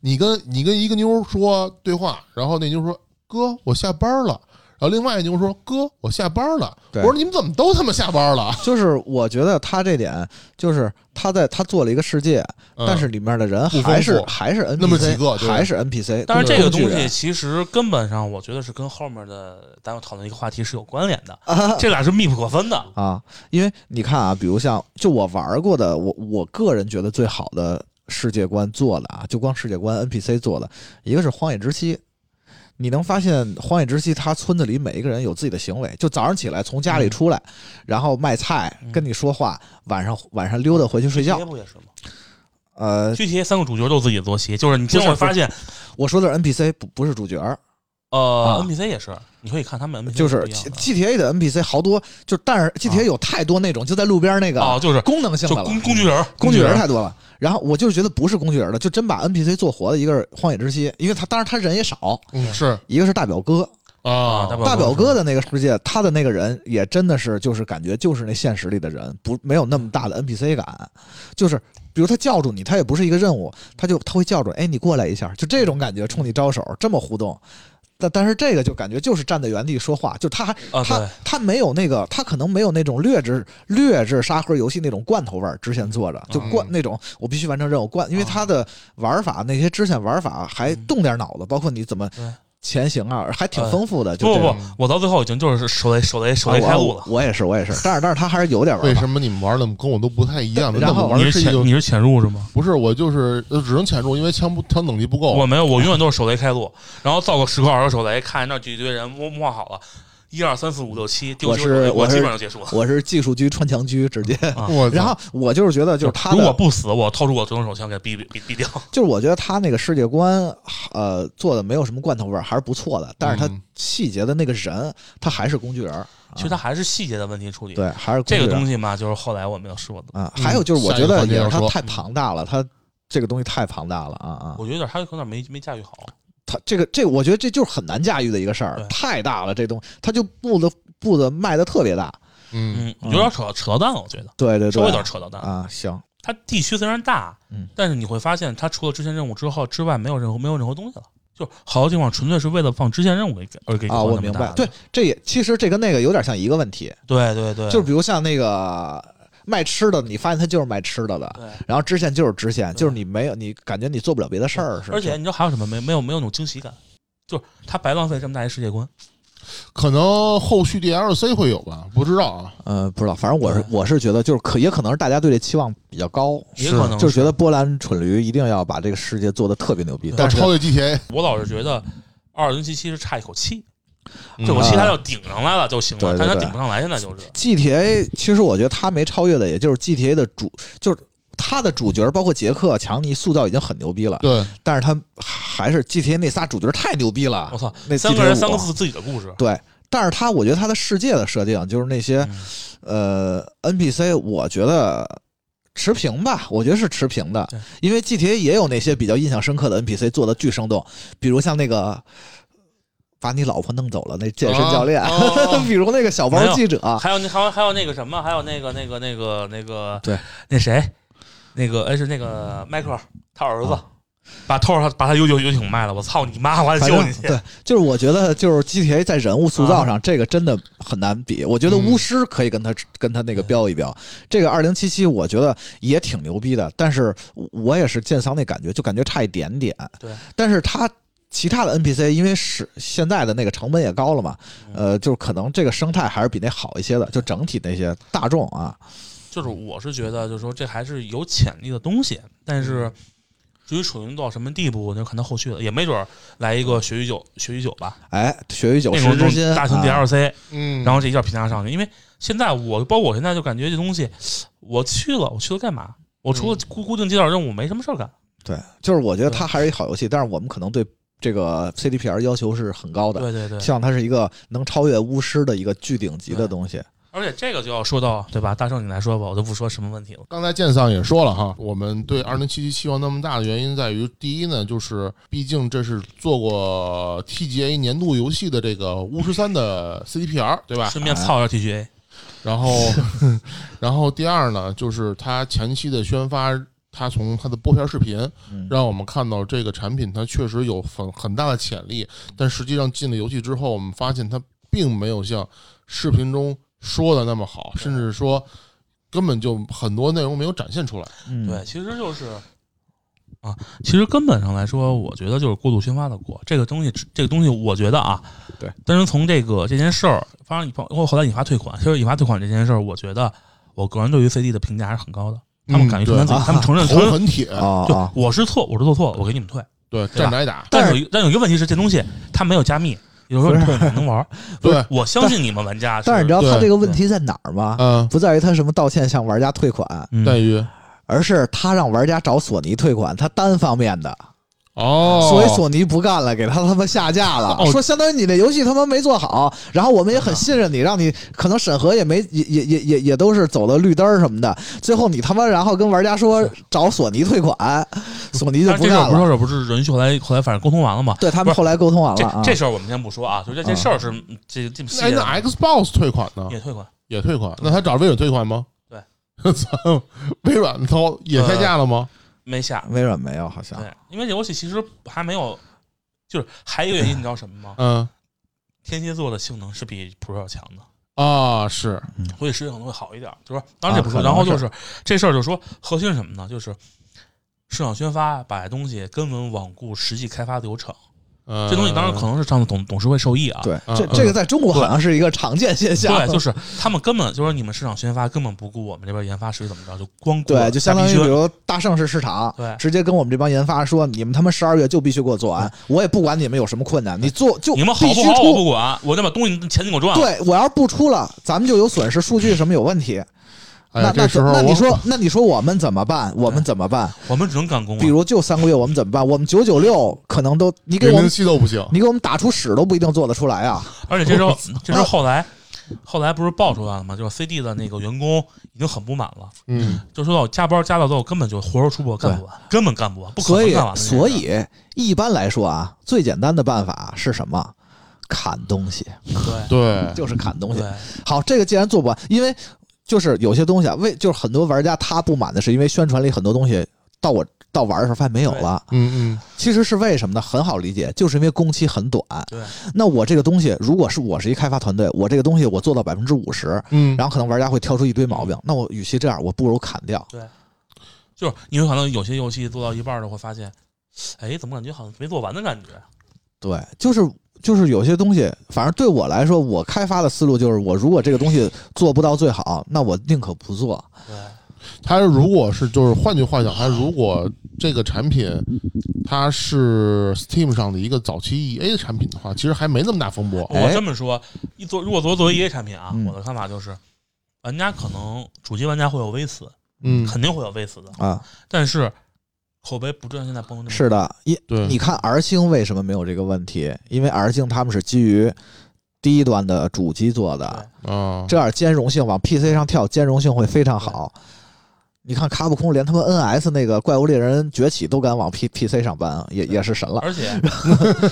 [SPEAKER 1] 你跟你跟一个妞儿说对话，然后那妞儿说哥我下班了，然后另外一妞儿说哥我下班了，我
[SPEAKER 5] 对
[SPEAKER 1] 说你们怎么都他妈下班了？
[SPEAKER 5] 就是我觉得他这点，就是他在他做了一个世界，
[SPEAKER 1] 嗯
[SPEAKER 5] 但是里面的人
[SPEAKER 1] 不丰富
[SPEAKER 5] 还是还是 NPC，
[SPEAKER 1] 那么几个对
[SPEAKER 5] 还是 NPC。
[SPEAKER 6] 但是这个
[SPEAKER 5] 工具
[SPEAKER 6] 东
[SPEAKER 5] 人
[SPEAKER 6] 西其实根本上，我觉得是跟后面的咱们讨论一个话题是有关联的，
[SPEAKER 5] 啊
[SPEAKER 6] 这俩是密不可分的。
[SPEAKER 5] 啊，因为你看啊，比如像就我玩过的，我我个人觉得最好的世界观做的啊，就光世界观 NPC 做的，一个是《荒野之息》。你能发现《荒野之息》，它村子里每一个人有自己的行为。就早上起来从
[SPEAKER 6] 嗯
[SPEAKER 5] 家里出来，然后卖菜，跟你说话；晚上晚上溜达回去睡
[SPEAKER 6] 这
[SPEAKER 5] 觉
[SPEAKER 6] 些。不也是吗？
[SPEAKER 5] 呃，
[SPEAKER 6] 具体三个主角都有自己的作息，就是你经常会发现，
[SPEAKER 5] 我说的是 NPC，不不是主角儿，
[SPEAKER 6] 呃
[SPEAKER 5] 啊
[SPEAKER 6] ，NPC 也是，你可以看他们 NPC
[SPEAKER 5] 就是
[SPEAKER 6] 不一样
[SPEAKER 5] G
[SPEAKER 6] 的
[SPEAKER 5] GTA 的 NPC 好多，就但是 GTA 有太多那种就在路边那个
[SPEAKER 6] 哦，就是
[SPEAKER 5] 功能性
[SPEAKER 6] 就
[SPEAKER 5] 的了，
[SPEAKER 6] 工工具人儿，
[SPEAKER 5] 工具人
[SPEAKER 6] 儿
[SPEAKER 5] 太多了。然后我就是觉得不是工具人了，就真把 NPC 做活的一个是《荒野之息》，因为他当然他人也少，
[SPEAKER 1] 嗯，是
[SPEAKER 5] 一个是大表哥，
[SPEAKER 6] 啊，
[SPEAKER 1] 啊，
[SPEAKER 5] 大表
[SPEAKER 6] 表
[SPEAKER 5] 哥的那个世界，他的那个人也真的是就是感觉就是那现实里的人，不没有那么大的 NPC 感，就是比如他叫住你，他也不是一个任务，他就他会叫住，哎，你过来一下，就这种感觉，冲你招手，这么互动。但但是这个就感觉就是站在原地说话，就他还
[SPEAKER 6] 啊，
[SPEAKER 5] 他
[SPEAKER 6] 对，
[SPEAKER 5] 他没有那个，他可能没有那种劣质劣质沙盒游戏那种罐头味儿。之前做着就
[SPEAKER 6] 嗯
[SPEAKER 5] 罐、那种，我必须完成任务罐，因为他的玩法那些支线玩法还动点脑子，包括你怎么
[SPEAKER 6] 嗯对
[SPEAKER 5] 前行啊，还挺丰富的。就
[SPEAKER 6] 不
[SPEAKER 5] 这
[SPEAKER 6] 不
[SPEAKER 5] 种
[SPEAKER 6] 不，我到最后已经就是手雷手雷手雷开
[SPEAKER 5] 啊
[SPEAKER 6] 路
[SPEAKER 5] 我
[SPEAKER 6] 了。
[SPEAKER 5] 我也是我也 是，但是但是他还是有点
[SPEAKER 1] 为
[SPEAKER 5] 玩法。
[SPEAKER 1] 什么你们玩的跟我都不太一样呢？那
[SPEAKER 5] 然后
[SPEAKER 1] 我玩的是一个
[SPEAKER 6] 是潜入是吗？
[SPEAKER 1] 不是我就是呃只能潜入，因为枪不枪等级不
[SPEAKER 5] 哦
[SPEAKER 1] 够。
[SPEAKER 6] 我没有，我永远都是手雷开路，然后造个十个二十个手雷，看那几堆人摸摸好了，一二三四五六七，丢
[SPEAKER 5] 我
[SPEAKER 6] 丢手雷
[SPEAKER 5] 是
[SPEAKER 6] 我
[SPEAKER 5] 我
[SPEAKER 6] 基
[SPEAKER 5] 是
[SPEAKER 6] 本上结束了。
[SPEAKER 5] 我是技术狙穿墙狙直接，
[SPEAKER 6] 啊
[SPEAKER 1] 我操
[SPEAKER 5] 然后我就是觉得就是他
[SPEAKER 6] 嗯
[SPEAKER 5] 的啊
[SPEAKER 6] 如果不死，我掏出我左手手枪给毙毙毙掉。
[SPEAKER 5] 就是我觉得他那个世界观，呃，做的没有什么罐头味儿，还是不错的。但是他
[SPEAKER 1] 嗯
[SPEAKER 5] 细节的那个人，他还是工具人儿。啊
[SPEAKER 6] 其实它还是细节的问题处理。
[SPEAKER 5] 对，还是工具
[SPEAKER 6] 这个
[SPEAKER 5] 人
[SPEAKER 6] 东西嘛，就是后来我们有说的，
[SPEAKER 5] 啊。
[SPEAKER 1] 嗯
[SPEAKER 5] 还有就是，我觉
[SPEAKER 1] 下
[SPEAKER 5] 得
[SPEAKER 1] 一个环节
[SPEAKER 5] 也
[SPEAKER 1] 要
[SPEAKER 5] 是他
[SPEAKER 1] 说
[SPEAKER 5] 太庞大了，他这个东西太庞大了啊啊！
[SPEAKER 6] 我觉得有点，它有点没没驾驭好。
[SPEAKER 5] 他这个这，我觉得这就是很难驾驭的一个事儿
[SPEAKER 6] 对，
[SPEAKER 5] 太大了。这东他就步子步子迈的特别大，
[SPEAKER 1] 嗯，
[SPEAKER 6] 嗯，有点扯扯到蛋了，我觉得
[SPEAKER 5] 对对对，
[SPEAKER 6] 稍微有点扯到蛋了。
[SPEAKER 5] 啊，行，
[SPEAKER 6] 它地区虽然大，
[SPEAKER 5] 嗯
[SPEAKER 6] 但是你会发现它除了支线任务之后之外，没有任何没有任何东西了。就好多地方纯粹是为了放支线任务给而给
[SPEAKER 5] 啊，我明白。对，这也其实这跟那个有点像一个问题，
[SPEAKER 6] 对对对，
[SPEAKER 5] 就是比如像那个卖吃的，你发现他就是卖吃的的，
[SPEAKER 6] 对。
[SPEAKER 5] 然后支线就是支线，
[SPEAKER 6] 对
[SPEAKER 5] 就是你没有，你感觉你做不了别的事儿，是吧
[SPEAKER 6] 而且你知道还有什么没没有没有那种惊喜感，就是它白浪费这么大一世界观。
[SPEAKER 1] 可能后续 DLC 会有吧，不知道啊。
[SPEAKER 5] 呃，不知道，反正我是我是觉得，就是可也可能是大家对这期望比较高，
[SPEAKER 6] 也可能
[SPEAKER 5] 就是是觉得波兰蠢驴一定要把这个世界做的特别牛逼，但是
[SPEAKER 1] 超越 GTA，
[SPEAKER 6] 我老是觉得《二零七七》是差一口气，这
[SPEAKER 1] 嗯
[SPEAKER 6] 我其他要顶上来了就行
[SPEAKER 5] 嗯对
[SPEAKER 6] 了，
[SPEAKER 5] 对
[SPEAKER 6] 但他
[SPEAKER 5] 对
[SPEAKER 6] 顶不上来，现在就是
[SPEAKER 5] GTA 其实我觉得他没超越的，也就是 GTA 的主，就是他的主角，包括杰克强尼塑造已经很牛逼了，
[SPEAKER 1] 对，
[SPEAKER 5] 但是他还是 GTA 那仨主角太牛逼了。
[SPEAKER 6] 我操
[SPEAKER 5] 那，
[SPEAKER 6] 三个人
[SPEAKER 5] GTA
[SPEAKER 6] 三个
[SPEAKER 5] 五
[SPEAKER 6] 自自己的故事，
[SPEAKER 5] 对，但是他我觉得他的世界的设定就是那些、呃 NPC，我觉得持平吧，我觉得是持平的
[SPEAKER 6] 对，
[SPEAKER 5] 因为 GTA 也有那些比较印象深刻的 NPC 做的巨生动，比如像那个。把你老婆弄走了，那健身教练，
[SPEAKER 1] 啊哦
[SPEAKER 5] 比如那个小
[SPEAKER 6] 没
[SPEAKER 5] 包
[SPEAKER 6] 有
[SPEAKER 5] 记者，
[SPEAKER 6] 还有那还有还有那个什么，还有那个那个那个那个
[SPEAKER 5] 对，
[SPEAKER 6] 那谁，那个哎是那个迈克尔他儿
[SPEAKER 5] 啊
[SPEAKER 6] 子。把偷着他把他游游游艇卖了，我操你妈！我还
[SPEAKER 5] 反
[SPEAKER 6] 救
[SPEAKER 5] 正
[SPEAKER 6] 你去！啊
[SPEAKER 5] 对，就是我觉得就是 GTA 在人物塑造上，这个真的很难比。我觉得
[SPEAKER 6] 嗯
[SPEAKER 5] 巫师可以跟他跟他那个标一标，这个二零七七我觉得也挺牛逼的，但是我也是剑桑那感觉，就感觉差一点点。
[SPEAKER 6] 对，
[SPEAKER 5] 但是他。其他的 NPC 因为是现在的那个成本也高了嘛，
[SPEAKER 6] 嗯
[SPEAKER 5] 呃，就是可能这个生态还是比那好一些的，就整体那些大众啊，
[SPEAKER 6] 就是我是觉得，就是说这还是有潜力的东西，但是至于水平到什么地步，那就看它后续了，也没准儿来一个血与酒，血与酒吧，
[SPEAKER 5] 哎，血与酒
[SPEAKER 6] 那
[SPEAKER 5] 十
[SPEAKER 6] 种
[SPEAKER 5] 之心，
[SPEAKER 6] 大型
[SPEAKER 5] 啊
[SPEAKER 6] DLC，、
[SPEAKER 1] 嗯，
[SPEAKER 6] 然后这一下评价上去，因为现在我包括我现在就感觉这东西，我去了，我去了干嘛？我除了固固定接点任务，没什么事儿干。
[SPEAKER 5] 对，就是我觉得它还是一好游戏，但是我们可能对这个 CDPR 要求是很高的，
[SPEAKER 6] 对对对，
[SPEAKER 5] 希望它是一个能超越巫师的一个巨顶级的东西。
[SPEAKER 6] 而且这个就要说到对吧？大圣你来说吧，我就不说什么问题了。
[SPEAKER 1] 刚才剑丧也说了哈，我们对二零七七期望那么大的原因在于，第一呢，就是毕竟这是做过 TGA 年度游戏的这个巫师三的 CDPR，对吧？
[SPEAKER 6] 顺便操一下 TGA，
[SPEAKER 1] 然后， 然后第二呢，就是它前期的宣发，它从它的播片视频，
[SPEAKER 5] 嗯
[SPEAKER 1] 让我们看到这个产品它确实有很很大的潜力，但实际上进了游戏之后，我们发现它并没有像视频中说的那么好，甚至说根本就很多内容没有展现出来。
[SPEAKER 5] 嗯
[SPEAKER 6] 对，，其实就是啊，其实根本上来说，我觉得就是过度宣发的过这个东西，这个东西我觉得啊，
[SPEAKER 5] 对。
[SPEAKER 6] 但是从这个这件事儿，发生以后，包括后来引发退款，其实引发退款这件事儿，我觉得我个人对于 CD 的评价还是很高的。他们敢于承担自己，
[SPEAKER 5] 嗯对
[SPEAKER 6] 他们承 认
[SPEAKER 1] 头
[SPEAKER 6] 承认，
[SPEAKER 1] 很铁，
[SPEAKER 5] 啊
[SPEAKER 6] 就
[SPEAKER 5] 啊，
[SPEAKER 6] 我是错，我是做错了，我给你们退。
[SPEAKER 1] 对，
[SPEAKER 6] 吧
[SPEAKER 1] 站着挨打，
[SPEAKER 6] 但有一但有一个问题是，这东西它没有加密，有时候你退你能玩儿。
[SPEAKER 1] 对，
[SPEAKER 6] 我相信你们玩家，
[SPEAKER 5] 但是你知道
[SPEAKER 1] 对
[SPEAKER 5] 它这个问题在哪儿吗？
[SPEAKER 1] 嗯，
[SPEAKER 5] 不在于它什么道歉向玩家退款，
[SPEAKER 6] 嗯
[SPEAKER 1] 在于
[SPEAKER 5] 而是他让玩家找索尼退款，他单方面的，
[SPEAKER 1] 哦，
[SPEAKER 5] 所以索尼不干了，给他他妈下架了，
[SPEAKER 1] 哦
[SPEAKER 5] 说相当于你这游戏他妈没做好，然后我们也很信任你，让你可能审核也没也也也也也都是走了绿灯儿什么的，最后你他妈然后跟玩家说找索尼退款，索尼就
[SPEAKER 6] 但是
[SPEAKER 5] 不
[SPEAKER 6] 这事儿
[SPEAKER 5] 干
[SPEAKER 6] 不
[SPEAKER 5] 了，
[SPEAKER 6] 是这不是人后来后来反正沟通完了嘛，
[SPEAKER 5] 对他们后来沟通完了啊
[SPEAKER 6] 这，这事儿我们先不说啊，就这这事儿是嗯这这系
[SPEAKER 1] 哎，
[SPEAKER 6] 列的
[SPEAKER 1] 那 Xbox 退款呢？
[SPEAKER 6] 也退款，
[SPEAKER 1] 也退款，那他找微软退款吗？
[SPEAKER 6] 对，
[SPEAKER 1] 操，微软都也下架了吗？
[SPEAKER 6] 没下。
[SPEAKER 5] 微软没有好像。
[SPEAKER 6] 对，因为这游戏其实还没有，就是还有一个原因，你知道什么吗？
[SPEAKER 1] 嗯
[SPEAKER 6] 天蝎座的性能是比 Pro 要强的，
[SPEAKER 1] 啊，是
[SPEAKER 6] 所以实际可能会好一点。就是说当然这不说，
[SPEAKER 5] 啊可能
[SPEAKER 6] 然后就是这事儿，就说核心是什么呢？就是市场宣发把东西根本罔顾实际开发流程，
[SPEAKER 1] 嗯
[SPEAKER 6] 这东西当然可能是上次董董事会授意啊。
[SPEAKER 5] 对，
[SPEAKER 1] 嗯
[SPEAKER 5] 这
[SPEAKER 1] 嗯
[SPEAKER 5] 这个在中国好像是一个常见现象。
[SPEAKER 6] 对，就是他们根本就是说你们市场宣发根本不顾我们这边研发是怎么着，就光顾
[SPEAKER 5] 对，就相当于
[SPEAKER 6] 瞎
[SPEAKER 5] 比
[SPEAKER 6] 逼宣
[SPEAKER 5] 如大盛世市场，
[SPEAKER 6] 对嗯
[SPEAKER 5] 直接跟我们这帮研发说，你们他妈十二月就必须给我做完，我也不管你们有什么困难，你做就
[SPEAKER 6] 你们好
[SPEAKER 5] 必
[SPEAKER 6] 不
[SPEAKER 5] 须
[SPEAKER 6] 好我不
[SPEAKER 5] 出。
[SPEAKER 6] 管，我就把东西钱你给我赚了。
[SPEAKER 5] 对，我要是不出了，咱们就有损失，数据什么有问题。
[SPEAKER 1] 哎
[SPEAKER 5] 那
[SPEAKER 1] 呀，
[SPEAKER 5] 那
[SPEAKER 1] 这时候
[SPEAKER 5] 那你
[SPEAKER 1] 我
[SPEAKER 5] 说，那你说我们怎么办？我们怎么办？
[SPEAKER 6] 我们只能赶工、啊。
[SPEAKER 5] 比如就三个月，我们怎么办？我们九九六可能都你给
[SPEAKER 1] 零
[SPEAKER 5] 我
[SPEAKER 1] 零
[SPEAKER 5] 们
[SPEAKER 1] 七都不行，
[SPEAKER 5] 你给我们打出屎都不一定做得出来啊！
[SPEAKER 6] 而且这 时候，这时候后来，后来不是爆出来了吗？就是 CD 的那个员工已经很不满了，
[SPEAKER 1] 嗯，
[SPEAKER 6] 就说到加班加到最后根本就活儿出不来，干不完，根本干不完，不可
[SPEAKER 5] 所
[SPEAKER 6] 能啊
[SPEAKER 5] 以
[SPEAKER 6] 干完的。
[SPEAKER 5] 所，以一般来说啊，最简单的办法是什么？砍东西，
[SPEAKER 6] 对
[SPEAKER 1] 对，
[SPEAKER 5] 就是砍东西。
[SPEAKER 6] 对，
[SPEAKER 5] 好，这个既然做不完，因为就是有些东西啊，为就是很多玩家他不满的是因为宣传里很多东西到我到玩的时候发现没有了，
[SPEAKER 1] 嗯嗯，
[SPEAKER 5] 其实是为什么呢？很好理解，就是因为工期很短。
[SPEAKER 6] 对，
[SPEAKER 5] 那我这个东西，如果是我是一开发团队，我这个东西我做到百分之五十，
[SPEAKER 1] 嗯，
[SPEAKER 5] 然后可能玩家会挑出一堆毛病，那我与其这样，我不如砍掉。
[SPEAKER 6] 就是你有可能有些游戏做到一半儿的会发现，哎，怎么感觉好像没做完的感觉？
[SPEAKER 5] 对，就是就是有些东西，反正对我来说，我开发的思路就是，我如果这个东西做不到最好，那我宁可不做。
[SPEAKER 6] 对，
[SPEAKER 1] 它如果是就是换句话讲，它如果这个产品它是 Steam 上的一个早期 EA 的产品的话，其实还没那么大风波。
[SPEAKER 6] 我这么说，一做如果作作为 EA 产品啊，
[SPEAKER 5] 哎嗯
[SPEAKER 6] 我的看法就是，玩家可能主机玩家会有微死，
[SPEAKER 1] 嗯，
[SPEAKER 6] 肯定会有微死的，
[SPEAKER 5] 啊，
[SPEAKER 6] 但是口碑不赚现在不能这么
[SPEAKER 5] 是的，因
[SPEAKER 6] 嗯
[SPEAKER 1] 对
[SPEAKER 5] 你看 R 星为什么没有这个问题？因为 R 星他们是基于低端的主机做的，
[SPEAKER 1] 啊，
[SPEAKER 5] 这样兼容性往 PC 上跳，兼容性会非常好。你看卡普空连他们 NS 那个《怪物猎人崛起》都敢往 P PC 上搬，也也是神了。
[SPEAKER 6] 而且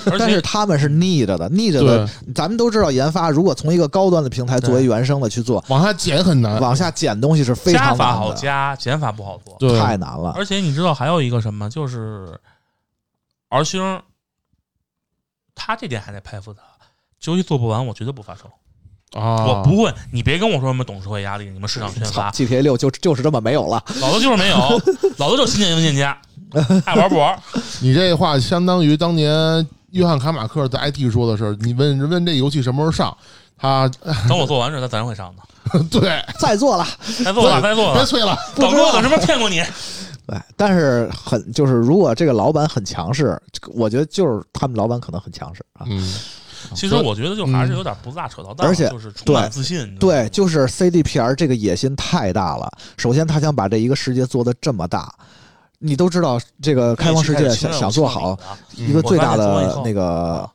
[SPEAKER 6] 而
[SPEAKER 5] 但是
[SPEAKER 6] 且
[SPEAKER 5] 他们是逆着的，逆着的。咱们都知道，研发如果从一个高端的平台作为
[SPEAKER 6] 对嗯
[SPEAKER 5] 原生的去做，
[SPEAKER 1] 往下减很难。
[SPEAKER 5] 往下减东西是非
[SPEAKER 6] 加
[SPEAKER 5] 常
[SPEAKER 6] 法
[SPEAKER 5] 难
[SPEAKER 6] 好
[SPEAKER 5] 的，
[SPEAKER 6] 加，减法不好做。
[SPEAKER 1] 对，
[SPEAKER 5] 太难了。
[SPEAKER 6] 而且你知道还有一个什么，就是 R 星，他这点还得佩服他。游戏做不完，我绝对不发售，
[SPEAKER 1] 啊，
[SPEAKER 6] 我不会。你别跟我说什么董事会压力，你们市场宣
[SPEAKER 5] 操
[SPEAKER 6] 发，
[SPEAKER 5] ，GTA 六就就是这么没有了。
[SPEAKER 6] 老子就是没有，老子就是新建文件夹，爱玩不玩。
[SPEAKER 1] 你这话相当于当年约翰卡马克在 IT 说的是，你问问这游戏什么时候上，他
[SPEAKER 6] 等我做完事，他自然会上的。
[SPEAKER 1] 对，
[SPEAKER 6] 啊
[SPEAKER 5] 再做了，
[SPEAKER 6] 再做了，再做
[SPEAKER 1] 别
[SPEAKER 6] 了。
[SPEAKER 1] 催了，
[SPEAKER 5] 不
[SPEAKER 6] 导
[SPEAKER 5] 知
[SPEAKER 6] 哥，
[SPEAKER 5] 道啊
[SPEAKER 6] 我什么骗过你？
[SPEAKER 5] 对，哎但是很就是，如果这个老板很强势，这个我觉得就是他们老板可能很强势啊。
[SPEAKER 1] 嗯，
[SPEAKER 6] 其实我觉得就还是有点不大扯到蛋，
[SPEAKER 5] 嗯而且
[SPEAKER 6] 就是充满自信。你知道吗
[SPEAKER 5] 对，就是 CDPR 这个野心太大了。首先，他想把这一个世界做得这么大，你都知道，这个开放世
[SPEAKER 6] 哎
[SPEAKER 5] 界想想做好，一个最大的那个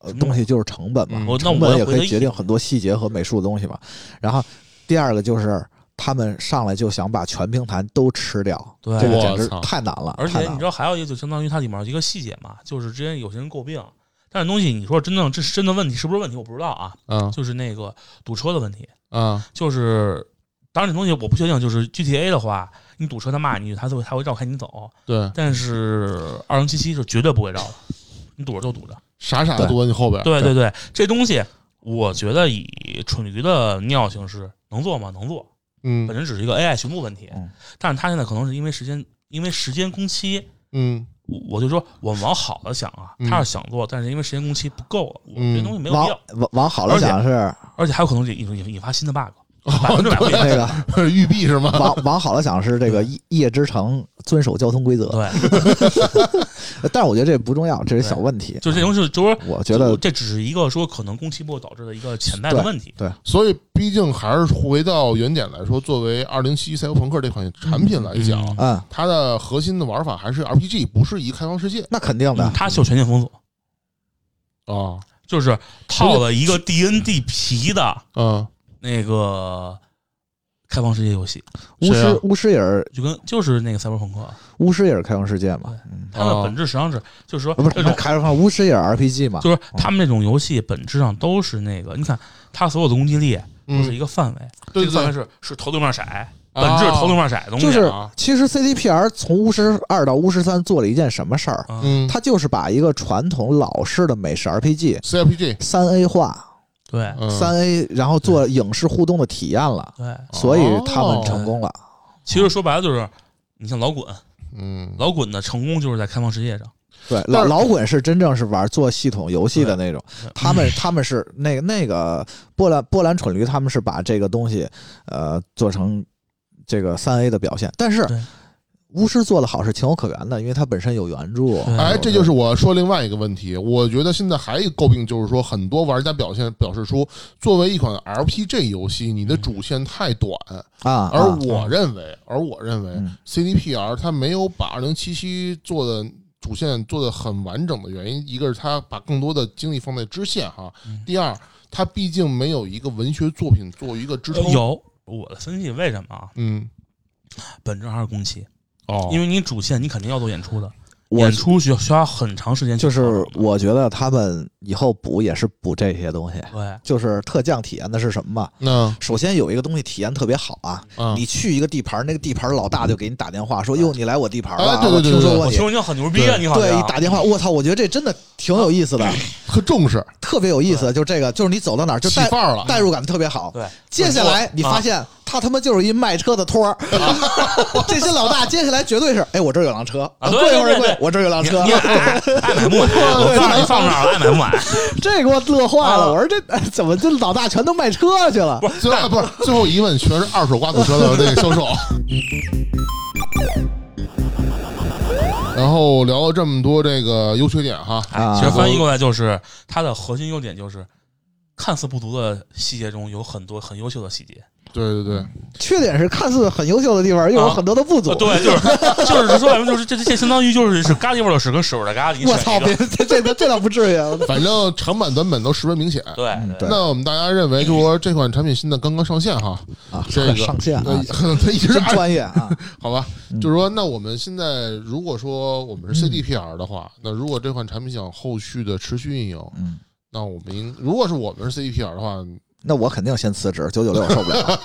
[SPEAKER 5] 呃
[SPEAKER 6] 嗯
[SPEAKER 5] 东西就是成本嘛
[SPEAKER 1] 嗯，
[SPEAKER 6] 我那
[SPEAKER 5] 成
[SPEAKER 6] 我
[SPEAKER 5] 本
[SPEAKER 6] 要
[SPEAKER 5] 也
[SPEAKER 6] 回
[SPEAKER 5] 可
[SPEAKER 6] 到
[SPEAKER 5] 以决定
[SPEAKER 6] 一
[SPEAKER 5] 很多细节和美术的东西嘛。然后第二个就是他们上来就想把全平台都吃掉，
[SPEAKER 6] 对
[SPEAKER 5] 这个简直
[SPEAKER 1] 我操
[SPEAKER 5] 太难了，
[SPEAKER 6] 而
[SPEAKER 5] 太
[SPEAKER 6] 且
[SPEAKER 5] 难
[SPEAKER 6] 你知
[SPEAKER 5] 了。
[SPEAKER 6] 道还有一个，就相当于它里面一个细节嘛，就是之前有些人诟病，但是东西你说真正这是真的问题是不是问题，我不知道啊。
[SPEAKER 1] 啊
[SPEAKER 6] 就是那个堵车的问题，
[SPEAKER 1] 啊，
[SPEAKER 6] 就是当然这东西我不确定，就是 GTA 的话，你堵车他骂你，他就会他会绕开你走，
[SPEAKER 1] 对，
[SPEAKER 6] 但是二零七七是绝对不会绕的，你堵着就堵着。
[SPEAKER 1] 傻傻的躲在你后边，
[SPEAKER 6] 对对对，这东西我觉得以蠢驴的尿性是能做吗？能做，
[SPEAKER 1] 嗯
[SPEAKER 6] 本身只是一个 AI 寻路问题
[SPEAKER 5] 嗯，
[SPEAKER 6] 但是它现在可能是因为时间，因为时间工期，
[SPEAKER 1] 嗯
[SPEAKER 6] 我我就说我往好的想啊，
[SPEAKER 1] 嗯
[SPEAKER 6] 他是想做，但是因为时间工期不够了，我
[SPEAKER 1] 嗯
[SPEAKER 6] 这东西没有
[SPEAKER 5] 往
[SPEAKER 6] 必要，
[SPEAKER 5] 往往好了
[SPEAKER 6] 而且
[SPEAKER 5] 想是
[SPEAKER 6] 而且还有可能引引引发新的 bug，百分之 百不一定
[SPEAKER 5] 那 个
[SPEAKER 1] 玉璧是吗？
[SPEAKER 5] 往往好了想是这个夜夜之城遵守交通规则，
[SPEAKER 6] 对，
[SPEAKER 5] 但是我觉得这不重要，这是小问题。
[SPEAKER 6] 就这东西就是。
[SPEAKER 5] 我觉得
[SPEAKER 6] 这只是一个说可能工期不够导致的一个潜在的问题，
[SPEAKER 1] 所以，毕竟还是回到原点来说，作为二零七一赛博朋克这款产品来讲，
[SPEAKER 6] 嗯
[SPEAKER 5] 嗯，
[SPEAKER 1] 它的核心的玩法还是 RPG，不是以开放世界
[SPEAKER 5] 那肯定的
[SPEAKER 6] 嗯，它是有全境封锁，
[SPEAKER 1] 啊，
[SPEAKER 6] 就是套了一个 D N D 皮的
[SPEAKER 1] 嗯
[SPEAKER 6] 那个开放世界游戏，
[SPEAKER 5] 巫
[SPEAKER 1] 谁啊
[SPEAKER 5] 师巫师也是
[SPEAKER 6] 就跟就是那个赛博朋克，啊
[SPEAKER 5] 巫师也是开放世界嘛，嗯，
[SPEAKER 6] 它的
[SPEAKER 1] 哦
[SPEAKER 6] 本质实际上是就是说
[SPEAKER 5] 啊不
[SPEAKER 6] 这
[SPEAKER 5] 是
[SPEAKER 6] 种
[SPEAKER 5] 开放巫师也是 RPG 嘛，
[SPEAKER 6] 就是他们这种游戏本质上都是那个，你看它所有的攻击力都是
[SPEAKER 1] 嗯，
[SPEAKER 6] 一个范围，
[SPEAKER 1] 对
[SPEAKER 6] 这个范围
[SPEAKER 1] 对，
[SPEAKER 6] 是是头对面色，本质是头对面色的东西，
[SPEAKER 5] 就是
[SPEAKER 1] 啊
[SPEAKER 5] 其实 CDPR 从巫师二到巫师三做了一件什么事儿？
[SPEAKER 6] 嗯，
[SPEAKER 1] 嗯
[SPEAKER 5] 它就是把一个传统老式的美式 RPG
[SPEAKER 1] ，CRPG，
[SPEAKER 5] 三 A 化，
[SPEAKER 6] 对
[SPEAKER 1] 嗯
[SPEAKER 5] 三 A 然后做影视互动的体验了，
[SPEAKER 6] 对。
[SPEAKER 5] 所以他们成功了。
[SPEAKER 6] 其实说白了就是，你像老滚，
[SPEAKER 1] 嗯，
[SPEAKER 6] 老滚的成功就是在开放世界上，
[SPEAKER 5] 对，
[SPEAKER 1] 但
[SPEAKER 5] 老
[SPEAKER 1] 是
[SPEAKER 5] 老滚是真正是玩做系统游戏的那种，他
[SPEAKER 1] 嗯
[SPEAKER 5] 们他们是那个那个波兰波兰蠢驴，他们是把这个东西呃做成这个三 A 的表现，但是
[SPEAKER 6] 对。
[SPEAKER 5] 巫师做的好是情有可原的，因为它本身有原著。
[SPEAKER 6] 对
[SPEAKER 1] 哎，这就是我说另外一个问题。我觉得现在还有一个诟病，就是说很多玩家表现表示出，作为一款 RPG 游戏，你的主线太短。
[SPEAKER 5] 啊，
[SPEAKER 1] 而
[SPEAKER 5] 啊
[SPEAKER 1] 我认为，而我认为
[SPEAKER 5] 嗯
[SPEAKER 1] CDPR 它没有把二零七七做的主线做的很完整的原因，一个是它把更多的精力放在支线哈，第二，它毕竟没有一个文学作品作为一个支撑。
[SPEAKER 6] 有我的分析，为什么啊？
[SPEAKER 1] 嗯，
[SPEAKER 6] 本质还是工期，
[SPEAKER 1] 哦
[SPEAKER 6] 因为你主线你肯定要做演出的，
[SPEAKER 5] 我
[SPEAKER 6] 演出需要需要很长时间去
[SPEAKER 5] 就
[SPEAKER 6] 调整
[SPEAKER 5] 是
[SPEAKER 6] 的，
[SPEAKER 5] 我觉得他们以后补也是补这些东西，
[SPEAKER 6] 对
[SPEAKER 5] 就是特降体验的是什么嘛？
[SPEAKER 1] 那
[SPEAKER 5] 首先有一个东西体验特别好啊，
[SPEAKER 1] 啊，嗯
[SPEAKER 5] 你去一个地盘，那个地盘老大就给你打电话说：“哟，你来我地盘了啊，
[SPEAKER 1] 哎对对对
[SPEAKER 5] 我听说
[SPEAKER 1] 对
[SPEAKER 5] 过
[SPEAKER 6] 我
[SPEAKER 5] 你
[SPEAKER 6] 听。”你很牛逼啊，你好像
[SPEAKER 5] 对，一打电话，我操！我觉得这真的挺有意 思的，
[SPEAKER 1] 很重视，
[SPEAKER 5] 特别有意思。就这个，就是你走到哪儿就
[SPEAKER 1] 起
[SPEAKER 5] 带
[SPEAKER 1] 范儿了。
[SPEAKER 5] 代入感特别好。
[SPEAKER 6] 对，啊
[SPEAKER 5] 接下来你发现他他妈就是一卖车的 托儿。这些老大接下来绝对是，哎，我这儿有辆车，
[SPEAKER 6] 啊对
[SPEAKER 5] 贵
[SPEAKER 6] 对
[SPEAKER 5] 不是
[SPEAKER 6] 对
[SPEAKER 5] 贵？我这儿有辆
[SPEAKER 6] 你
[SPEAKER 5] 车
[SPEAKER 6] 你，爱爱买 不买？我告诉你放那儿了，爱买不买？
[SPEAKER 5] 这给我乐坏
[SPEAKER 6] 啊
[SPEAKER 5] 了。我说这 哎怎么这老大全都卖车去了？
[SPEAKER 6] 不是，
[SPEAKER 1] 最后啊不是最后一问，全是二手刮子车的那个销售。然后聊了这么多这个优缺点哈，
[SPEAKER 5] 啊
[SPEAKER 6] 其实翻译过来就是它的核心优点就是，看似不足的细节中有很多很优秀的细节。
[SPEAKER 1] 对对对，
[SPEAKER 5] 缺点是看似很优秀的地方，又有
[SPEAKER 6] 啊
[SPEAKER 5] 很多的不足。
[SPEAKER 6] 呃 对，就是就是说白了，就是这这这相当于就是是咖喱味儿的屎跟屎味儿的咖喱。你
[SPEAKER 5] 我
[SPEAKER 6] 选
[SPEAKER 5] 操，
[SPEAKER 6] 一个
[SPEAKER 5] 别这 这这倒不至于。啊我操
[SPEAKER 1] 反正长板短板都十分明显。
[SPEAKER 6] 对
[SPEAKER 5] 嗯对
[SPEAKER 1] 那我们大家认为，就是说这款产品现在刚刚上线哈，
[SPEAKER 5] 啊，
[SPEAKER 1] 这个
[SPEAKER 5] 上线
[SPEAKER 1] 呃
[SPEAKER 5] 啊，
[SPEAKER 1] 它一直是
[SPEAKER 5] 真专业啊。
[SPEAKER 1] 好吧
[SPEAKER 5] 嗯？
[SPEAKER 1] 就是说，那我们现在如果说我们是 CDPR 的话，那如果这款产品想后续的持续运营，
[SPEAKER 5] 嗯
[SPEAKER 1] 那我们应如果是我们是 CDPR 的话，
[SPEAKER 5] 那我肯定先辞职，九九六我受不了。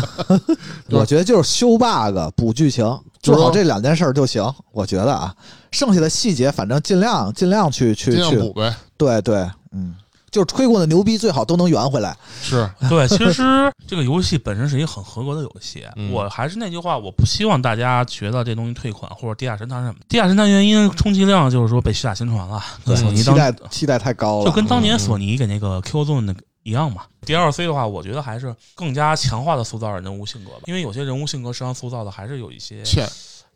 [SPEAKER 5] 我觉得就是修 bug、补剧情，做好这两件事儿就行。我觉得啊，剩下的细节反正尽量尽量去去
[SPEAKER 1] 尽量
[SPEAKER 5] 去
[SPEAKER 1] 补，呗。
[SPEAKER 5] 对对，嗯，就是吹过的牛逼最好都能圆回来。
[SPEAKER 1] 是，
[SPEAKER 6] 对，其实这个游戏本身是一个很合格的游戏。
[SPEAKER 1] 嗯
[SPEAKER 6] 我还是那句话，我不希望大家觉得这东西退款或者地下神探是什么。地下神探原因充其量就是说被虚假宣传了，
[SPEAKER 5] 对，
[SPEAKER 6] 索尼
[SPEAKER 5] 期
[SPEAKER 6] 当
[SPEAKER 5] 待期待太高了，
[SPEAKER 6] 就跟当年
[SPEAKER 1] 嗯
[SPEAKER 6] 索尼给那个 Q Zone 那个一样嘛。DLC 的话，我觉得还是更加强化的塑造人物性格吧，因为有些人物性格实际上塑造的还是有一些
[SPEAKER 1] 欠，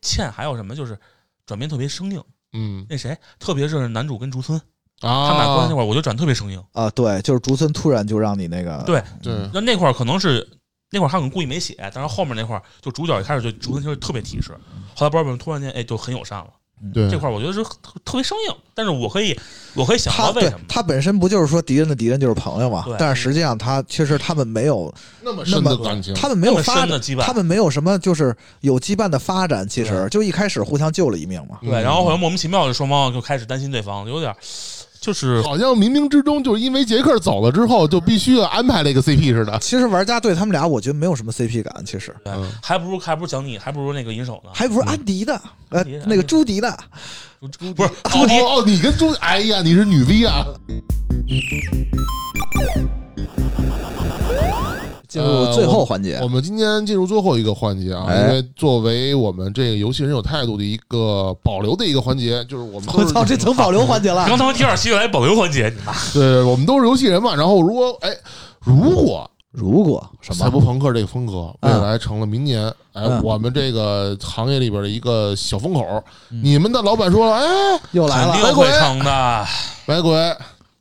[SPEAKER 6] 欠，还有什么就是转变特别生硬。
[SPEAKER 1] 嗯
[SPEAKER 6] 那谁，特别是男主跟竹村，
[SPEAKER 1] 啊，
[SPEAKER 6] 他们俩关系那块儿，我觉得转特别生硬。
[SPEAKER 5] 啊，对，就是竹村突然就让你那个
[SPEAKER 6] 对
[SPEAKER 1] 对，
[SPEAKER 6] 那那块儿可能是那块儿他可能故意没写，但是后面那块儿就主角一开始就主角就是特别提示，后来不知道为什么突然间哎就很友善了。
[SPEAKER 1] 对
[SPEAKER 6] 这块儿我觉得是特特别生硬，但是我可以我可以想
[SPEAKER 5] 他
[SPEAKER 6] 到为
[SPEAKER 5] 对
[SPEAKER 6] 什么。
[SPEAKER 5] 他本身不就是说敌人的敌人就是朋友嘛
[SPEAKER 6] 对？
[SPEAKER 5] 但是实际上他其实他们没有
[SPEAKER 1] 那么
[SPEAKER 5] 那
[SPEAKER 1] 深
[SPEAKER 5] 么
[SPEAKER 1] 的感情，
[SPEAKER 5] 他们没有
[SPEAKER 6] 那么
[SPEAKER 5] 发
[SPEAKER 6] 深的羁绊
[SPEAKER 5] 他们没有什么就是有羁绊的发展，其实就一开始互相救了一命嘛。
[SPEAKER 6] 对，然后好像莫名其妙的双方就开始担心对方，有点儿就是
[SPEAKER 1] 好像冥冥之中就是因为杰克走了之后，就必须要安排了一个 CP 似的。
[SPEAKER 5] 其实玩家对他们俩，我觉得没有什么 CP 感，其实
[SPEAKER 6] 对还不如还不如讲你，还不如那个银手呢，
[SPEAKER 5] 还不如安迪的，呃
[SPEAKER 6] 嗯迪，
[SPEAKER 5] 那个朱迪的，
[SPEAKER 6] 不是奥迪
[SPEAKER 1] 哦，哦你跟朱，哎呀，你是女 V 啊？
[SPEAKER 5] 进入呃最后环节
[SPEAKER 1] 我。们今天进入最后一个环节啊，
[SPEAKER 5] 哎
[SPEAKER 1] 因为作为我们这个游戏人有态度的一个保留的一个环节，就是我们
[SPEAKER 5] 我
[SPEAKER 1] 都是
[SPEAKER 5] 操，这成保留环节了
[SPEAKER 6] 刚。他妈第二期又来保留环节，你妈！
[SPEAKER 1] 对，我们都是游戏人嘛。然后如果哎，如果
[SPEAKER 5] 如果什
[SPEAKER 1] 赛博
[SPEAKER 5] 么
[SPEAKER 1] 朋克这个风格未来成了明年哎
[SPEAKER 5] 嗯
[SPEAKER 1] 我们这个行业里边的一个小风口，
[SPEAKER 6] 嗯
[SPEAKER 1] 你们的老板说了，哎，
[SPEAKER 5] 又来
[SPEAKER 6] 肯
[SPEAKER 5] 了，
[SPEAKER 6] 定会成的。
[SPEAKER 1] 白鬼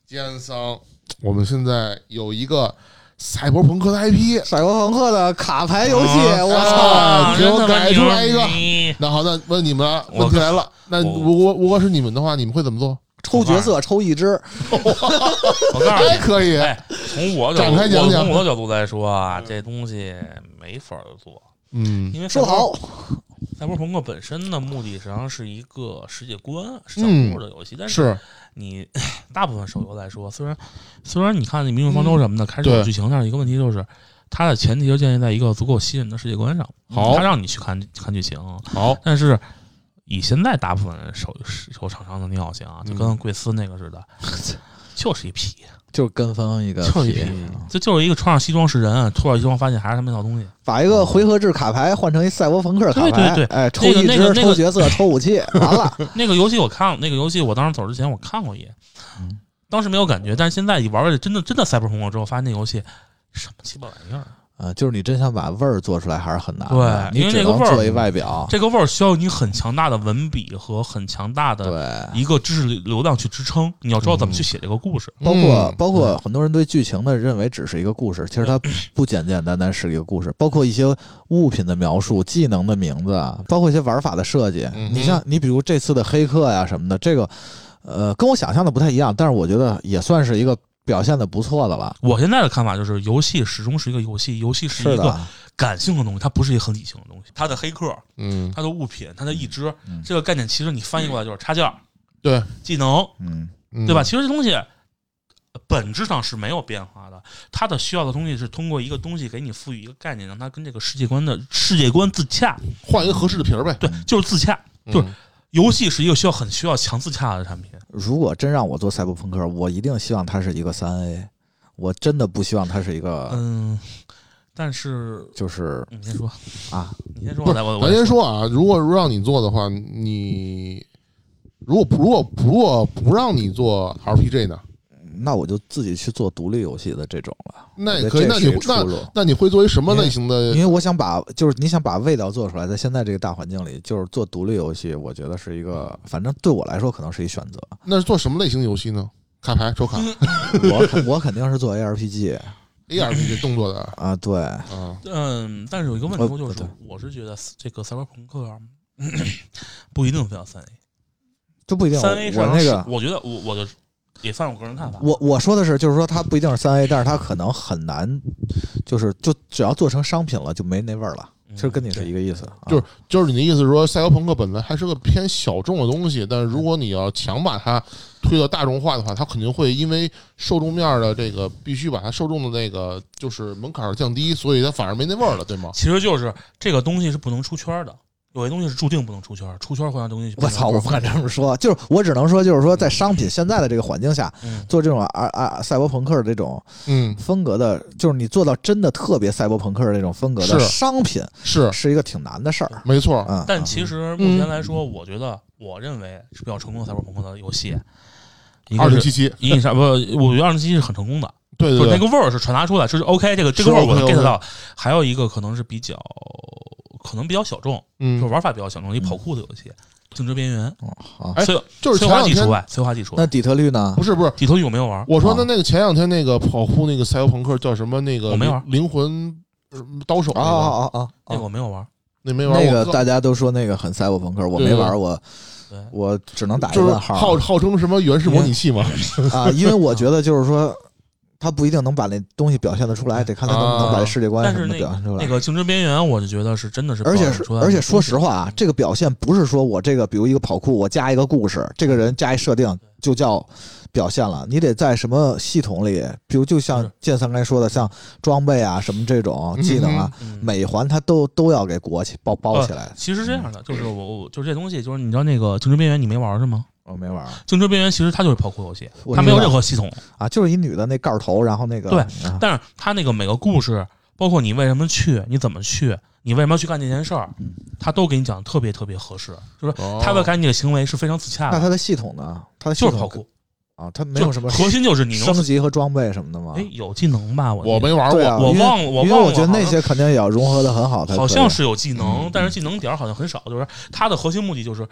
[SPEAKER 1] 奸商，我们现在有一个赛博朋克的 IP，
[SPEAKER 5] 赛博朋克的卡牌游戏，
[SPEAKER 6] 嗯
[SPEAKER 5] 我操！
[SPEAKER 6] 啊
[SPEAKER 1] 给我
[SPEAKER 6] 真他妈
[SPEAKER 1] 改出来一个
[SPEAKER 6] 牛逼
[SPEAKER 1] 那好，那问你们了，
[SPEAKER 6] 我
[SPEAKER 1] 问题来了，那
[SPEAKER 6] 我
[SPEAKER 1] 如果如果是你们的话，你们会怎么做？
[SPEAKER 5] 抽角色，抽一只，
[SPEAKER 6] 我告诉
[SPEAKER 1] 还
[SPEAKER 6] 你，
[SPEAKER 1] 可 以，
[SPEAKER 6] 哎，从我角
[SPEAKER 1] 展
[SPEAKER 6] 度，
[SPEAKER 1] 开讲
[SPEAKER 6] 我
[SPEAKER 1] 讲
[SPEAKER 6] 从我角度来说啊，这东西没法儿做，
[SPEAKER 1] 嗯
[SPEAKER 6] 因为赛
[SPEAKER 5] 说
[SPEAKER 6] 博
[SPEAKER 5] 得好，
[SPEAKER 6] 赛博朋克本身的目的实际上是一个世界观，是讲故事的游戏。但是
[SPEAKER 1] 嗯是
[SPEAKER 6] 你 大部分手游来说，虽然虽然你看那《明日方舟》什么的开始
[SPEAKER 1] 嗯对
[SPEAKER 6] 有剧情，但是一个问题就是。它的前提就建立在一个足够吸引人的世界观上，
[SPEAKER 1] 好
[SPEAKER 6] 它让你去看看剧情，
[SPEAKER 1] 好，
[SPEAKER 6] 但是以现在大部分手手厂商的尿性啊，就跟
[SPEAKER 1] 嗯
[SPEAKER 6] 贵司那个 似的，就是一批，
[SPEAKER 5] 就跟风一个
[SPEAKER 6] 就是一批，这就是一个穿上西装是人，啊脱上西装发现还是他们那套东西。
[SPEAKER 5] 把一个回合制卡牌换成一赛博朋克卡牌，
[SPEAKER 6] 对对对
[SPEAKER 5] 哎，抽一
[SPEAKER 6] 那个那个
[SPEAKER 5] 只，抽角色，抽武 器，完了，
[SPEAKER 6] 那个游戏我看，那个游戏我当时走之前我看过一眼，
[SPEAKER 5] 嗯
[SPEAKER 6] 当时没有感觉，但是现在一玩玩，真的真的赛博朋克之后，发现那游戏什么鸡巴玩意儿，
[SPEAKER 5] 啊，就是你真想把味儿做出来还是很难
[SPEAKER 6] 的对你因为只那个能味儿做一
[SPEAKER 5] 外表，
[SPEAKER 6] 这个味儿需要你很强大的文笔和很强大的
[SPEAKER 5] 对。嗯
[SPEAKER 6] 一个知识流量去支撑，你要知道怎么去写这个故事。
[SPEAKER 5] 包括
[SPEAKER 1] 嗯
[SPEAKER 5] 包括很多人对剧情的认为只是一个故事，其实它不简简单单是一个故事，包括一些物品的描述、技能的名字，啊包括一些玩法的设计
[SPEAKER 1] 嗯。哼
[SPEAKER 5] 你像你比如这次的黑客呀什么的，这个呃跟我想象的不太一样，但是我觉得也算是一个表现的不错的了。
[SPEAKER 6] 我现在的看法就是，游戏始终是一个游戏，游戏是
[SPEAKER 5] 是
[SPEAKER 6] 一
[SPEAKER 5] 的
[SPEAKER 6] 个，感性的东西，它不是一个很理性的东西。它的黑客，
[SPEAKER 1] 嗯，
[SPEAKER 6] 它的物品，它的一只
[SPEAKER 5] 嗯，
[SPEAKER 6] 这个概念其实你翻译过来就是插件儿、
[SPEAKER 1] 对，
[SPEAKER 6] 技能，
[SPEAKER 5] 嗯，
[SPEAKER 1] 嗯
[SPEAKER 6] 对吧？？其实这东西呃本质上是没有变化的，它的需要的东西是通过一个东西给你赋予一个概念，让它跟这个世界观的世界观自洽。
[SPEAKER 1] 换一个合适的皮儿呗，
[SPEAKER 6] 对，就是自洽。就是
[SPEAKER 1] 嗯
[SPEAKER 6] 游戏是一个需要很需要强自洽的产品。
[SPEAKER 5] 如果真让我做赛博朋克，我一定希望它是一个三 A，我真的不希望它是一个
[SPEAKER 6] 嗯，但是
[SPEAKER 5] 就是
[SPEAKER 6] 你先说，
[SPEAKER 5] 啊，
[SPEAKER 6] 你先说，
[SPEAKER 1] 不是
[SPEAKER 6] 来我我
[SPEAKER 1] 咱先说啊，如果让你做的话，你如果不如果不如果不让你做 RPG 呢？
[SPEAKER 5] 那我就自己去做独立游戏的这种了。
[SPEAKER 1] 那
[SPEAKER 5] 我
[SPEAKER 1] 也可以，
[SPEAKER 5] 觉得这
[SPEAKER 1] 那
[SPEAKER 5] 是
[SPEAKER 1] 你
[SPEAKER 5] 一出
[SPEAKER 1] 那
[SPEAKER 5] 路
[SPEAKER 1] 那你会作为什么类型的
[SPEAKER 5] 因？为我想把，就是你想把味道做出来，在现在这个大环境里，就是做独立游戏，我觉得是一个，反正对我来说可能是一 选择。
[SPEAKER 1] 那是做什么类型游戏呢？卡牌、抽卡、
[SPEAKER 5] 我肯我肯定是做 ARPG
[SPEAKER 1] ARPG 动作的
[SPEAKER 5] 啊，对，
[SPEAKER 1] 啊，
[SPEAKER 6] 嗯，但是有一个问题，
[SPEAKER 5] 呃
[SPEAKER 6] 就是
[SPEAKER 5] 对
[SPEAKER 6] 我是觉得这个赛博朋克不一定非要三 A，
[SPEAKER 5] 就不一定。我
[SPEAKER 6] 三 A
[SPEAKER 5] 我那个，
[SPEAKER 6] 我觉得我我就也算我个人看法，嗯
[SPEAKER 5] 我我说的是，就是说它不一定是三 A，但是它可能很难，就是就只要做成商品了，就没那味儿了。
[SPEAKER 6] 嗯
[SPEAKER 5] 其实跟你是一个意思，
[SPEAKER 1] 就是
[SPEAKER 5] 啊
[SPEAKER 1] 就是你的意思是说，赛博朋克本来还是个偏小众的东西，但是如果你要强把它推到大众化的话，它肯定会因为受众面儿的这个必须把它受众的那个就是门槛儿降低，所以它反而没那味儿了，对吗？
[SPEAKER 6] 其实就是这个东西是不能出圈儿的，有些东西是注定不能出圈儿，出圈儿会让东西
[SPEAKER 5] 我
[SPEAKER 6] 变成
[SPEAKER 5] 操，我不敢这么说，就是我只能说，就是说在商品现在的这个环境下，
[SPEAKER 6] 嗯
[SPEAKER 5] 做这种啊啊赛博朋克的这种
[SPEAKER 1] 嗯，
[SPEAKER 5] 风格的，就是你做到真的特别赛博朋克的这种风格
[SPEAKER 1] 是
[SPEAKER 5] 的商品，
[SPEAKER 1] 是
[SPEAKER 5] 是一个挺难的事儿。
[SPEAKER 1] 没错儿，
[SPEAKER 5] 嗯，
[SPEAKER 6] 但
[SPEAKER 5] 嗯
[SPEAKER 6] 其实目前来说，我觉得我认为是比较成功的赛博朋克的游戏，一
[SPEAKER 1] 二
[SPEAKER 6] 个
[SPEAKER 1] 零
[SPEAKER 6] 是
[SPEAKER 1] 七七，
[SPEAKER 6] 《银翼杀》不，我觉得《二零七七》是很成功的，
[SPEAKER 1] 对
[SPEAKER 6] 就
[SPEAKER 1] 对
[SPEAKER 6] 是那
[SPEAKER 1] 对，
[SPEAKER 6] 个味儿是传达出来，就是 OK，这个这个
[SPEAKER 1] 是
[SPEAKER 6] 味儿我能
[SPEAKER 1] OK，OK
[SPEAKER 6] get 到。还有一个可能是比较可能比较小众，就
[SPEAKER 1] 嗯
[SPEAKER 6] 是，玩法比较小众，一跑酷的游戏，《竞争边缘
[SPEAKER 5] 嗯好》
[SPEAKER 1] 哎
[SPEAKER 6] 催
[SPEAKER 1] 就是
[SPEAKER 6] 催
[SPEAKER 1] 前
[SPEAKER 6] 化
[SPEAKER 1] 两
[SPEAKER 6] 剂除
[SPEAKER 1] 天
[SPEAKER 6] 外，催化剂除
[SPEAKER 5] 那
[SPEAKER 6] 外。
[SPEAKER 5] 底特律呢
[SPEAKER 1] 不？是不是，
[SPEAKER 6] 底头我没有玩，
[SPEAKER 1] 我说
[SPEAKER 5] 啊
[SPEAKER 1] 的那个前两天那个跑酷那个赛博朋克叫什么？那个
[SPEAKER 6] 我没玩
[SPEAKER 1] 灵灵魂呃刀手
[SPEAKER 5] 啊
[SPEAKER 1] 那个
[SPEAKER 5] 啊啊啊！
[SPEAKER 6] 那个
[SPEAKER 5] 啊
[SPEAKER 6] 我没有玩。
[SPEAKER 1] 那没玩
[SPEAKER 5] 那
[SPEAKER 1] 过，
[SPEAKER 5] 个大家都说那个很赛博朋克，我
[SPEAKER 1] 对
[SPEAKER 5] 没
[SPEAKER 1] 对
[SPEAKER 5] 玩，我
[SPEAKER 6] 对，
[SPEAKER 5] 我只能打一
[SPEAKER 1] 就是
[SPEAKER 5] 问号
[SPEAKER 1] 号号称什么原始模拟器嘛？
[SPEAKER 5] 啊，因为我觉得就是说，他不一定能把那东西表现得出来，得看他能不能把这世界观
[SPEAKER 6] 但
[SPEAKER 5] 什
[SPEAKER 6] 是
[SPEAKER 5] 么
[SPEAKER 6] 那
[SPEAKER 5] 的表现
[SPEAKER 6] 个
[SPEAKER 5] 出
[SPEAKER 6] 那
[SPEAKER 5] 来。
[SPEAKER 6] 个《竞争边缘》，我就觉得是真的是
[SPEAKER 5] 而且
[SPEAKER 6] 表
[SPEAKER 5] 是
[SPEAKER 6] 现出来的
[SPEAKER 5] 而且说实话
[SPEAKER 6] 东
[SPEAKER 5] 啊
[SPEAKER 6] 西，
[SPEAKER 5] 这个表现不是说我这个，比如一个跑酷，我加一个故事，这个人加一设定就叫表现了。你得在什么系统里，比如就像
[SPEAKER 6] 是
[SPEAKER 5] 剑三刚才说的，像装备啊什么这种
[SPEAKER 1] 嗯
[SPEAKER 5] 技能啊，
[SPEAKER 6] 嗯
[SPEAKER 5] 每一环它都都要给裹起包包起来。
[SPEAKER 6] 其实是这样的，就是
[SPEAKER 5] 嗯
[SPEAKER 6] 我我就是这东西，就是你知道那个《竞争边缘》，你没玩是吗？
[SPEAKER 5] 我没玩儿
[SPEAKER 6] 《竞争边缘》其实它就是跑酷游戏，
[SPEAKER 5] 我
[SPEAKER 6] 它没有
[SPEAKER 5] 知道
[SPEAKER 6] 任何系统，
[SPEAKER 5] 啊，就是一女的那盖儿头，然后那个
[SPEAKER 6] 对
[SPEAKER 5] 啊
[SPEAKER 6] 但是它那个每个故事，包括你为什么去，你怎么去，你为什么要去干这件事儿，
[SPEAKER 5] 嗯
[SPEAKER 6] 它都给你讲得特别特别合适，就是它
[SPEAKER 1] 的
[SPEAKER 6] 会感觉你的行为是非常自洽
[SPEAKER 5] 哦那
[SPEAKER 6] 的，
[SPEAKER 5] 它的系统呢？它的系
[SPEAKER 6] 就
[SPEAKER 5] 统
[SPEAKER 6] 是跑酷，
[SPEAKER 5] 啊，它没有什么
[SPEAKER 6] 核心就是你能
[SPEAKER 5] 升级和装备什么的吗
[SPEAKER 6] 哎？有技能吧？我
[SPEAKER 1] 我没玩
[SPEAKER 5] 对
[SPEAKER 1] 过，
[SPEAKER 5] 啊，
[SPEAKER 6] 我
[SPEAKER 5] 因为
[SPEAKER 6] 忘了我
[SPEAKER 5] 因为
[SPEAKER 6] 忘了
[SPEAKER 5] 我觉得
[SPEAKER 6] 好像
[SPEAKER 5] 那些肯定也要融合的很好才可以，啊嗯
[SPEAKER 6] 好像是有技能，但是技能点儿好像很少，就是它的核心目的就是。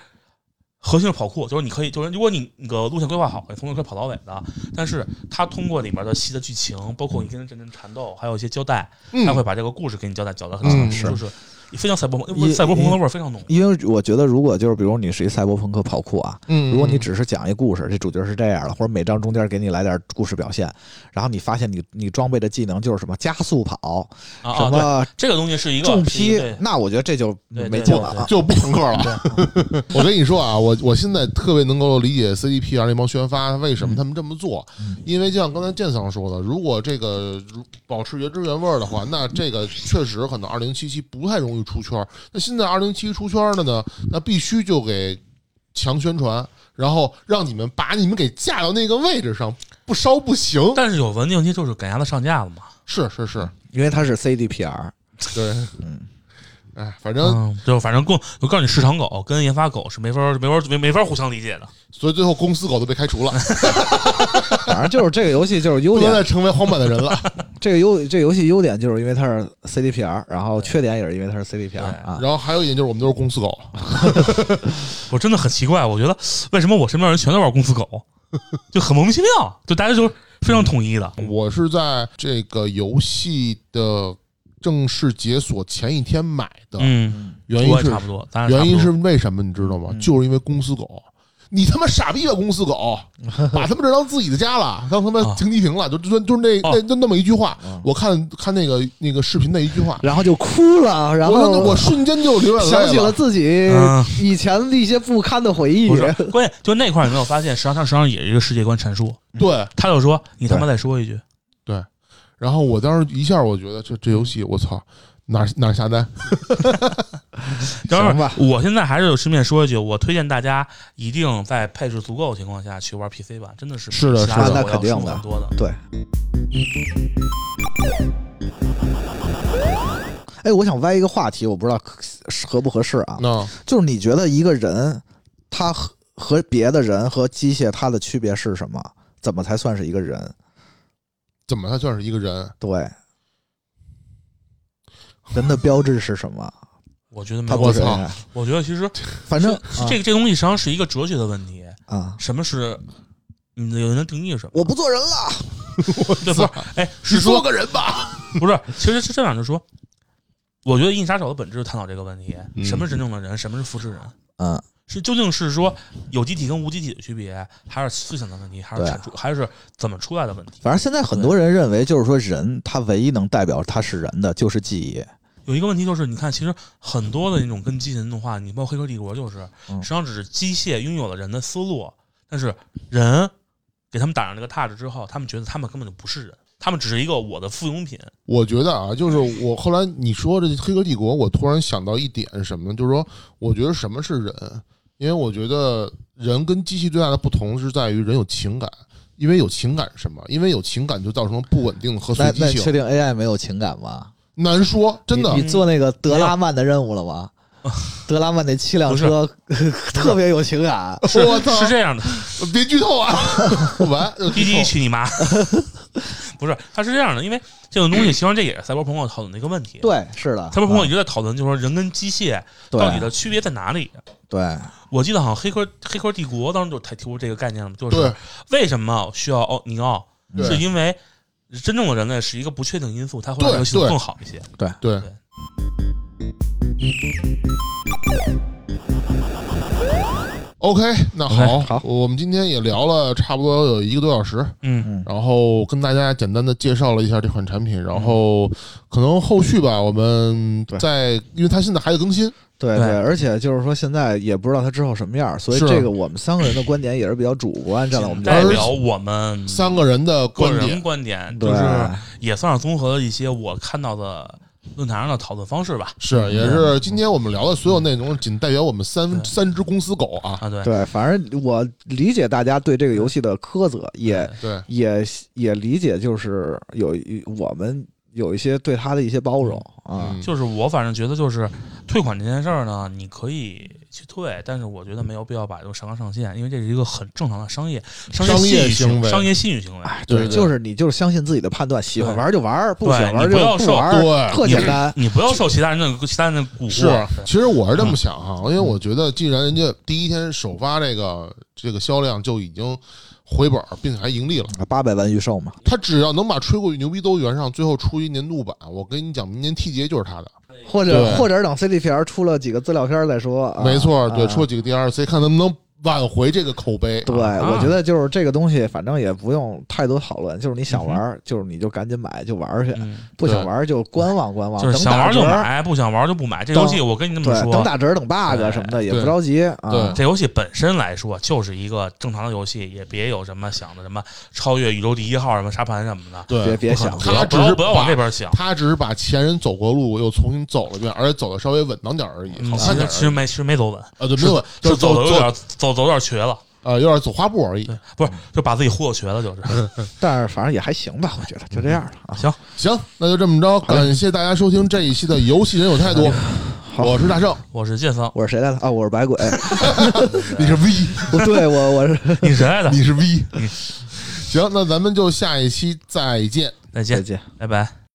[SPEAKER 6] 核心是跑酷，就是你可以，就是如果你那个路线规划好，你从头可以跑到尾的。但是它通过里面的细的剧情，包括你跟真人缠斗，还有一些交代，
[SPEAKER 1] 嗯
[SPEAKER 6] 他会把这个故事给你交代讲得很
[SPEAKER 1] 嗯
[SPEAKER 6] 清楚，就
[SPEAKER 5] 是
[SPEAKER 6] 是非常赛博朋
[SPEAKER 5] 也
[SPEAKER 6] 赛博朋克的味儿非常浓。
[SPEAKER 5] 因为我觉得，如果就是比如你是一赛博朋克跑酷啊，
[SPEAKER 1] 嗯，
[SPEAKER 5] 如果你只是讲一故事，这主角是这样的，或者每章中间给你来点故事表现，然后你发现你你装备的技能就是什么加速跑，
[SPEAKER 6] 啊
[SPEAKER 5] 什
[SPEAKER 6] 啊，对，
[SPEAKER 5] 么
[SPEAKER 6] 这个东西是一个
[SPEAKER 5] 重
[SPEAKER 6] 是一
[SPEAKER 5] 劈
[SPEAKER 6] 个对，
[SPEAKER 5] 那我觉得这就
[SPEAKER 6] 对对
[SPEAKER 5] 没
[SPEAKER 6] 对
[SPEAKER 5] 劲了啊。
[SPEAKER 1] 嗯 就不朋克了。 我跟你说啊，我我现在特别能够理解 CDP 啊那帮宣发为什么他们这么做，因为就像刚才建桑说的，如果这个如保持原汁原味儿的话，那这个确实可能二零七七不太容易出圈儿。那现在二零七出圈儿了呢，那必须就给强宣传，然后让你们把你们给架到那个位置上，不烧不行。
[SPEAKER 6] 但是有文定期就是赶鸭子上架了嘛。
[SPEAKER 1] 是是是，
[SPEAKER 5] 因为它是 CDPR，
[SPEAKER 1] 对，
[SPEAKER 5] 嗯，
[SPEAKER 1] 哎，反正
[SPEAKER 6] 嗯，就反正共，我告诉你，市场狗跟研发狗是没法没法没没法互相理解的。
[SPEAKER 1] 所以最后公司狗都被开除了，
[SPEAKER 5] 反正就是这个游戏就是优
[SPEAKER 1] 不能
[SPEAKER 5] 点
[SPEAKER 1] 再成为荒坂的 人了。
[SPEAKER 5] 这个优这个游戏优点就是因为它是 CDPR，然后缺点也是因为它是 CDPR 啊。
[SPEAKER 1] 然后还有一点就是我们都是公司狗。
[SPEAKER 6] 我真的很奇怪，我觉得为什么我身边人全都玩公司狗，就很莫名其妙，就大家就是非常统一的。
[SPEAKER 1] 我是在这个游戏的正式解锁前一天买的，
[SPEAKER 6] 嗯，
[SPEAKER 1] 原因
[SPEAKER 6] 我也
[SPEAKER 1] 是
[SPEAKER 6] 差不多，咱俩差
[SPEAKER 1] 原
[SPEAKER 6] 不
[SPEAKER 1] 因
[SPEAKER 6] 多
[SPEAKER 1] 是为什么你知道吗？
[SPEAKER 5] 嗯
[SPEAKER 1] 就是因为公司狗。你他妈傻逼吧，公 司狗，把他们这当自己的家了，当他妈
[SPEAKER 6] 啊
[SPEAKER 1] 停机坪了，就就就那
[SPEAKER 6] 哦
[SPEAKER 1] 那那那么一句话
[SPEAKER 5] 嗯，
[SPEAKER 1] 我看看那个那个视频那一句 话，
[SPEAKER 5] 然后就哭了，然
[SPEAKER 1] 我
[SPEAKER 5] 后
[SPEAKER 1] 我瞬间就流眼泪
[SPEAKER 5] 想起了自己
[SPEAKER 6] 嗯
[SPEAKER 5] 以前的一些不堪的回忆
[SPEAKER 6] 不。是关键，就那块儿有没有发现，实际上它实际上也是一个世界观阐述。
[SPEAKER 1] 对，
[SPEAKER 6] 他就说你他妈再说一句，
[SPEAKER 1] 然后我当时一下我觉得这这游戏我操哪儿哪儿下单，
[SPEAKER 6] 等
[SPEAKER 5] 行
[SPEAKER 6] 会儿
[SPEAKER 5] 吧，
[SPEAKER 6] 我现在还是顺便说一句，我推荐大家一定在配置足够的情况下去玩 PC 版，真的是
[SPEAKER 1] 是的
[SPEAKER 6] 比其他
[SPEAKER 5] 是的
[SPEAKER 6] 手游
[SPEAKER 5] 那肯定
[SPEAKER 6] 要舒服
[SPEAKER 5] 的
[SPEAKER 6] 很多的。
[SPEAKER 5] 对，哎，我想歪一个话题，我不知道合不合适啊。
[SPEAKER 1] 那
[SPEAKER 5] 就是你觉得一个人，他和和别的人和机械他的区别是什么？怎么才算是一个人？
[SPEAKER 1] 怎么才算是一个人？
[SPEAKER 5] 对，人的标志是什么？
[SPEAKER 6] 我觉得没
[SPEAKER 5] 他
[SPEAKER 6] 有
[SPEAKER 5] 不是
[SPEAKER 1] 我操
[SPEAKER 5] 人，
[SPEAKER 6] 我觉得其实
[SPEAKER 5] 反正
[SPEAKER 6] 是这个这个东西实际上是一个哲学的问题，
[SPEAKER 5] 啊啊，
[SPEAKER 6] 什么是你的有人的定义是什么？
[SPEAKER 5] 我不做人了。
[SPEAKER 6] 对吧？哎，
[SPEAKER 1] 你
[SPEAKER 6] 是
[SPEAKER 1] 做
[SPEAKER 6] 说
[SPEAKER 1] 个人吧。
[SPEAKER 6] 不是？其实是这样，就是说，我觉得《印杀手》的本质是探讨这个问题：
[SPEAKER 4] 嗯
[SPEAKER 6] 什么是真正的人，什么是复制人？
[SPEAKER 5] 嗯，
[SPEAKER 6] 是究竟是说有机体跟无机体的区别，还是思想的问题，还是
[SPEAKER 5] 对
[SPEAKER 6] 产出，还是怎么出来的问题？
[SPEAKER 5] 反正现在很多人认为，就是说人他唯一能代表他是人的就是记忆。
[SPEAKER 6] 有一个问题就是，你看，其实很多的那种跟机器人动画，你包括《黑客帝国》，就是
[SPEAKER 5] 嗯
[SPEAKER 6] 实际上只是机械拥有了人的思路，但是人给他们打上这个踏子之后，他们觉得他们根本就不是人，他们只是一个我的附庸品。
[SPEAKER 1] 我觉得啊，就是我后来你说这《黑客帝国》，我突然想到一点是什么呢？就是说，我觉得什么是人？因为我觉得人跟机器最大的不同是在于人有情感，因为有情感是什么？因为有情感就造成了不稳定和
[SPEAKER 5] 那
[SPEAKER 1] 随机
[SPEAKER 5] 那确
[SPEAKER 1] 性，
[SPEAKER 5] 定 AI 没有情感吗？
[SPEAKER 1] 难说，真的
[SPEAKER 5] 你，你做那个德拉曼的任务了吗？ 德拉曼那七辆车 特别有情感，
[SPEAKER 1] 是我操，
[SPEAKER 6] 是这样的，
[SPEAKER 1] 别剧 透啊！完，
[SPEAKER 6] 滴滴去你妈！ 不是，它是这样的，因为这种东西，其实这也是赛博朋克讨论的一个问题。，
[SPEAKER 5] 对，是的，
[SPEAKER 6] 赛博朋克一
[SPEAKER 5] 嗯
[SPEAKER 6] 直在讨论，就是说人跟机械到底
[SPEAKER 5] 对
[SPEAKER 6] 的区别在哪里？
[SPEAKER 5] 对，
[SPEAKER 6] 我记得好像《黑客黑客帝国》当时就才提出这个概念了，就是
[SPEAKER 1] 对
[SPEAKER 6] 为什么需要奥尼奥，
[SPEAKER 1] 对
[SPEAKER 6] 是因为真正的人类是一个不确定因素，它会让
[SPEAKER 1] 对
[SPEAKER 6] 这个系统
[SPEAKER 1] 对
[SPEAKER 6] 更好一些。
[SPEAKER 1] 对，OK，那好
[SPEAKER 5] OK，好
[SPEAKER 1] 我们今天也聊了差不多有一个多小时，
[SPEAKER 6] 嗯，
[SPEAKER 1] 然后跟大家简单的介绍了一下这款产品，然后可能后续吧，我们
[SPEAKER 5] 对
[SPEAKER 1] 在，因为它现在还有更新，
[SPEAKER 5] 对
[SPEAKER 6] 对
[SPEAKER 5] 对，而且就是说，现在也不知道他之后什么样儿，所以
[SPEAKER 1] 是
[SPEAKER 5] 这个我们三个人的观点也是比较主观，站在我们
[SPEAKER 6] 嗯
[SPEAKER 5] 这
[SPEAKER 6] 代
[SPEAKER 5] 儿
[SPEAKER 1] 而
[SPEAKER 6] 表我们
[SPEAKER 1] 三个人的
[SPEAKER 6] 个
[SPEAKER 1] 观
[SPEAKER 6] 人
[SPEAKER 1] 点，
[SPEAKER 6] 观点，
[SPEAKER 5] 对
[SPEAKER 6] 就是也算是综合了一些我看到的论坛上的讨论方式吧。
[SPEAKER 1] 是也是今天我们聊的所有内容，仅代表我们三
[SPEAKER 6] 对
[SPEAKER 1] 三只公司狗啊，
[SPEAKER 6] 啊，对，
[SPEAKER 5] 对，反正我理解大家对这个游戏的苛责，也
[SPEAKER 1] 对，
[SPEAKER 5] 也也理解，就是有一我们有一些对他的一些包容啊，
[SPEAKER 1] 嗯，
[SPEAKER 6] 就是我反正觉得就是退款这件事儿呢，你可以去退，但是我觉
[SPEAKER 1] 嗯
[SPEAKER 6] 得没有必要把这个上纲上线，因为这是一个很正常的商业商
[SPEAKER 1] 商业
[SPEAKER 6] 业信
[SPEAKER 1] 行
[SPEAKER 6] 誉
[SPEAKER 1] 为
[SPEAKER 6] 商业信誉行为。
[SPEAKER 5] 啊
[SPEAKER 1] 对，
[SPEAKER 5] 就是是你就是相信自己的判断，喜欢
[SPEAKER 6] 对
[SPEAKER 5] 玩就玩，不喜欢
[SPEAKER 6] 对
[SPEAKER 5] 玩
[SPEAKER 6] 你
[SPEAKER 5] 就
[SPEAKER 6] 不要受
[SPEAKER 5] 玩
[SPEAKER 1] 对
[SPEAKER 5] 儿，特简单。
[SPEAKER 6] 你不要受其他人的其他人的蛊惑。
[SPEAKER 1] 是
[SPEAKER 6] 对，
[SPEAKER 1] 其实我是这么想哈，因为我觉得既然人家第一天首发这个这个销量就已经回本儿，并且还盈利
[SPEAKER 6] 嗯
[SPEAKER 1] 了。
[SPEAKER 5] 八百万预售嘛，
[SPEAKER 1] 他只要能把吹过去牛逼都圆上，最后出一年度版，我跟你讲，明年 TGA 就是他的，
[SPEAKER 5] 或者
[SPEAKER 1] 对
[SPEAKER 5] 或者等 CDPR 出了几个资料片儿再说。啊
[SPEAKER 1] 没错，对，
[SPEAKER 5] 啊
[SPEAKER 1] 出了几个 DLC，看能不能挽回这个口碑。
[SPEAKER 5] 对，我觉得就是这个东西，反正也不用太多讨论，就是你想玩儿，就是你就赶紧买就玩儿去，
[SPEAKER 6] 嗯，
[SPEAKER 5] 不想玩儿就观望观望，
[SPEAKER 6] 就是
[SPEAKER 5] 等
[SPEAKER 6] 想
[SPEAKER 5] 打
[SPEAKER 6] 玩
[SPEAKER 5] 折
[SPEAKER 6] 就
[SPEAKER 5] 儿，
[SPEAKER 6] 买，不想玩就不买。这游戏我跟你这么
[SPEAKER 5] 对，等
[SPEAKER 6] 说，哎
[SPEAKER 5] 打折儿等 bug 什么的也不
[SPEAKER 1] 对
[SPEAKER 5] 着急啊
[SPEAKER 1] 对。
[SPEAKER 6] 这游戏本身来说就是一个正常的游戏，也别有什么想的什么超越宇宙第一号什么沙盘什么的，
[SPEAKER 5] 别
[SPEAKER 1] 对，
[SPEAKER 5] 别想，
[SPEAKER 6] 不
[SPEAKER 1] 他
[SPEAKER 6] 要
[SPEAKER 1] 只
[SPEAKER 6] 不
[SPEAKER 1] 是
[SPEAKER 6] 要不要往
[SPEAKER 1] 把
[SPEAKER 6] 这边想。
[SPEAKER 1] 他只是把前人走过的路又重新走了一遍，而且走的稍微稳当点儿而已，
[SPEAKER 6] 嗯，
[SPEAKER 1] 好
[SPEAKER 6] 其
[SPEAKER 1] 看
[SPEAKER 6] 实
[SPEAKER 1] 点儿
[SPEAKER 6] 其
[SPEAKER 1] 而
[SPEAKER 6] 实
[SPEAKER 1] 已。
[SPEAKER 6] 没其实没走稳，
[SPEAKER 1] 啊，对，没有，
[SPEAKER 6] 是
[SPEAKER 1] 就
[SPEAKER 6] 走的有
[SPEAKER 1] 走
[SPEAKER 6] 点走走有点瘸了，
[SPEAKER 1] 呃，有点走花步而已。
[SPEAKER 6] 对，不是就把自己忽悠瘸了， 就是。
[SPEAKER 5] 但是反正也还行吧，我觉得就这样了啊。
[SPEAKER 1] 行，那就这么着，感谢大家收听这一期的《游戏人有
[SPEAKER 6] 哎
[SPEAKER 1] 态度》，我是大圣，
[SPEAKER 6] 我是剑桑，
[SPEAKER 5] 我是谁来的啊？我是白鬼，
[SPEAKER 1] 你是 V，
[SPEAKER 5] 不对，我我是
[SPEAKER 6] 你谁来的？
[SPEAKER 1] 你是 V。行，那咱们就下一期再见。
[SPEAKER 6] 再
[SPEAKER 5] 再
[SPEAKER 6] 见，
[SPEAKER 5] 见。
[SPEAKER 6] 拜拜。